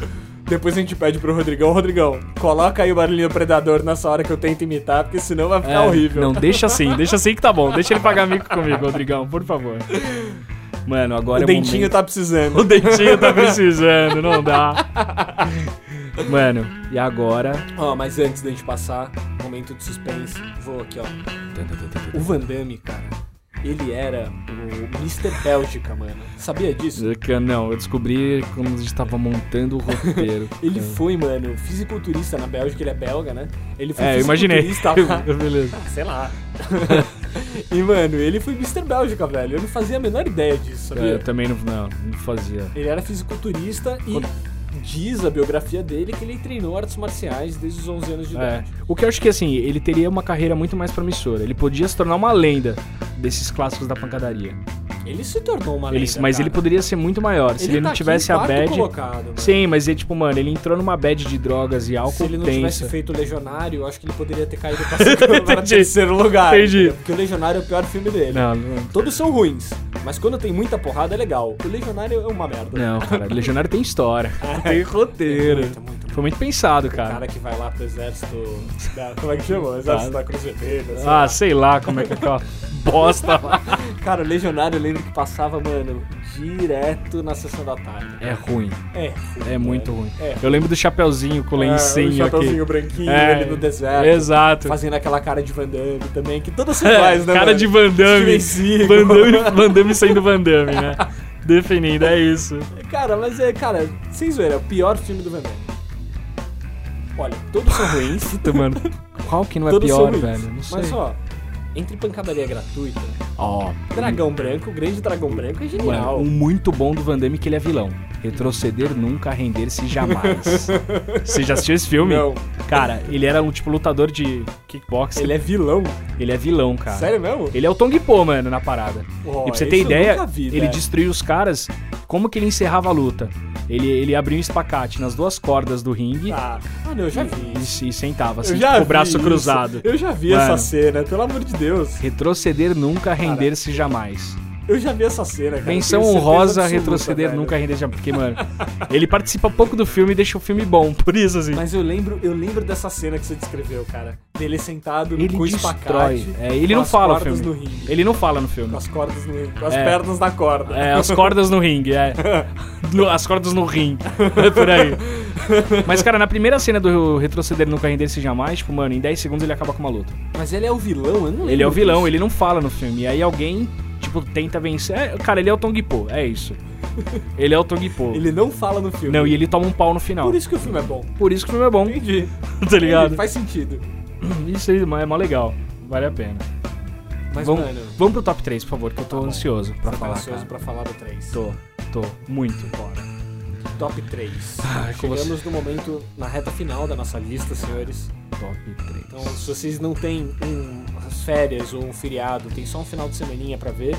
Depois a gente pede pro Rodrigão, Rodrigão, coloca aí o barulhinho do predador nessa hora que eu tento imitar, porque senão vai ficar É, tá horrível. Não, deixa assim, deixa assim que tá bom. Deixa ele pagar mico comigo, Rodrigão, por favor. Mano, agora o é dentinho momento. tá O precisando. dentinho tá precisando, não dá. Mano, e agora? Ó, mas antes da gente passar, momento de suspense, vou aqui, ó. O Van Damme, cara, ele era o Mr. Bélgica, mano. Sabia disso? Que- Não, eu descobri quando a gente tava montando o roteiro. Ele foi, mano, fisiculturista na Bélgica, ele é belga, né? Ele foi É, eu imaginei. fisiculturista lá. Beleza. sei lá. E, mano, ele foi Mr. Bélgica, velho. Eu não fazia a menor ideia disso, É, sabia? eu também não, não, não fazia. Ele era fisiculturista e diz a biografia dele que ele treinou artes marciais desde os 11 anos de É. idade. O que eu acho que assim, ele teria uma carreira muito mais promissora. Ele podia se tornar uma lenda desses clássicos da pancadaria. Ele se tornou uma Ele- lenda, mas cara. ele poderia ser muito maior. Se ele, tá não aqui tivesse em a quarto bad. colocado, mano. Sim, mas ele, tipo, mano, ele entrou numa bad de drogas e álcool Se ele não tensa. tivesse feito o Legionário, eu acho que ele poderia ter caído pra segundo- pra Entendi. terceiro lugar. Entendi. entendeu? Porque o Legionário é o pior filme dele. Não, não. Todos são ruins, mas quando tem muita porrada é legal. O Legionário é uma merda. É. Não, cara, Legionário tem história. tem roteiro. Muito, muito. Foi muito pensado, O cara. cara que vai lá pro exército. da- como é que chama? Exército da Cruz Vermelha. assim. sei Tá. Ah, lá. sei lá como é que é aquela bosta lá. Cara, o Legionário eu lembro que passava, mano, direto na sessão da tarde. É ruim. É, É muito ruim. É. Eu lembro do chapeuzinho com o lencinho É, o chapeuzinho aqui. branquinho, É, ele no deserto. Exato. Fazendo aquela cara de Van Damme também, que todas são É, iguais, né? cara mano? de Van Steven Damme. Seagal. Van Damme, Van Damme saindo Van Damme, né? Definindo, é isso. Cara, mas é, cara, sem zoeira, é o pior filme do Van Damme. Olha, todos são ruins, Puta, Então, mano. Qual que não é todos são pior, ruins. velho? Não sei. Mas ó, entre pancadaria gratuita, Ó, Dragão Branco, o grande Dragão Branco é mano, genial. um muito bom do Van Damme que ele é vilão. Retroceder nunca, render-se jamais. Você já assistiu esse filme? Não. Cara, ele era um tipo lutador de kickboxing. Ele é vilão? Ele é vilão, cara. Sério mesmo? Ele é o Tong Po, mano, na parada. Ó, e pra você isso ter eu ideia, nunca vi, ele velho. destruiu os caras. Como que ele encerrava a luta? Ele, ele abria um espacate nas duas cordas do ringue Ah, ah, não, eu já vi. e, se Eu sentava, assim, já com o vi braço isso. cruzado. Eu já vi essa Mano. cena, pelo amor de Deus. Retroceder nunca, render-se jamais. Eu já vi essa cena, cara. Menção tenho certeza honrosa, absoluta, retroceder é velho. nunca, render-se jamais. Porque, mano, ele participa pouco do filme e deixa o filme bom. Por isso, assim. Mas eu lembro, eu lembro dessa cena que você descreveu, cara. Dele sentado ele com o destrói. espacate. É, ele com não as fala no cordas filme. No ringue. Ele não fala no Com filme. as cordas no ringue. Com as É. pernas na corda. É, as cordas no ringue, é. No- as cordas no rim. É por aí. Mas, cara, na primeira cena do Retroceder Nunca Render-se Jamais, tipo, mano, em 10 segundos ele acaba com uma luta. Mas ele é o vilão, eu não lembro. Ele é o vilão, disso. ele não fala no filme. E aí alguém, tipo, tenta vencer. É, cara, ele é o Tong Po, é isso. Ele é o Tong Po. Ele não fala no filme. Não, e ele toma um pau no final. Por isso que o filme é bom. Por isso que o filme é bom, Entendi. tá ligado? Entendi, Faz sentido. Isso aí mano, é mó legal. Vale a pena. Mas, vamos, mano, vamos pro top 3, por favor, que eu tô ansioso pra tá falar. ansioso cara. pra falar do 3. Tô, tô, muito. Bora. Top 3. Ai, como Chegamos no momento, na reta final da nossa lista, senhores. Top 3. Então, se vocês não têm um, as férias ou um feriado, tem só um final de semaninha pra ver,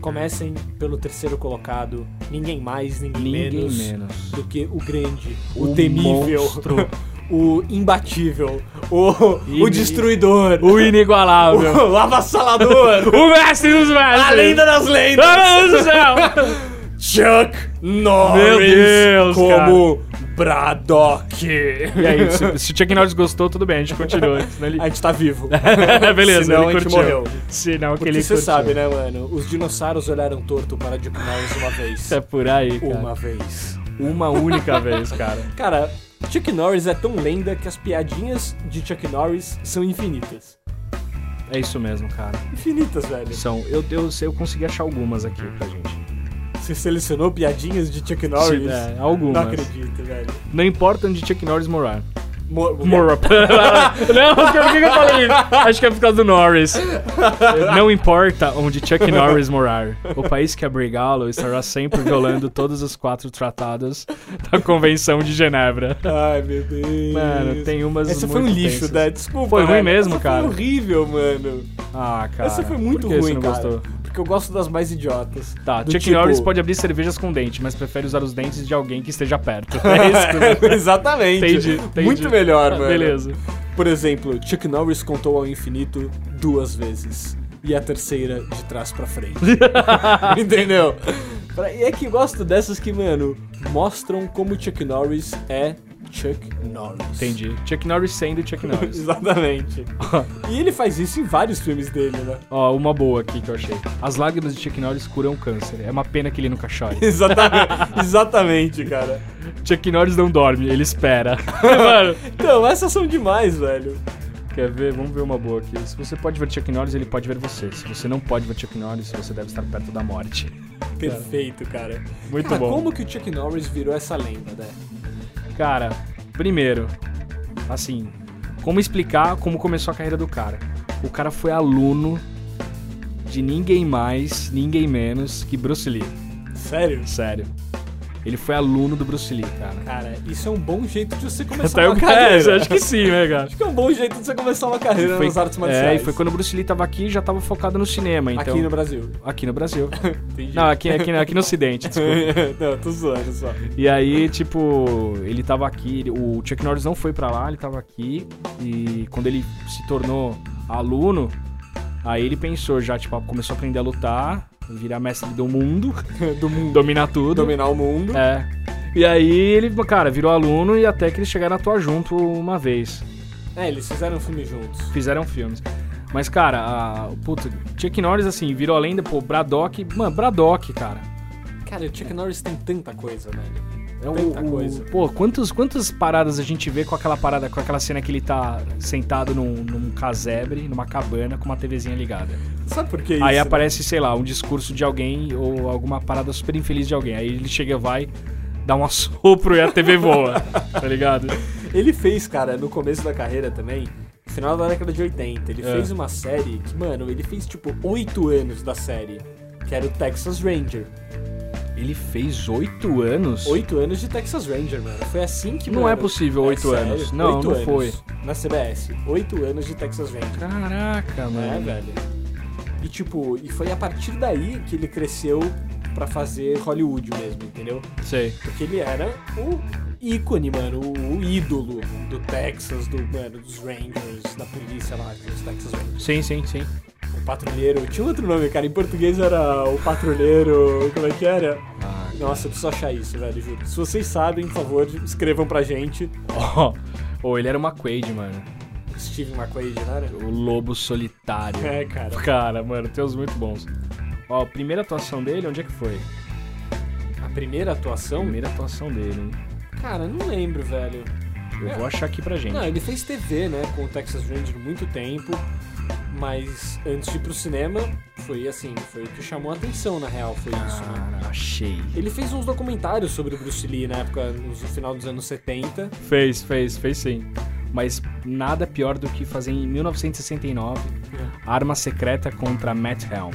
comecem pelo terceiro colocado, ninguém mais, ninguém, Ninguém menos, menos. do que o grande, o, O temível, monstro. o imbatível, o, Ine- o destruidor, O inigualável. o avassalador, O mestre dos mestres! a lenda das lendas, Ah, meu Deus do céu! Chuck Norris Meu Deus, como Braddock. E é aí, se, se o Chuck Norris gostou, tudo bem, a gente continua. senão ele- A gente tá vivo. É, Beleza, Senão ele a gente curtiu. morreu. Sinal que Porque ele você curtiu. sabe, né, mano? Os dinossauros olharam torto para Chuck Norris uma vez. É por aí, cara. Uma vez. Uma única vez, cara. Cara, Chuck Norris é tão lenda que as piadinhas de Chuck Norris são infinitas. É isso mesmo, cara. Infinitas, velho. São, eu, eu, sei- eu consegui achar algumas aqui pra gente. Você selecionou piadinhas de Chuck Norris? é, Não algumas. acredito, velho. Não importa onde Chuck Norris morar. Mo- Morup. não, por que que eu falei isso? Acho que é por causa do Norris. Não importa onde Chuck Norris morar, o país que abrigá-lo estará sempre violando todos os quatro tratados da Convenção de Genebra. Ai, meu Deus. Mano, tem umas. Essa foi um muito lixo, tensas. né? Desculpa. Foi ruim velho. mesmo, Essa cara. Foi horrível, mano. Ah, cara. Essa foi muito por que você ruim, não cara. Gostou? Porque eu gosto das mais idiotas. Tá, Do Chuck tipo- Norris pode abrir cervejas com dente, mas prefere usar os dentes de alguém que esteja perto. É isso, né? Exatamente. Entendi, entendi. Muito melhor, Ah, mano. Beleza. Por exemplo, Chuck Norris contou ao infinito duas vezes. E a terceira de trás pra frente. Entendeu? Pra- E é que eu gosto dessas que, mano, mostram como Chuck Norris é Chuck Norris. Entendi. Chuck Norris sendo Chuck Norris. Exatamente. e ele faz isso em vários filmes dele, né? Ó, uma boa aqui que eu achei. As lágrimas de Chuck Norris curam câncer. É uma pena que ele nunca chore. Exatamente, exatamente, cara. Chuck Norris não dorme, ele espera. Mano, Então, essas são demais, velho. quer ver? Vamos ver uma boa aqui. Se você pode ver Chuck Norris, ele pode ver você. Se você não pode ver Chuck Norris, você deve estar perto da morte. Perfeito, cara. Muito cara, bom. Como que o Chuck Norris virou essa lenda, né? Cara, primeiro, assim, como explicar como começou a carreira do cara? O cara foi aluno de ninguém mais, ninguém menos que Bruce Lee. Sério? Sério. Ele foi aluno do Bruce Lee, cara. Cara, isso é um bom jeito de você começar Até eu uma carreira. é, acho que sim, né, cara? Acho que é um bom jeito de você começar uma carreira nas artes é, e marciais. foi quando o Bruce Lee tava aqui já tava focado no cinema, então. Aqui no Brasil. aqui no Brasil. Entendi. Não, aqui, aqui, aqui no Ocidente, desculpa. Não, tô zoando só. E aí, tipo, ele tava aqui, ele- o Chuck Norris não foi pra lá, ele tava aqui. E quando ele se tornou aluno, aí ele pensou já, tipo, começou a aprender a lutar, virar mestre do mundo, Do mundo. dominar tudo. Dominar o mundo. É. E aí ele, cara, virou aluno e até que eles chegaram a atuar junto uma vez. É, eles fizeram um filme juntos. Fizeram filmes. Mas, cara, a, puta, Chuck Norris, assim, virou a lenda, pô, Braddock. Mano, Braddock, cara. Cara, o Chuck Norris tem tanta coisa, velho. É o- Tanta o- coisa. Pô, quantos, quantas paradas a gente vê com aquela parada, com aquela cena que ele tá sentado num, num casebre, numa cabana, com uma TVzinha ligada. Sabe por que isso? aí né? aparece, sei lá, um discurso de alguém ou alguma parada super infeliz de alguém. Aí ele chega, vai, dá um assopro e a TV voa, tá ligado? né? Ele fez, cara, no começo da carreira também, no final da década de 80, ele É. fez uma série que, mano, ele fez tipo 8 anos da série, que era o Texas Ranger. Ele fez oito anos? 8 anos de Texas Ranger, mano. Foi assim que, Não mano, é possível, oito sério, anos. Não, oito não anos foi. Na CBS, 8 anos de Texas Ranger. Caraca, É, mano. velho. E tipo, e foi a partir daí que ele cresceu pra fazer Hollywood mesmo, entendeu? Sei. Porque ele era o ícone, mano, o, o ídolo do Texas, do, mano, dos Rangers, da polícia lá, dos Texas Rangers. Sim, sim, sim. O patrulheiro, tinha outro nome, cara, em português era o patrulheiro, como é que era? Ah, Nossa, eu preciso achar isso, velho, juro. Se vocês sabem, por favor, escrevam pra gente. Ó, oh, ele era uma Quaid, mano. Steve McQuaid, né? O lobo solitário. É, cara. Cara, mano, tem uns muito bons. Ó, a primeira atuação dele, onde é que foi? A primeira atuação? Primeira atuação dele, hein? Cara, não lembro, velho. Eu vou achar aqui pra gente. Não, é ele fez TV, né, com o Texas Ranger muito tempo, mas antes de ir pro cinema, foi assim, foi o que chamou a atenção, na real, foi isso, né? Cara, achei. Ele fez uns documentários sobre o Bruce Lee na época, no final dos anos 70. Fez, fez, fez sim. Mas nada pior do que fazer em 1969 É. Arma Secreta contra Matt Helm.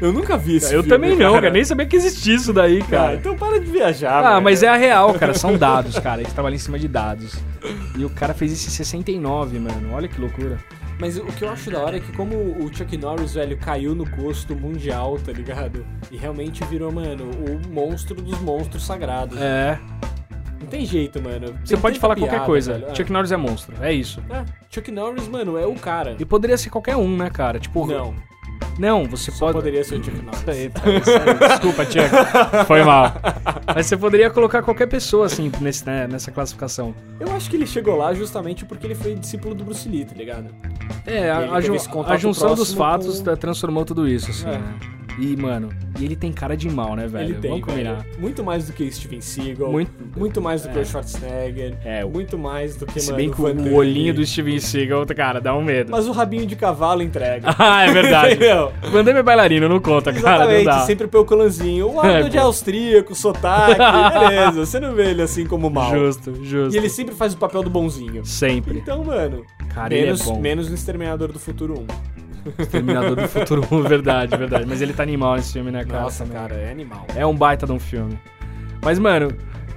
Eu nunca vi isso. Eu também não, cara. Nem sabia que existia isso daí, Ah, cara. então né? para de viajar, Ah, velho. mas é a real, cara. São dados, cara. Ele trabalha em cima de dados. E o cara fez isso em 69, mano. Olha que loucura. Mas o que eu acho da hora é que como o Chuck Norris, velho, caiu no gosto mundial, tá ligado? E realmente virou, mano, o monstro dos monstros sagrados. É. Não tem jeito, mano. Tem Você pode tanta falar piada, qualquer coisa. velho. É. Chuck Norris é monstro. É isso. É, Chuck Norris, mano, é o cara. E poderia ser qualquer um, né, cara? Tipo, Não, não, você só pode. poderia ser o Chuck Norris. Isso aí, tá. Desculpa, Chuck. Foi mal. Mas você poderia colocar qualquer pessoa, assim, nesse, né, nessa classificação. Eu acho que ele chegou lá justamente porque ele foi discípulo do Bruce Lee, tá ligado? É, a, Ele a teve ju- esse contato a junção dos próximo fatos com- tá- transformou tudo isso, assim. É. né? E, mano, e ele tem cara de mal, né, velho? ele tem, Vamos combinar. velho. Muito mais do que Steven Seagal. Muito- muito mais do que é. o Schwarzenegger. É, o- muito mais do que, Se mano, bem que Van Damme. o um olhinho do Steven Seagal, cara, dá um medo. Mas o rabinho de cavalo entrega. ah, é verdade. Entendeu? Mandei meu bailarino, não conta, cara, não Exatamente, dá. sempre pelo colanzinho. O Arnold É, é, pô. austríaco, sotaque, beleza. Você não vê ele assim como mal. Justo, justo. E ele sempre faz o papel do bonzinho. Sempre. Então, mano, Cara, menos, ele é bom. menos no Exterminador do Futuro 1. Terminador do Futuro 1, verdade, verdade. Mas ele tá animal nesse filme, né, cara? Nossa, Também. cara, é animal. É um baita de um filme. Mas, mano,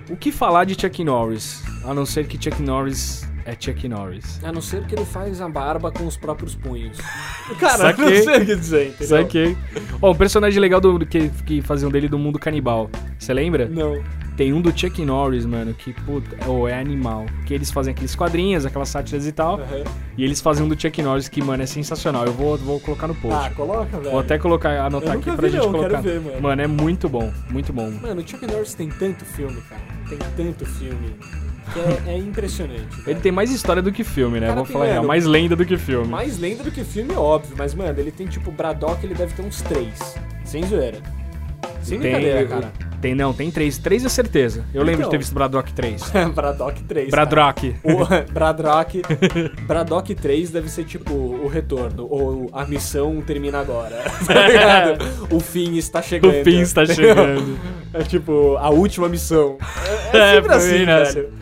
o que falar de Chuck Norris? A não ser que Chuck Norris é Chuck Norris. A não ser que ele faz a barba com os próprios punhos. Cara, Saquei. não sei o que dizer, entendeu? Isso aqui. Ó, um personagem legal do, que, que faziam dele do mundo canibal. Você lembra? Não. Tem um do Chuck Norris, mano, que, puta, é, ô, é animal. Que eles fazem aqueles quadrinhos, aquelas sátiras e tal. Aham. E eles fazem um do Chuck Norris que, mano, é sensacional. Eu vou, vou colocar no post. Ah, coloca, velho. Vou até colocar, anotar Eu aqui nunca pra vi, gente não, quero colocar. ver, mano. é muito bom, muito bom. Mano, o Chuck Norris tem tanto filme, cara. Tem tanto filme. Que é, é impressionante. Ele velho. tem mais história do que filme, né? Cara, Vou tem, falar real, mano, mais lenda do que filme. Mais lenda do que filme, é óbvio. Mas, mano, ele tem tipo Braddock, ele deve ter uns três. Sem zoeira. Sem brincadeira, cara. Tem, não, tem três. Três é certeza. Eu lembro de Então. ter visto Bradrock 3. Braddock 3. cara. Bradrock. O Bradrock, Braddock 3 deve ser tipo o retorno, ou a missão termina agora. tá ligado? o fim está O chegando. fim está chegando. É tipo a última missão. É, É, sempre foi assim, bem nessa. velho.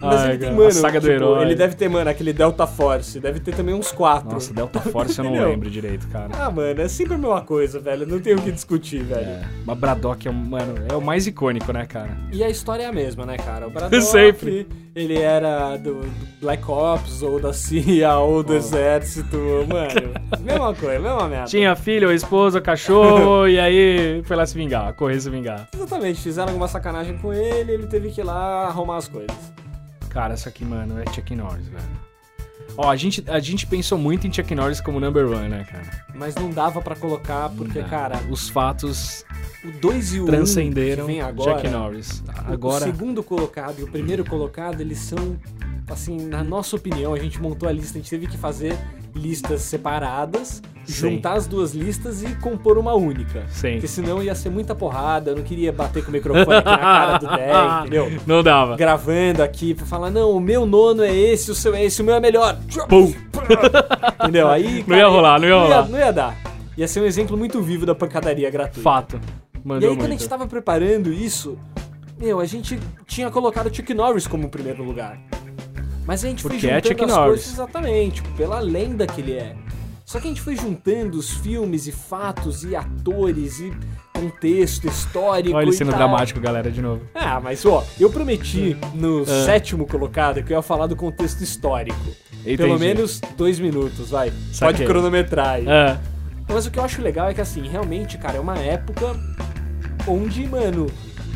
Mas Ai, ele tem cara, mano. a saga do tipo, herói. Ele deve ter, mano, aquele Delta Force. Deve ter também uns quatro. Nossa, Delta Force eu não Entendeu? lembro direito, cara. Ah, mano, é sempre a mesma coisa, velho. Não tem o que discutir, velho. É, mas Braddock é, o- mano, é o mais icônico, né, cara? E a história é a mesma, né, cara? O Braddock, Sempre. ele era do, do Black Ops, ou da CIA, ou do Exército, mano. mesma coisa, mesma merda. Tinha filho, esposa, cachorro, e aí foi lá se vingar, correr se vingar. Exatamente, fizeram alguma sacanagem com ele, ele teve que ir lá arrumar as coisas. Cara, isso aqui, mano, é Chuck Norris, velho. Ó, a gente, a gente pensou muito em Chuck Norris como number one, né, cara? Mas não dava pra colocar, porque, Não. cara, Os fatos o 2 e o 1 transcenderam que Hum, vem agora, Chuck Norris. o- Agora, o segundo colocado e o primeiro colocado, eles são, assim, na nossa opinião, a gente montou a lista, a gente teve que fazer listas separadas, Sim. juntar as duas listas e compor uma única. Sim. Porque senão ia ser muita porrada, eu não queria bater com o microfone aqui na cara do 10, entendeu? não dava. Gravando aqui pra falar, não, o meu nono é esse, o seu é esse, o meu é melhor. Pum. Entendeu? Aí, Não ia rolar, não ia não, ia, rolar. não ia dar. Ia ser um exemplo muito vivo da pancadaria gratuita. Fato. E Mandou aí, quando a muito. gente tá tava preparando isso, meu, a gente tinha colocado o Chuck Norris como primeiro lugar. Mas a gente Porque foi é juntando Chuck as Norris. coisas exatamente, pela lenda que ele é. Só que a gente foi juntando os filmes e fatos e atores e contexto histórico. Olha ele e sendo tal. dramático, galera, de novo. Ah, mas ó, eu prometi no Ah. sétimo colocado que eu ia falar do contexto histórico. Entendi. Pelo menos dois minutos, vai. Saquei. Pode cronometrar aí. Ah, Mas o que eu acho legal é que, assim, realmente, cara, é uma época onde, mano,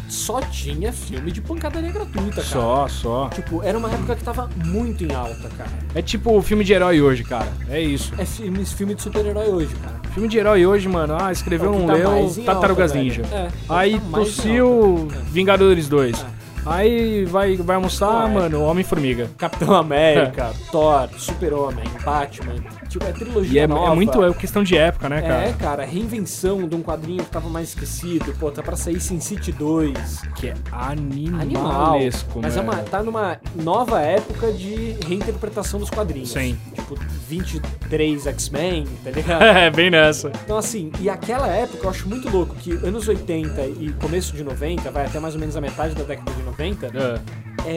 só tinha filme de pancadaria gratuita, cara. só, só. Tipo, era uma época que tava muito em alta, cara. É tipo o filme de herói hoje, cara. É isso. É filme, filme de super-herói hoje, cara. Filme de herói hoje, mano. Ah, escreveu É o que um tá leu mais em Tartarugas alta, Ninja. velho. É, é o que Aí tá mais em tossiu alta. Vingadores 2. É. Aí vai, vai almoçar, Não, é. mano, Homem-Formiga. Capitão América, Thor, Super-Homem, Batman. Tipo, é E trilogia é, é nova. muito é questão de época, né, cara? É, cara, reinvenção de um quadrinho que tava mais esquecido. Pô, tá pra sair Sin City 2. Que é Animal. animalesco, Mas é mano. uma, tá numa nova época de reinterpretação dos quadrinhos. Sim. Tipo, 23 X-Men, tá ligado? É, bem nessa. então, assim, e aquela época eu acho muito louco que anos 80 e começo de 90, vai até mais ou menos a metade da década de 90, É,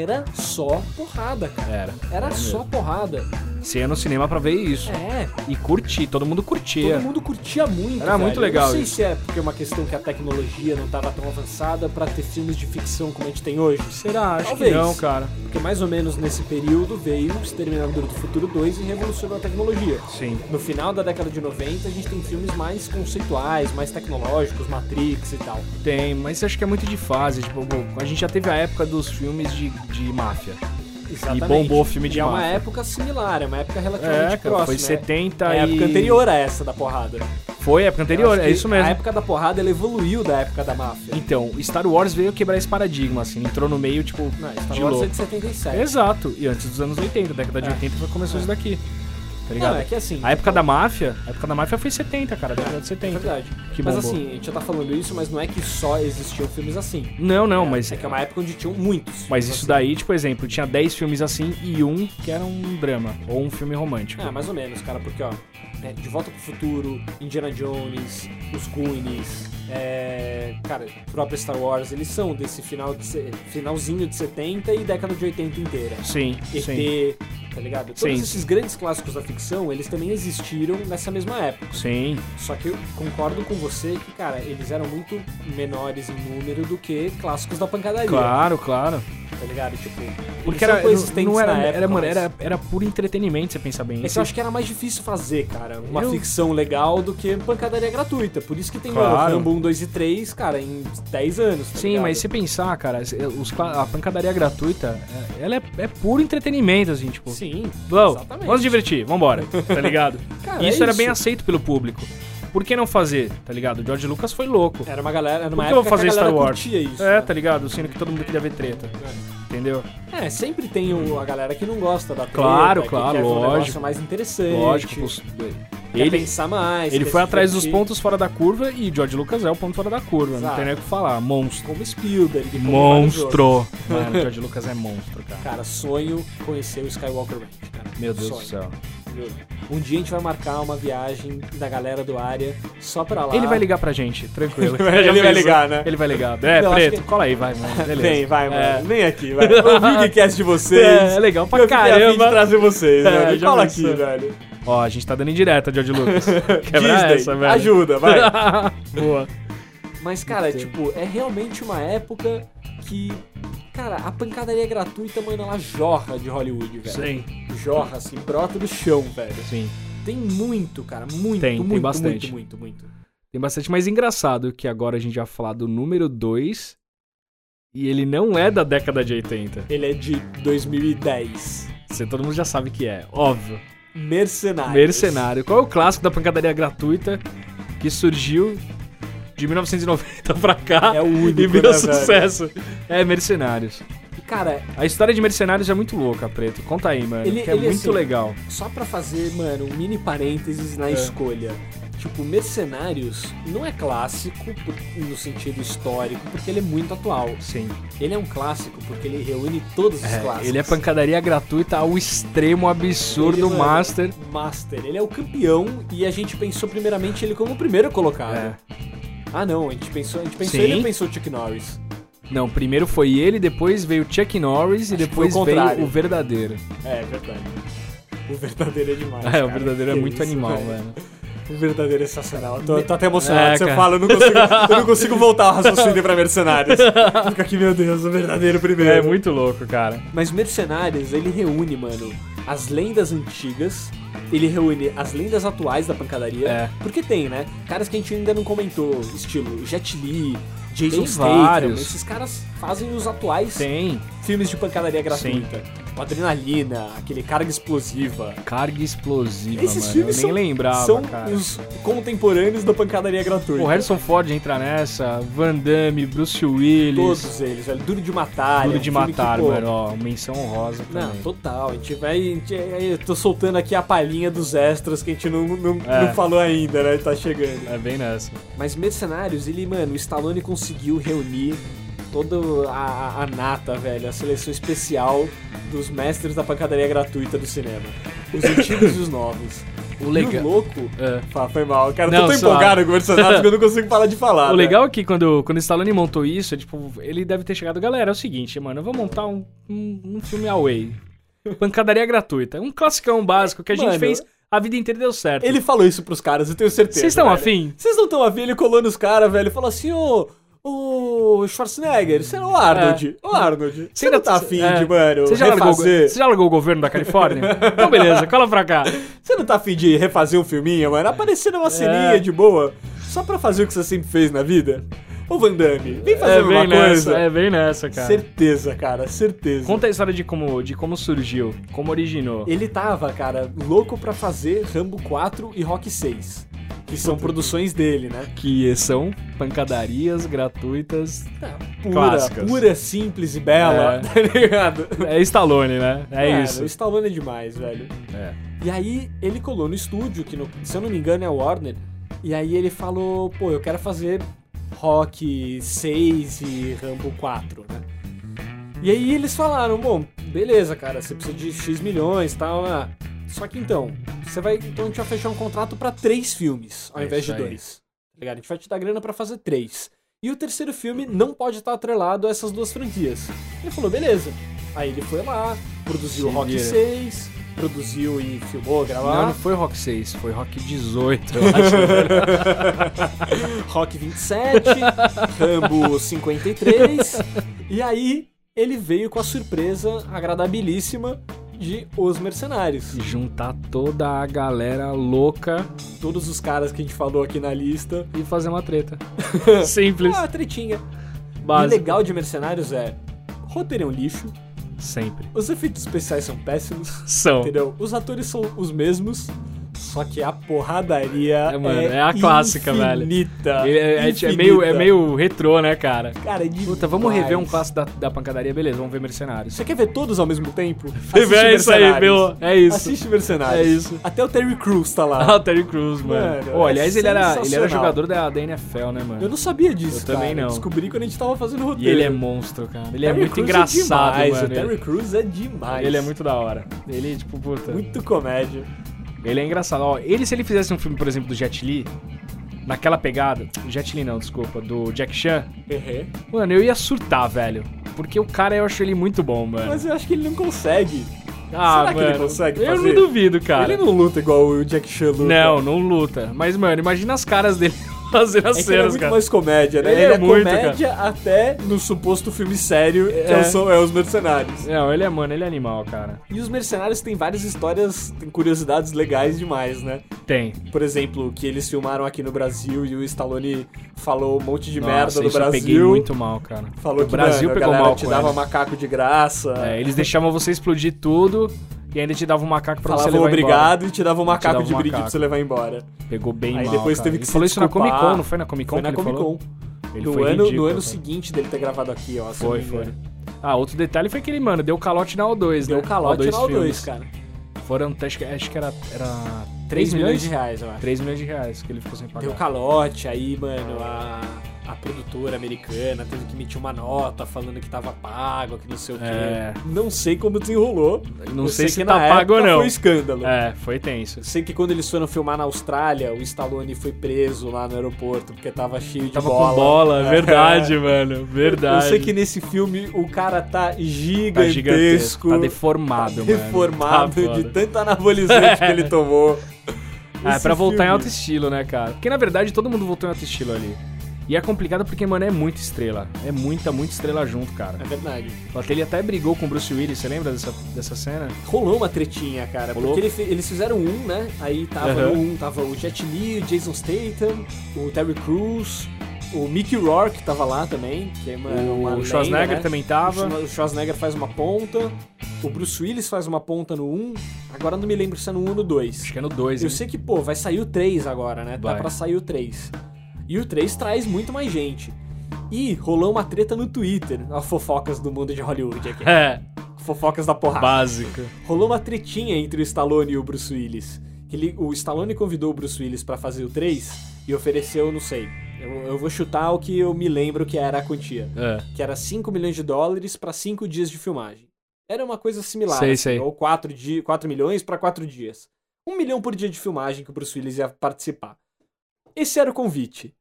era só porrada, cara. era. Era É mesmo. só porrada. Você ia no cinema pra ver isso. É, E curtir, todo mundo curtia. todo mundo curtia muito. é. Era velho. muito legal Eu não sei isso. se é porque é uma questão que a tecnologia não tava tão avançada pra ter filmes de ficção como a gente tem hoje. Será? Acho Talvez. que não, cara. Porque mais ou menos nesse período veio o Exterminador do Futuro 2 e revolucionou a tecnologia. Sim. No final da década de 90, a gente tem filmes mais conceituais, mais tecnológicos, Matrix e tal. Tem, mas acho que é muito de fase. Tipo, bom, a gente já teve a época dos filmes de, de máfia. Tipo, Exatamente. bombou o filme de E é uma máfia. época similar, é uma época relativamente É, cara, próxima. foi né? 70 É e... a época anterior a essa da porrada. né? Foi a época Eu anterior, acho é que isso mesmo. A época da porrada, ela evoluiu da época da máfia. Então, Star Wars veio quebrar esse paradigma, assim. Entrou no meio, tipo, Não, Star de Wars é louco. de 77. Exato. E antes dos anos 80, década de É. 80 foi- começou isso daqui. Tá ligado? Não, é que assim... A época da máfia, a época da máfia foi 70, cara, década de É 70. verdade. Que mas bombou. assim, a gente já tá falando isso, mas não é que só existiam filmes assim. Não, não, mas É que é uma época onde tinham muitos. Então, assim, mas filmes isso daí, tipo, exemplo, tinha 10 filmes assim e um que era um drama ou um filme romântico. Ah, mais ou menos, cara, porque ó, é, De Volta pro Futuro, Indiana Jones, Os Goonies, é, cara, o próprio Star Wars, eles são desse final de se- finalzinho de 70 e década de 80 inteira. Sim, sim. ET, tá ligado? Todos Sim. esses grandes clássicos da ficção, eles também existiram nessa mesma época. Sim. Só que eu concordo com você que, cara, eles eram muito menores em número do que clássicos da pancadaria, Claro, claro. tá ligado? Tipo, eles Porque são era, não, coexistentes não era, na época, era, mano, mas- era, era puro entretenimento, você pensa bem. É que Esse- eu acho que era mais difícil fazer, cara, uma Eu- ficção legal do que pancadaria gratuita. Por isso que tem mano, Claro. Rambo 1, 2 e 3, cara, em 10 anos. tá Sim, ligado? mas se pensar, cara, os cla- a pancadaria gratuita, é- ela é, é puro entretenimento, assim, tipo. Sim, Vamos, exatamente. vamos nos divertir, vambora, tá ligado? Cara, E isso é era bem isso. aceito pelo público. Por que não fazer, tá ligado? O George Lucas foi louco. Era uma galera, era Por uma que eu vou época fazer que a Star galera Wars? curtia É isso. é, né? tá ligado? Sendo que todo mundo queria ver treta, entendeu? É, sempre tem o- a galera que não gosta da treta, Claro, que claro, quer ver um negócio lógico. mais interessante. Lógico. os- quer Ele, pensar mais. ele quer foi se atrás dos divertir. pontos fora da curva e George Lucas é o ponto fora da curva, não Exato. tem nem o que falar. Monstro. Como Spielberg. como vários outros. Monstro. Mano, George Lucas é monstro, cara. Cara, sonho conhecer o Skywalker Ranch, cara. Meu Deus do Sonho. céu. Juro. Um dia a gente vai marcar uma viagem da galera do área só pra lá. Ele vai ligar pra gente, tranquilo. Ele Já vai pensou? ligar, né? Ele vai ligar. É, Não, acho preto, que- cola aí, vai, mano. Beleza. Vem, vai, É. mano. Vem aqui, vai. Ouvi o Geekcast de vocês. É, legal pra eu fiquei a fim de caramba. trazer vocês, É, velho. já Fala pensou. aqui, velho. Ó, a gente tá dando indireta, George Lucas. Quebra Disney, essa, velho. ajuda, vai. Boa. Mas, cara, tipo, é realmente uma época que... Cara, a pancadaria é gratuita, mano, ela jorra de Hollywood, velho. Sim. Jorra, assim, brota do chão, velho. Sim. Tem muito, cara. Muito, Tem, tem muito, bastante. muito, muito, muito. Tem bastante mais engraçado que agora a gente vai falar do número 2. E ele não é da década de 80. Ele é de 2010. Você, todo mundo já sabe que é, óbvio. Mercenários. Mercenário. Qual é o clássico da pancadaria gratuita que surgiu de 1990 pra cá É o único, né, e virou velho? sucesso? É Mercenários. E, Cara, A história de Mercenários é muito louca, Preto. Conta aí, mano. Ele- que é ele, muito assim, legal. só pra fazer, mano, um mini parênteses É. na escolha. Tipo, Mercenários não é clássico por- no sentido histórico, porque ele é muito atual. Sim. Ele é um clássico porque ele reúne todos os clássicos. ele é pancadaria gratuita ao extremo absurdo Ele, mano, master. Master. Ele é o campeão e a gente pensou primeiramente ele como o primeiro colocado. É. Ah, não, a gente pensou, a gente pensou Sim. ele ou pensou o Chuck Norris. Não, primeiro foi ele, depois veio o Chuck Norris e Acho que foi o depois veio contrário. o verdadeiro. É, verdade. O verdadeiro é demais. É, cara. o verdadeiro é Que muito isso, animal, velho. O verdadeiro é sensacional. Tô, tô até emocionado. É, Você cara. fala, eu não, consigo, eu não consigo voltar o raciocínio pra mercenários. Fica aqui, meu Deus, o verdadeiro É primeiro. muito louco, cara. Mas mercenários, ele reúne, mano, as lendas antigas. Ele reúne as lendas atuais da pancadaria. É. Porque tem, né? Caras que a gente ainda não comentou. Estilo Jet Li, Jason Tem Statham. vários. Esses caras fazem os atuais Tem filmes de pancadaria gratuita. Tipo, Adrenalina, aquele Carga Explosiva. carga explosiva, Esses mano. filmes eu são, nem lembrava, são cara. os contemporâneos da pancadaria gratuita. O Harrison Ford entra nessa, Van Damme, Bruce Willis, Todos eles, velho. Duro de matar. Duro é um de filme matar, que, pô, mano. Ó, menção honrosa Não, também. total. A gente vai. a gente- é, eu tô soltando aqui a palhinha dos extras que a gente não, não, É. não falou ainda, né? Tá chegando. É bem nessa. Mas Mercenários, ele, mano, o Stallone conseguiu reunir toda a, a- a nata, velho, a seleção especial dos mestres da pancadaria gratuita do cinema. Os antigos e os novos. O E o legal... louco. É. Fala, foi mal. Cara, eu Não, tô tão suave. empolgado com Mercenários que eu não consigo parar de falar. O né? legal é que quando, quando o Stallone montou isso, é tipo, ele deve ter chegado, galera, é o seguinte, mano, eu vou montar um, um, um filme away. Pancadaria gratuita. Um classicão básico que a gente Mano, fez a vida inteira e deu certo. Ele falou isso pros caras, eu tenho certeza. Vocês estão velho. afim? Vocês não estão afim? Ele colou nos caras, velho, e falou assim, ô... Ô, Schwarzenegger, você é o Arnold. Ô, Arnold, você não tá afim É. de, mano, Você já, largou, o go- refazer... você já largou o governo da Califórnia? então beleza, cola pra cá. Você não tá afim de refazer um filminho, mano? Aparecer É. numa ceninha de boa, só pra fazer o que você sempre fez na vida? Ô, Van Damme, vem fazer É alguma bem coisa. nessa, é bem nessa, cara. Certeza, cara, certeza. Conta a história de como, de como surgiu, como originou. Ele tava, cara, louco pra fazer Rambo 4 e Rock 6, que são produções dele, né? Que são pancadarias gratuitas. pura, Clássicas. pura, simples e bela, É. tá ligado? É Stallone, né? É Cara, isso. É. O Stallone é demais, velho. E aí ele colou no estúdio, que no- se eu não me engano é Warner, e aí ele falou, pô, eu quero fazer Rock 6 e Rambo 4, né? E aí eles falaram, bom, beleza, cara, você precisa de X milhões e tal, ah, só que então, você vai, então a gente vai fechar um contrato pra três filmes, ao É invés isso de aí. dois. Tá ligado? A gente vai te dar grana pra fazer três. E o terceiro filme não pode estar atrelado a essas duas franquias. Ele falou, beleza. Aí ele foi lá, produziu Se Rock vira. 6, produziu e filmou, Não, não gravou foi Rock 6, foi Rock 18, eu acho. Rock 27, Rambo 53. E aí ele veio com a surpresa agradabilíssima de Os Mercenários. E juntar toda a galera louca Todos os caras que a gente falou aqui na lista. e fazer uma treta. Simples, Ah, tretinha. O básico. legal de Mercenários é roteiro é um lixo, Sempre. os efeitos especiais são péssimos. São. Entendeu? Os atores são os mesmos, só que a porradaria É, mano, é a clássica, velho. infinita, Ele É, é- é infinita. meio, é meio retrô, né, cara? Cara, é demais. Puta, vamos rever um clássico da, da pancadaria, beleza, vamos ver Mercenários. Você quer ver todos ao mesmo tempo? é isso aí, Mercenários. meu, é isso. Assiste Mercenários. É isso. Até o Terry Crews tá lá. Ah, o Terry Crews, mano. Mano, Pô, é aliás, ele era, ele era sensacional. jogador da, da NFL, né, Eu mano? não sabia disso, Eu também cara. não. Descobri quando a gente tava fazendo E roteiro. ele é monstro, cara. Ele é Terry muito Crews engraçado, demais, mano. O Ele- Terry Crews é demais. Ele é muito da hora. Ele, tipo, puta. Muito comédia. Ele é engraçado. Ó, ele, se ele fizesse um filme, por exemplo, do Jet Li, naquela pegada. Jet Li não, desculpa, do Jack Chan. Uhum. Mano, eu ia surtar, velho. Porque o cara, eu acho ele muito bom, mano. Mas eu acho que ele não consegue. ah, será que ele mano, consegue Eu fazer? não duvido, cara. Ele não luta igual o Jack Chan luta. Não, não luta. Mas, mano, imagina as caras dele fazendo as É que ele é cenas, muito cara. mais comédia, né? Ele Ele, é é, muito, comédia até no suposto filme sério, que É. é. são é Os Mercenários. Não, ele é, mano, ele é animal, cara. E Os Mercenários tem várias histórias, tem curiosidades legais demais, né? Tem. Por exemplo, que eles filmaram aqui no Brasil e o Stallone falou um monte de Nossa, merda do isso eu Brasil. peguei muito mal, cara. Falou o que Brasil mano, pegou a galera mal te com dava eles. macaco de graça. É, eles deixavam você explodir tudo e ainda te davam um macaco pra você Falavam levar obrigado e te dava um macaco dava um de brinde macaco. pra você levar embora. embora. Pegou bem Aí mal, depois cara. teve que ele se falou isso na Comic desculpar. Con, não foi na Comic Con Foi que na ele Comic falou? Con. Ele No foi ano, no ridículo, ano cara. seguinte né, dele ter gravado aqui, ó. se eu Foi, não me foi. engano. Ah, outro detalhe foi que ele, mano, deu calote na O2, Deu um né? calote na filmes. O2, cara. Foram, acho que, acho que era, era 3, 3 milhões milhões de reais, eu acho. 3 milhões de reais que ele ficou sem pagar. Deu calote, aí, mano, a, a produtora americana teve que emitir uma nota falando que tava pago, que não sei o quê. É. Não sei como desenrolou. Não Eu sei se que tá na pago ou época não. Foi escândalo. É, foi tenso. Sei que quando eles foram filmar na Austrália, o Stallone foi preso lá no aeroporto porque tava cheio de Tava bola. com bola, É. verdade, mano. Eu Verdade. sei que nesse filme o cara tá tá gigantesco, gigantesco. Tá deformado, mano. deformado Tá de foda. tanto anabolizante que ele tomou. Ah, é Esse pra voltar em filme- alto estilo, né, cara? Porque na verdade todo mundo voltou em alto estilo ali. E é complicado porque, mano, é muita estrela. É muita, muita estrela junto, cara. É verdade. Porque Ele até brigou com o Bruce Willis, você lembra dessa, dessa cena? Rolou uma tretinha, cara. Rolou? Porque ele fe- eles fizeram um, né? Aí tava Aham. no um, tava o Jet Li, o Jason Statham, o Terry Crews, o Mickey Rourke tava lá também, que é uma, uma o lenda, Schwarzenegger né? também O tava. Schwa- O Schwarzenegger faz uma ponta, o Bruce Willis faz uma ponta no 1, agora não me lembro se é no 1 ou no 2. Acho que é no 2, Eu sei que, pô, vai sair o 3 agora, né? Vai. Dá pra sair o 3. E o 3 traz muito mais gente. E rolou uma treta no Twitter, as fofocas do mundo de Hollywood aqui. É, fofocas da porrada. básico. Rolou uma tretinha entre o Stallone e o Bruce Willis. Que Ele, o Stallone convidou o Bruce Willis pra fazer o 3 e ofereceu, não sei. Eu, eu vou chutar o que eu me lembro que era a quantia. É. Que era 5 milhões de dólares pra 5 dias de filmagem. Era uma coisa similar. assim, Sei, sei. Ou 4, di 4 milhões pra 4 dias. 1 milhão por dia de filmagem que o Bruce Willis ia participar. Esse era o convite.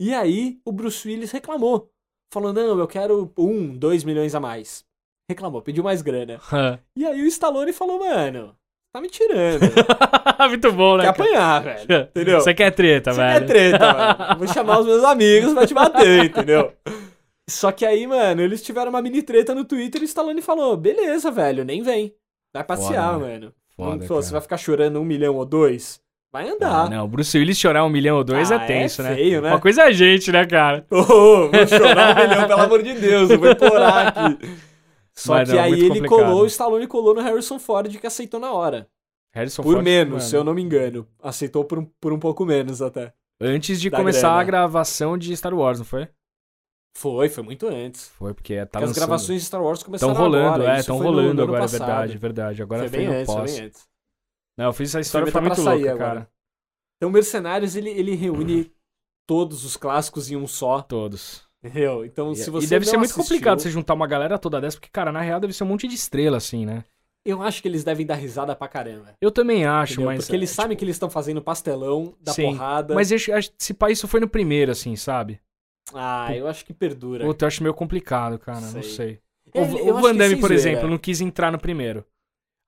E aí o Bruce Willis reclamou. Falou, não, eu quero 1, 2 milhões a mais. Reclamou, pediu mais grana. E aí o Stallone falou, mano, tá me tirando. Muito bom, né? Quer cara? apanhar, velho. Entendeu? Você quer treta, Você velho. quer treta, mano. Vou chamar os meus amigos pra te bater, entendeu? Só que aí, mano, eles tiveram uma mini treta no Twitter e o Stallone falou, beleza, velho, nem vem. Vai passear, Foda, né? mano. Foda, Não falou, cara. você vai ficar chorando um milhão ou dois? Vai Ah, andar. não, o Bruce Willis chorar um milhão ou dois Ah, é tenso, é né? feio, né? Uma coisa é a gente, né, cara? Ô, ô, vou chorar um milhão, pelo amor de Deus, eu vou implorar aqui. Só Mas que não, aí muito ele complicado. colou, o Stallone colou no Harrison Ford que aceitou na hora. Harrison Por Ford, menos, mano. se eu não me engano. Aceitou por um, por um pouco menos até. Antes de Da começar grana. a gravação de Star Wars, não foi? Foi, foi muito antes. Foi, porque tá Porque as lançando. gravações de Star Wars Estão começaram rolando, agora. é, isso estão foi no- no rolando ano agora, é passado. verdade, verdade. Agora foi foi, bem no antes, foi pós. bem antes. Não, eu fiz essa história, filme foi tá muito pra sair louca, agora. cara. Então Mercenários, ele, ele reúne todos os clássicos em um só, Todos. entendeu? Então, E- se você e deve não ser muito assistiu, complicado você juntar uma galera toda dessa, porque, cara, na real deve ser um monte de estrela, assim, né? Eu acho que eles devem dar risada pra caramba. Eu também acho, entendeu? mas. Porque eles é, sabem que eles estão fazendo pastelão, da Sim, porrada. Mas acho- acho- se pá, isso foi no primeiro, assim, sabe? Ah, eu acho que perdura. Puta, eu acho meio complicado, cara, não Sei. sei. É, o eu o acho Van que Damme, sem por zoeira. exemplo, não quis entrar no primeiro.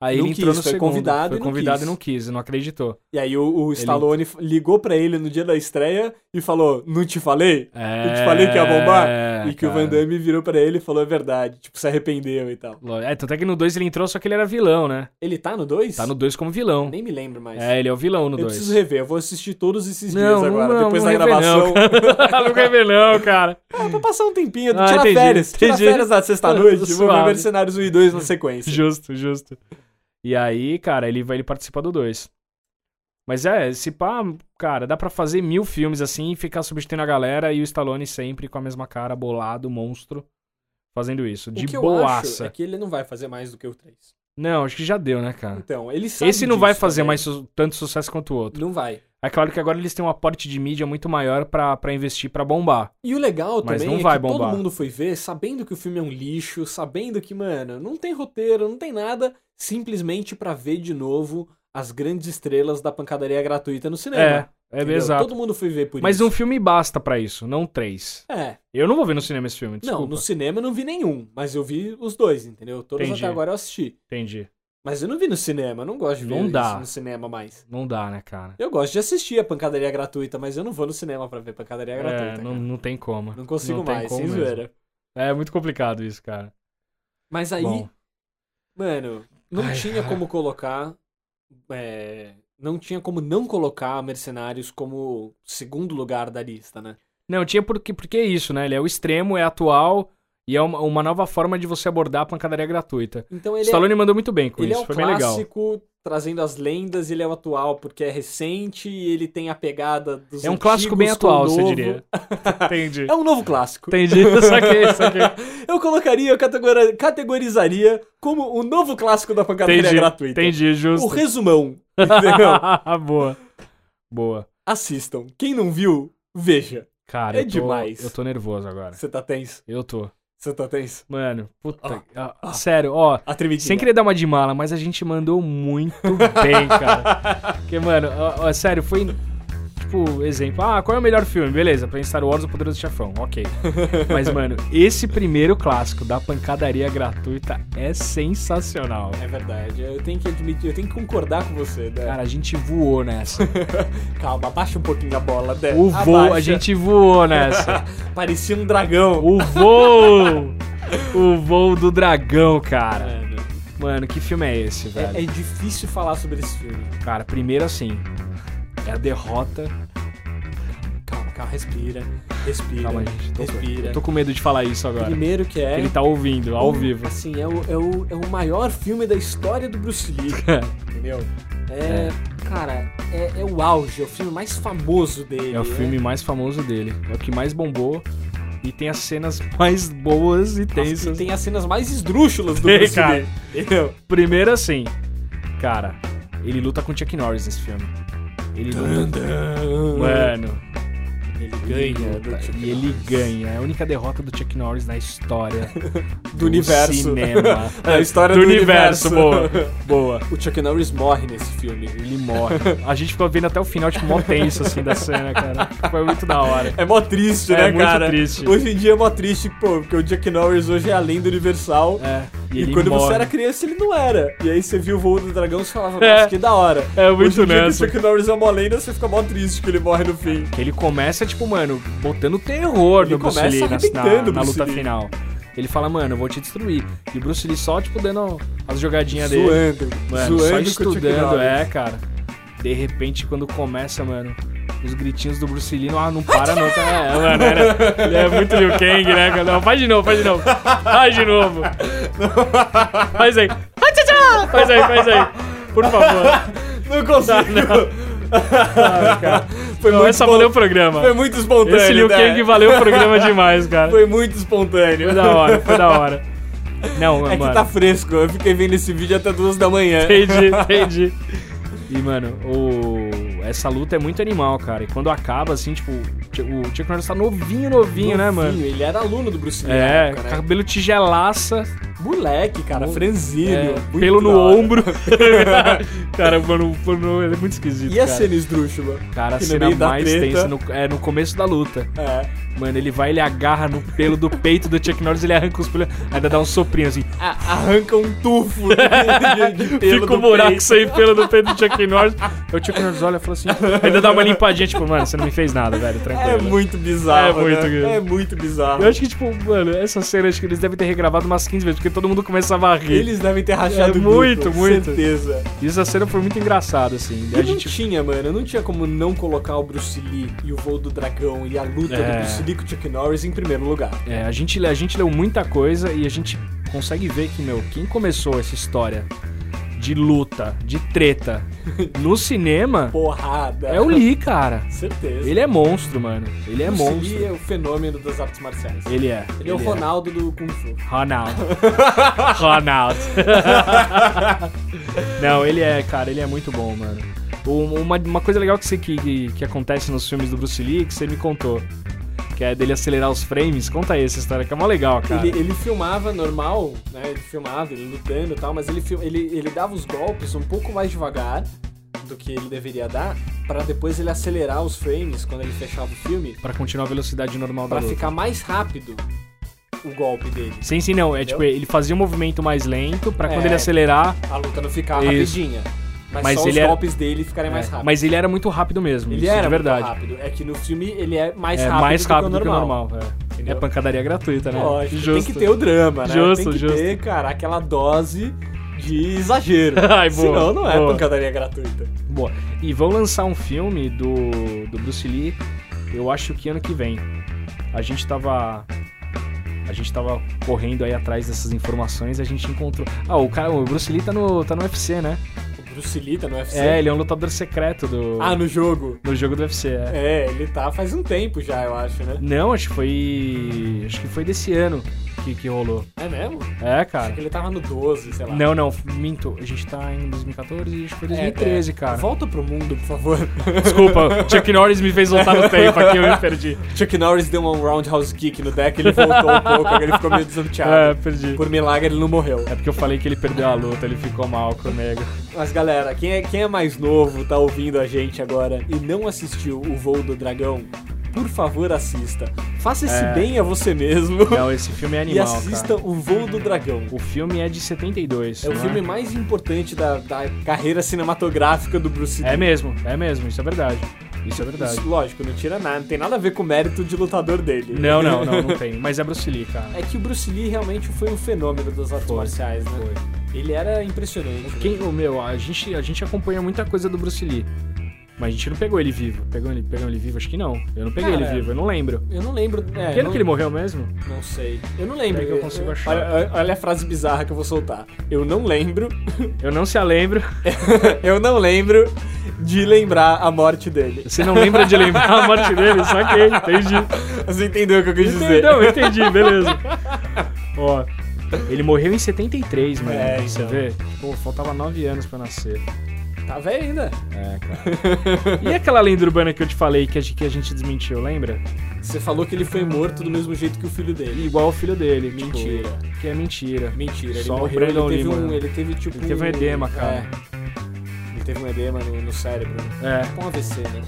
Aí Não ele entrou quis, no foi segundo. convidado foi e não convidado quis. e não quis, não acreditou. E aí o, o Stallone ligou pra ele no dia da estreia e falou, não te falei? É, Eu te falei que ia bombar? e que o cara. Van Damme virou pra ele e falou a verdade. Tipo, se arrependeu e tal. Lo- É, tanto é que no 2 ele entrou, só que ele era vilão, né? Ele tá no 2? Tá no 2 como vilão. Nem me lembro mais. É, ele é o vilão no eu 2. preciso rever, eu vou assistir todos esses Não, dias não, agora, não, depois da não rever não, gravação. não quer ver não, é cara. ah, pra passar um tempinho, Ah, tirar entendi, férias. Tirar entendi. férias na sexta-noite, vou ver Suave. Mercenários 1 e 2 na sequência. Justo, justo. E aí, cara, ele vai ele participa do 2. Mas é, se pá, cara, dá pra fazer mil filmes assim e ficar substituindo a galera e o Stallone sempre com a mesma cara, bolado, monstro, fazendo isso. De o que boaça. eu acho é que ele não vai fazer mais do que o 3. Não, acho que já deu, né, cara? Então, ele sabe Esse não vai disso fazer também. mais su- tanto sucesso quanto o outro. Não vai. É claro que agora eles têm um aporte de mídia muito maior pra pra investir pra bombar. E o legal Mas também não é vai que bombar. todo mundo foi ver sabendo que o filme é um lixo, sabendo que, mano, não tem roteiro, não tem nada, simplesmente pra ver de novo as grandes estrelas da pancadaria gratuita no cinema. É, é entendeu? exato. Todo mundo foi ver por Mas isso. um filme basta pra isso, não três. É, Eu não vou ver no cinema esse filme, desculpa. não, no cinema eu não vi nenhum, mas eu vi os dois, entendeu? Todos Entendi. até agora eu assisti. Entendi. Mas eu não vi no cinema, eu não gosto de ver Não isso dá. no cinema mais. Não dá, né, cara? Eu gosto de assistir a pancadaria gratuita, mas eu não vou no cinema pra ver pancadaria É, gratuita. não, cara. não tem como. Não consigo não tem mais, como sem mesmo. zoeira. É muito complicado isso, cara. Mas aí, Bom, mano, não Ai, tinha cara. como colocar. é, não tinha como não colocar Mercenários como segundo lugar da lista, né? não, tinha porque, porque é isso, né? Ele é o extremo, é atual e é uma, uma nova forma de você abordar a pancadaria gratuita. Então ele Stallone mandou muito bem é, com ele é isso, o foi bem legal. clássico, trazendo as lendas, ele é o atual porque é recente e ele tem a pegada dos É um clássico antigos bem com o atual, você novo. diria. Entendi. É um novo clássico. Entendi, saquei, saquei. Eu colocaria, eu categori- categorizaria como o novo clássico da pancadaria Entendi, gratuita. entendi, O justo. resumão. Entendeu? Boa. Boa. Assistam. Quem não viu, veja. Cara, É eu tô, demais. Eu tô nervoso agora. Você tá tenso? Eu tô. Você tá tenso? Mano, puta. ah, ah. sério, ó. A tremidinha. Sem querer dar uma de mala, mas a gente mandou muito bem, cara. Porque, mano, ó, ó, sério, foi. Tipo, exemplo. Ah, qual é o melhor filme? Beleza, pra mim, Star Wars, O Poderoso Chefão. Ok. Mas, mano, esse primeiro clássico da pancadaria gratuita é sensacional. É verdade, eu tenho que admitir, eu tenho que concordar com você, Dé. Cara, a gente voou nessa. Calma, abaixa um pouquinho a bola, Dé. O voo, Abaixa. a gente voou nessa. Parecia um dragão. O voo! O voo do dragão, cara. Mano, Mano, que filme é esse, velho? é, é difícil falar sobre esse filme. Cara, primeiro assim, é a derrota. Calma, calma, respira. Respira. Calma, gente. Tô, respira. eu tô com medo de falar isso agora. Primeiro que é. Ele tá ouvindo, ao vivo. Assim, é o, é, o, é o maior filme da história do Bruce Lee. entendeu? É, Cara, é, é o auge, é o filme mais famoso dele. É o filme mais famoso dele. É o que mais bombou. E tem as cenas mais boas e Nossa, e tensas. tem as cenas mais esdrúxulas do Tem, Bruce cara. Lee. Entendeu? Primeiro assim, cara, ele luta com o Chuck Norris nesse filme. Ele luta. É. Mano, Ele ele ganha do luta, Chuck e ele Norris. ganha. É a única derrota do Chuck Norris na história do, universo. cinema. É, a história do universo. Boa, boa. O Chuck Norris morre nesse filme. Ele morre. A gente ficou vendo até o final, tipo, mó tenso, assim, da cena, cara. Foi muito da hora. É mó triste, É né, muito cara? triste. Hoje em dia é mó triste, pô, porque o Chuck Norris hoje é além do Universal. É, e, E, ele quando morre. você era criança, ele não era. E aí você viu o voo do dragão e você falava, É. nossa, que da hora. É Hoje muito em dia que nessa. o Chuck Norris é uma lenda, você fica mó triste que ele morre no fim. Que ele começa, tipo, mano, botando terror Ele no Bruce começa Lee na, na, arrebentando o na Bruce luta Lee. final. Ele fala, mano, eu vou te destruir. E o Bruce Lee só, tipo, dando as jogadinhas dele. zoando, Mano, zoando só com o Chuck estudando, Norris. é, cara. De repente, quando começa, mano, os gritinhos do Bruce Lee, não, não para não, cara. É, mano, era, ele é muito Liu Kang, né? cara? Não, faz de novo, faz de novo. Faz de novo. Faz aí. Faz aí, faz aí. Por favor. Não consigo. cara. Foi, Não, muito essa bom- valeu o programa. foi muito espontâneo. Esse Liu né? Kang valeu o programa demais, cara. Foi Foi muito espontâneo. da hora, foi da hora. Não, É mano. que tá fresco, eu fiquei vendo esse vídeo até duas da manhã. Entendi, entendi. E, mano, o... essa luta é muito animal, cara. E quando acaba, assim, tipo, o Chuck Norris tá novinho, novinho, né, mano? Ele era aluno do Bruce Lee. na É, época, né? cabelo tigelaça, Moleque, cara, Mo- franzino. é, muito pelo no da hora. ombro. cara, mano, o pornô, ele é muito esquisito, E a cara. cena esdrúxula? Cara, a Que no cena meio da mais treta- tensa no, é no começo da luta. É. Mano, ele vai, ele agarra no pelo do peito do Chuck Norris, ele arranca os pelos, ainda dá um soprinho assim. A- arranca um tufo de, de- de pelo Fica um do buraco peito. sem pelo do peito do Chuck Norris. Aí o Chuck Norris olha e fala assim, ainda dá uma limpadinha, tipo, mano, você não me fez nada, velho, tranquilo. É muito bizarro. É né? muito grande. É muito bizarro. Eu acho que, tipo, mano, essa cena acho que eles devem ter regravado umas 15 vezes, porque todo mundo começava a rir. Eles devem ter rachado É o grupo, muito, muito. Certeza. E essa cena foi muito engraçada, assim. E A não gente. tinha, mano. Não tinha como não colocar o Bruce Lee e o voo do dragão e a luta do É. Bruce Lee com o Chuck Norris em primeiro lugar. É, a gente, a gente leu muita coisa e a gente consegue ver que, meu, quem começou essa história de luta, de treta no cinema Porrada. é o Lee, cara. Certeza. Ele é monstro, mano. Ele é Bruce Lee monstro. é o fenômeno das artes marciais. Ele é. Ele é o Ronaldo do Kung Fu. Ronaldo. Ronaldo. Não, ele é, cara, ele é muito bom, mano. é Um- Uma, uma coisa legal que, você, que, que, que acontece nos filmes do Bruce Lee, que você me contou. que é dele acelerar os frames. Conta aí essa história que é mó legal, cara. Ele, ele filmava normal, né? Ele filmava, ele lutando e tal, mas ele, fil- ele, ele dava os golpes um pouco mais devagar do que ele deveria dar, pra depois ele acelerar os frames quando ele fechava o filme, Pra continuar a velocidade normal pra da luta. ficar mais rápido o golpe dele. Sim, sim, não. É Entendeu? tipo, ele fazia um movimento mais lento pra quando É. ele acelerar. A luta não ficar Isso. rapidinha. Mas, Mas só ele os era- golpes dele ficarem mais É, rápidos. Mas ele era muito rápido mesmo. ele isso era de muito verdade. rápido. É que no filme ele é mais é rápido, mais do rápido que o normal. é. Entendeu? É pancadaria gratuita, né? Lógico, Justo. tem que ter o drama, né? Justo, tem que justo. ter, cara, aquela dose de exagero. Ai, boa, Senão não é boa. pancadaria gratuita. Boa. E vão lançar um filme do, do Bruce Lee, eu acho que ano que vem. A gente tava. A gente tava correndo aí atrás dessas informações e a gente encontrou. Ah, o cara, o Bruce Lee tá no, tá no UFC, né? O Bruce Lee tá no UFC. É, ele é um lutador secreto do. Ah, no jogo. no jogo do UFC, É, é. ele tá faz um tempo já, eu acho, né? Não, acho que foi. Acho que foi desse ano que, que rolou. É mesmo? É, Acho cara. que ele tava no 12, sei lá. Não, não, minto. A gente tá em 2014 e acho que É, foi 2013, é. cara. Volta pro mundo, por favor. Desculpa, Chuck Norris me fez voltar no tempo aqui, eu me perdi. Chuck Norris deu um roundhouse kick no deck, ele voltou um pouco, ele ficou meio É, desanteado. perdi. Por milagre, ele não morreu. É porque eu falei que ele perdeu a luta, ele ficou mal comigo. Mas galera, quem é, quem é mais novo, tá ouvindo a gente agora e não assistiu O Voo do Dragão, por favor assista. Faça esse É. bem a você mesmo Não, esse filme é e animal, assista cara. O Voo do Dragão. O filme é de 72, É o não filme mais importante da, da carreira cinematográfica do Bruce Lee. É mesmo, é mesmo, isso é verdade. Isso é verdade. Isso, lógico, não tira nada, não tem nada a ver com o mérito de lutador dele. Não, não, não, não tem. Mas é Bruce Lee, cara. É que o Bruce Lee realmente foi um fenômeno das artes Foi, marciais, né? Ele era impressionante. né? Quem, o meu, a gente, a gente acompanha muita coisa do Bruce Lee. Mas a gente não pegou ele vivo. Pegou ele, pegou ele vivo? Acho que não. Eu não peguei Cara, ele vivo, eu não lembro. Eu não lembro. É, Que ano não- que ele morreu mesmo? Não sei. Eu não lembro. Peraí que eu consigo achar. É, Olha, olha a frase bizarra que eu vou soltar. Eu não lembro. Eu não se a lembro. eu não lembro de lembrar a morte dele. Você não lembra de lembrar a morte dele? Só que entendi. Você entendeu o que eu quis dizer? Entendeu? Entendi, beleza. Ó, ele morreu em 73, mano. É, Você então. vê? Pô, faltava 9 anos pra nascer. Tá velho ainda. É, cara. e aquela lenda urbana que eu te falei que a gente, que a gente desmentiu, lembra? Você falou que ele foi morto do mesmo jeito que o filho dele. Igual o filho dele. tipo, Mentira. que é mentira. Mentira, ele Só o morreu, ele Brandon teve Lee, um. mano. Ele teve tipo. Ele teve um edema, cara. É. Ele teve um edema no, no cérebro. É. Tipo um AVC, né?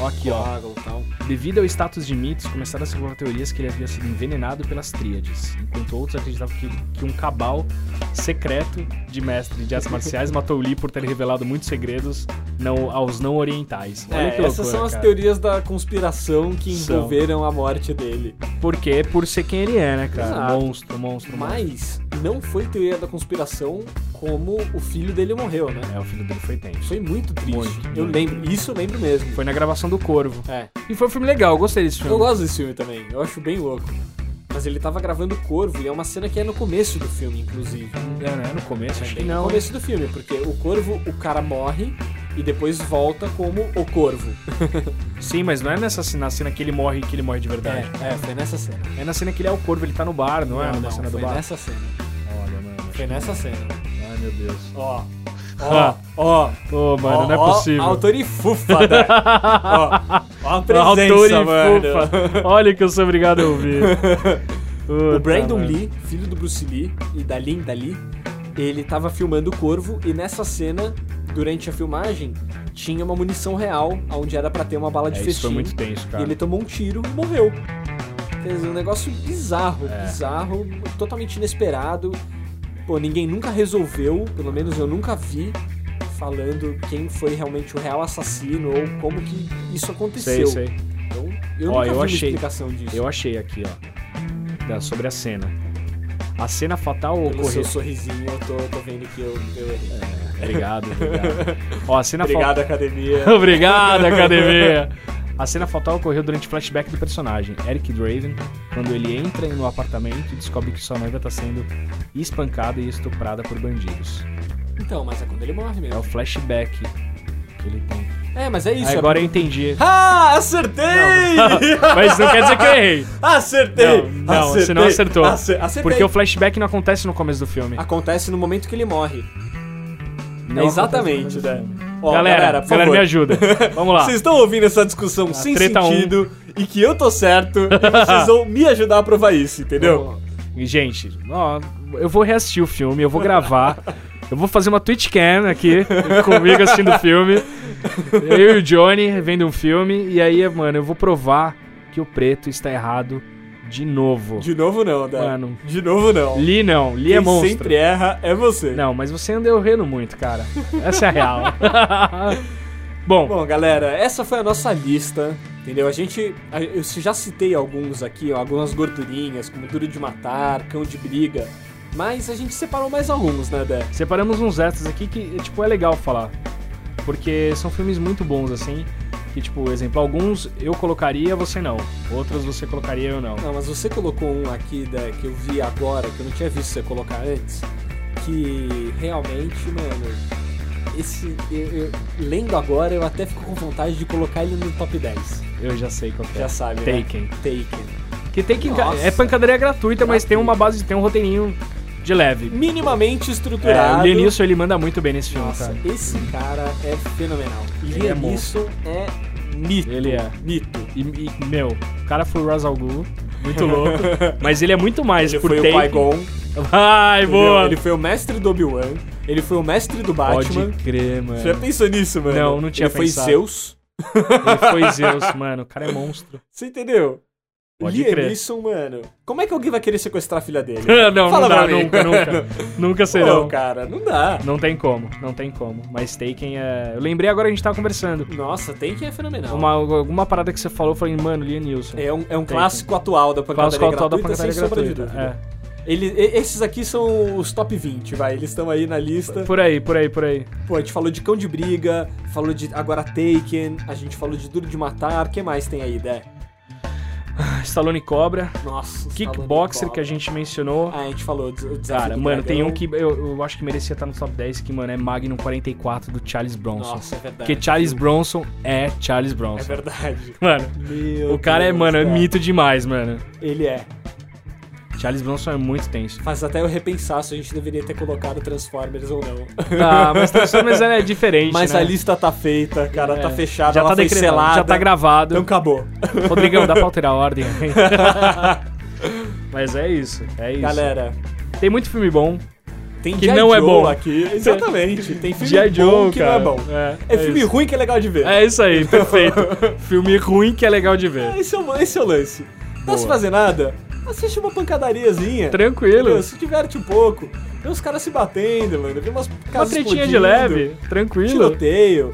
Ó aqui, ó. Coágulo e tal. Devido ao status de mitos, começaram a circular teorias que ele havia sido envenenado pelas tríades, enquanto outros acreditavam que, que um cabal secreto de mestre de artes marciais matou Lee por ter revelado muitos segredos não- aos não orientais. Olha É, que loucura, essas são as cara. teorias da conspiração que São. envolveram a morte dele. Porque por ser quem ele é, né, cara? Exato. Monstro, monstro, monstro. Mas não foi teoria da conspiração como o filho dele morreu, né? É, o filho dele foi tenso. Foi muito triste. Muito, eu muito. lembro, isso eu lembro mesmo. Foi na gravação do Corvo. É. E foi um filme legal, eu gostei desse filme. Eu gosto desse filme também, eu acho bem louco. Mas ele tava gravando o Corvo e é uma cena que é no começo do filme, inclusive. É, né? No começo, acho É que bem não. no começo do filme, porque o Corvo, o cara morre e depois volta como o Corvo. Sim, mas não é nessa cena, na cena que ele morre que ele morre de verdade. É, foi nessa cena. É. na cena que ele é o corvo, ele tá no bar, não, é? não, na não, cena do foi bar. nessa cena. Olha, mano. Foi nessa cena. Ai, meu Deus. Ó. Ó, ó. Ô, mano, Ó, não é ó, possível. Autorifufa, né? Ó, ó a presença, Autor e mano. fofa. Olha que eu sou obrigado a ouvir. O Puta, Brandon mano. Lee, filho do Bruce Lee e da Linda Lee, ele tava filmando o Corvo e nessa cena, durante a filmagem, tinha uma munição real, onde era pra ter uma bala de É, festim. isso foi muito tenso, e cara. tá ele tomou um tiro e morreu. Quer dizer, um negócio bizarro, É. bizarro, totalmente inesperado. Pô, ninguém nunca resolveu, pelo menos eu nunca vi, falando quem foi realmente o real assassino ou como que isso Sei, aconteceu. sei. Então, eu Ó, nunca vi eu achei. uma explicação disso. Eu achei aqui, ó. Da- sobre a cena. A cena fatal Pelo seu ocorreu. sorrisinho, eu tô, tô vendo que eu, eu errei. Obrigado, obrigado. Ó, a cena fatal. Obrigado, academia. Obrigado, academia! A cena fatal ocorreu durante o flashback do personagem, Eric Draven, quando ele entra no apartamento e descobre que sua noiva está sendo espancada e estuprada por bandidos. Então, mas é quando ele morre É o mesmo. flashback que ele tem. É, mas é isso. Aí é- agora eu entendi. Ah, acertei! Mas não quer dizer que eu errei. acertei! Não, não, acertei! você não acertou. Ace- acertei. Ah, Porque o flashback não acontece no começo do filme. Acontece no momento que ele morre. Não Exatamente, acontece no começo do né? filme. Ó, galera, por galera, favor. me ajuda. Vamos lá. Vocês estão ouvindo essa discussão sem treta um. sentido e que eu tô certo e vocês vão me ajudar a provar isso, entendeu? Ó, Gente, ó, eu vou reassistir o filme, eu vou gravar. Eu vou fazer uma Twitch Cam aqui, comigo assistindo o filme. Eu e o Johnny vendo um filme. E aí, mano, eu vou provar que o preto está errado de novo. De novo não, né? Mano. De novo não. Li não, Li Quem é monstro. sempre erra é você. Não, mas você andou errando muito, cara. Essa é a real. Bom, Bom, galera, essa foi a nossa lista, entendeu? A gente. a- eu já citei alguns aqui, ó, algumas gordurinhas, como Duro de Matar, Cão de Briga. Mas a gente separou mais alguns, né, Dé? separamos uns extras aqui que, tipo, é legal falar. Porque são filmes muito bons, assim. Que, tipo, exemplo, alguns eu colocaria, você não. Outros você colocaria, eu não. Não, mas você colocou um aqui, Dé, que eu vi agora, que eu não tinha visto você colocar antes. Que realmente, mano. Esse. eu- eu- lendo agora, eu até fico com vontade de colocar ele no top 10. Eu já sei qual que é. Já sabe, né? Taken. Taken. Que Taken ca- Nossa. é pancadaria gratuita, mas tem uma base, tem um roteirinho de leve. Minimamente É, o estruturado. Lenilson, ele manda muito bem nesse filme, Nossa, cara. esse cara é fenomenal. Ele é Lianilson é mito. Ele é. Mito. E, e, meu, o cara foi o Ra's al Ghul, muito louco. mas ele é muito mais Ele por foi o Taken. Qui-Gon. Vai, entendeu? boa! Ele foi o mestre do Obi-Wan. Ele foi o mestre do Batman. Pode crer, mano. Você já pensou nisso, mano? Não, não tinha Ele foi pensado. Zeus. Ele foi Zeus, mano. O cara é monstro. Você entendeu? Pode crer. Lianilson, mano. Como é que alguém vai querer sequestrar a filha dele? não, não Fala dá, pra mim. nunca, nunca. nunca serão. Não, cara, não dá. Não tem como, não tem como. Mas Taken é. Eu lembrei agora que a gente tava conversando. Nossa, tem que é fenomenal. Uma, alguma parada que você falou, eu falei, mano, Lianilson. É um, é um Taken. clássico atual da Fala os pancadaria qual tal da gratuita, sem pancadaria sombra de gratuita. dúvida. É. Ele- e- esses aqui são os top 20, vai. Eles estão aí na lista. É. Por aí, por aí, por aí. Pô, a gente falou de Cão de Briga, falou de Agora Taken, a gente falou de Duro de Matar, o que mais tem aí, Dé? Stallone Cobra. Nossa, Kickboxer Stallone que a gente mencionou. Ah, a gente falou do do desafio Cara, do mano, tem dragão. um que eu, eu acho que merecia estar no top 10, que, mano, é Magnum 44 do Charles Bronson. Nossa, é verdade. Porque Charles Bronson é Charles É Bronson. verdade. Mano, Meu o cara é, Deus, mano, é cara. mito demais, mano. Ele é. Charles Bronson é muito tenso. Faz até eu repensar se a gente deveria ter colocado Transformers ou não. Ah, mas Transformers é diferente, Mas né? a lista tá feita, cara, É. tá fechada, já ela tá foi decretado, selada. já tá gravado. Então acabou. Rodrigão, dá pra alterar a ordem. mas é isso, é isso. Galera, Tem muito filme bom. tem Que G.I. não é Joe bom. aqui. Exatamente. Tem filme G.I. bom Joe, que não cara. é bom. É, É, é filme isso. ruim que é legal de ver. É isso aí, perfeito. filme ruim que é legal de ver. Esse é o, esse é o lance. Não se fazer nada, assiste uma pancadariazinha. Tranquilo. entendeu? Se diverte um pouco. Vê os caras se batendo, mano. Vê umas Uma casas tretinha de explodindo, leve, tranquilo. Tiroteio.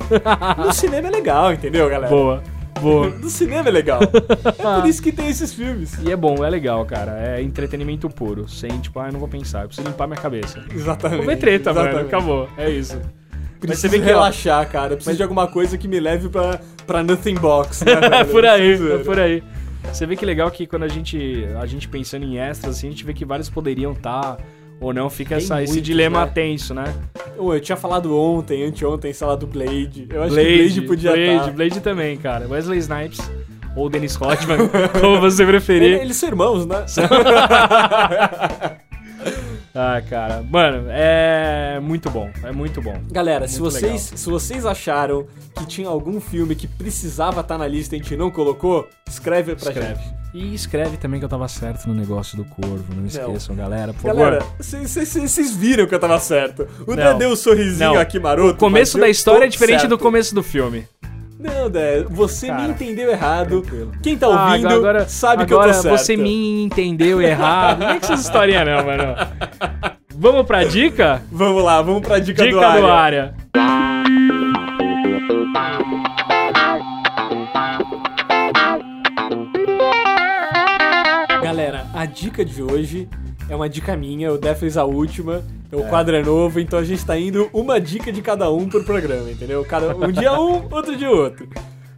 no cinema é legal, entendeu, galera? Boa, boa. No cinema é legal. É por isso que tem esses filmes. E é bom, é legal, cara. É entretenimento puro. Sem, tipo, ah, eu não vou pensar, eu preciso limpar minha cabeça. Exatamente. Vou ver treta, exatamente. mano. Acabou. É isso. Mas você Preciso vê que- relaxar, cara. Preciso de alguma coisa que me leve pra, pra Nothing Box, né, É velho? por aí, Preciso- né? é por aí. Você vê que legal que quando a gente, a gente pensando em extras, assim, a gente vê que vários poderiam estar ou não, fica Tem essa, esse muitos, dilema né? tenso, né? Ô, eu tinha falado ontem, anteontem, sei lá, do Blade. Eu acho que Blade, Blade podia tá. Blade, estar. Blade também, cara. Wesley Snipes ou Dennis Rodman, como você preferir. Ele- Eles são irmãos, né? Ah, cara. Mano, é muito bom. É muito bom. Galera, se Muito vocês, se vocês acharam que tinha algum filme que precisava estar na lista e a gente não colocou, escreve pra Escreve. gente. E escreve também que eu tava certo no negócio do corvo. Não esqueçam, galera, por Galera, favor. vocês- vocês vocês viram que eu tava certo. O Dé Não. deu um sorrisinho Não. aqui maroto. O começo mas da eu história tô é diferente do certo. começo do filme. Não, Dé, você Cara, me entendeu errado. tranquilo. Quem tá Ah, ouvindo agora, sabe agora que eu tô certo. você me entendeu errado. Não é que essas historinhas não, mano. Vamos pra dica? Vamos lá, vamos pra dica, Dica do do, área. área. Galera, a dica de hoje é uma dica minha, o Dé fez a última, o quadro é novo, então a gente tá indo uma dica de cada um pro programa, entendeu? Cada, um dia um, outro dia outro.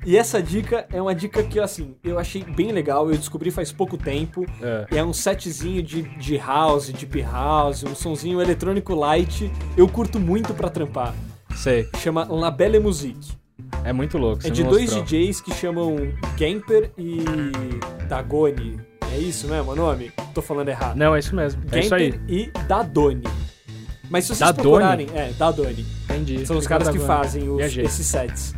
E essa dica é uma dica que, assim, eu achei bem legal, eu descobri faz pouco tempo. É. É um setzinho de, de house, deep house, um sonzinho eletrônico light. Eu curto muito pra trampar. É, Sei. Chama La Belle Musique. É muito louco. É você de me dois mostrou. DJs que chamam Gamper e Dagoni. É isso mesmo o nome? Tô falando errado. Não, é isso mesmo. É isso aí. Gamper e Dadoni. Mas se vocês Dadoni? procurarem... É, Dadoni. Entendi. São os Obrigado caras que agora. fazem os- Viajei. esses sets.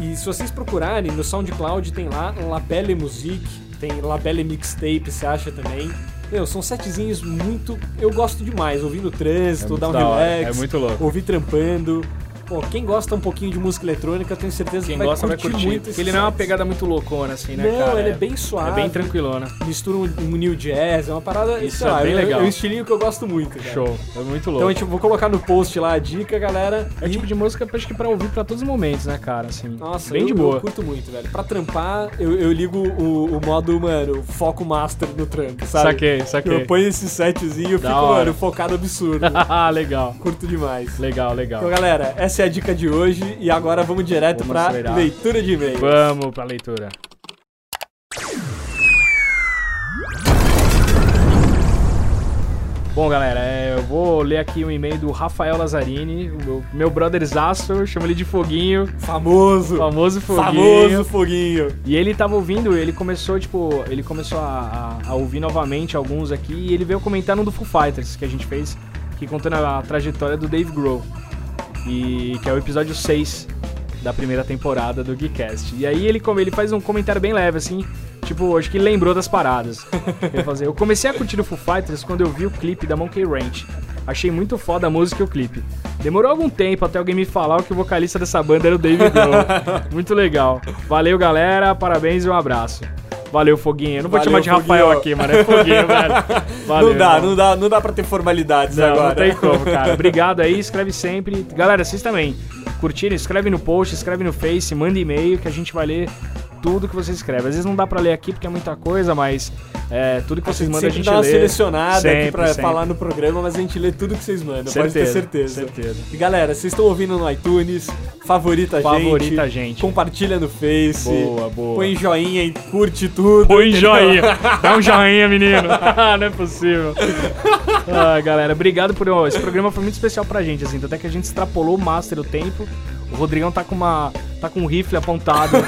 E se vocês procurarem, no SoundCloud tem lá La Belle Musique, tem La Belle Mixtape, você acha também. Meu, são setezinhos muito. Eu gosto demais, ouvindo trânsito, É muito dar um da hora, relax. é muito louco. Ouvir trampando. Pô, quem gosta um pouquinho de música eletrônica, eu tenho certeza Quem que vai, gosta curtir vai curtir. muito Porque esse ele não é uma set. pegada muito loucona, assim, né, Não, cara? ele é bem suave. É bem tranquilona. Mistura um, um new jazz, é uma parada. Isso sei é lá, bem eu- legal. É um estilinho que eu gosto muito. cara. Show. É muito louco. Então, a gente, vou colocar no post lá a dica, galera. É o tipo de música acho que pra ouvir pra todos os momentos, né, cara? Assim, Nossa, bem eu, de boa. eu curto muito, velho. Pra trampar, eu, eu ligo o, o modo, mano, foco master no trampo, sabe? Saquei, saquei. Eu ponho esse setzinho e fico, Da hora. mano, focado absurdo. Ah, legal. curto demais. Legal, legal. Então, galera, essa é a dica de hoje e agora vamos direto Vamos pra acelerar. leitura de e-mail. Vamos pra leitura. Bom, galera, é, eu vou ler aqui um e-mail do Rafael Lazzarini, o meu, meu brotherzaço, eu chamo ele de Foguinho, Famoso. famoso Foguinho. Famoso foguinho. E ele tava ouvindo, ele começou, tipo, ele começou a, a- a ouvir novamente alguns aqui e ele veio comentar um do Foo Fighters que a gente fez, que contando a, a trajetória do Dave Grohl. E que é o episódio 6 da primeira temporada do Geekcast. E aí ele, come- ele faz um comentário bem leve, assim, tipo, acho que ele lembrou das paradas. Ele fala assim, eu comecei a curtir o Foo Fighters quando eu vi o clipe da Monkey Ranch. Achei muito foda a música e o clipe. Demorou algum tempo até alguém me falar que o vocalista dessa banda era o David Grohl. muito legal. Valeu, galera. Parabéns e um abraço. Valeu, Foguinho. Eu não vou te Valeu, chamar de Rafael Foguinho. aqui, mano. É Foguinho, velho. Valeu, não dá, irmão. não dá, não dá pra ter formalidades Não, agora. não tem como, cara. Obrigado aí, escreve sempre. Galera, vocês também. Curtiram, escreve no post, escreve no Face, manda e-mail que a gente vai ler tudo que você escreve. Às vezes não dá pra ler aqui porque é muita coisa, mas é, tudo que vocês mandam a sempre gente dá uma lê. selecionada aqui pra Sempre, falar no programa, mas a gente lê tudo que vocês mandam, pode ter certeza. certeza. E galera, vocês estão ouvindo no iTunes, favorita a gente. Favorita a gente. Compartilha no Face. Boa, boa. Põe joinha e curte tudo. Põe entendeu? joinha. Dá um joinha, menino. não é possível. Ah, galera, obrigado por. ó, Esse programa foi muito especial pra gente, assim. Até que a gente extrapolou o Master o tempo. O Rodrigão tá com uma. tá com um rifle apontado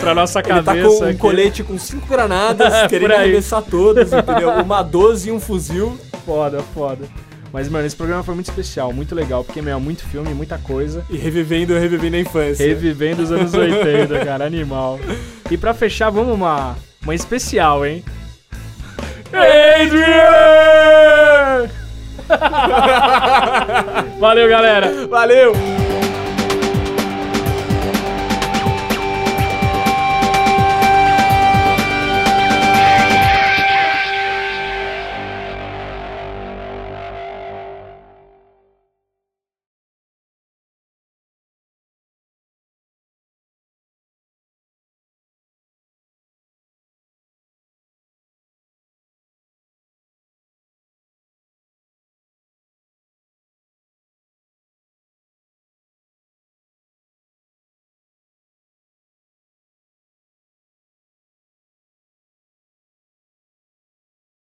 pra nossa Ele cabeça. tá com um aqui. colete com cinco granadas, Por querendo aí. arremessar todas, entendeu? Uma 12 e um fuzil. Foda, foda. Mas, mano, esse programa foi muito especial, muito legal, porque, meu, é muito filme, muita coisa. E revivendo, revivendo a infância. Revivendo os anos 80, cara, animal. E pra fechar, vamos uma, uma especial, hein? Adrian! Valeu, galera! Valeu!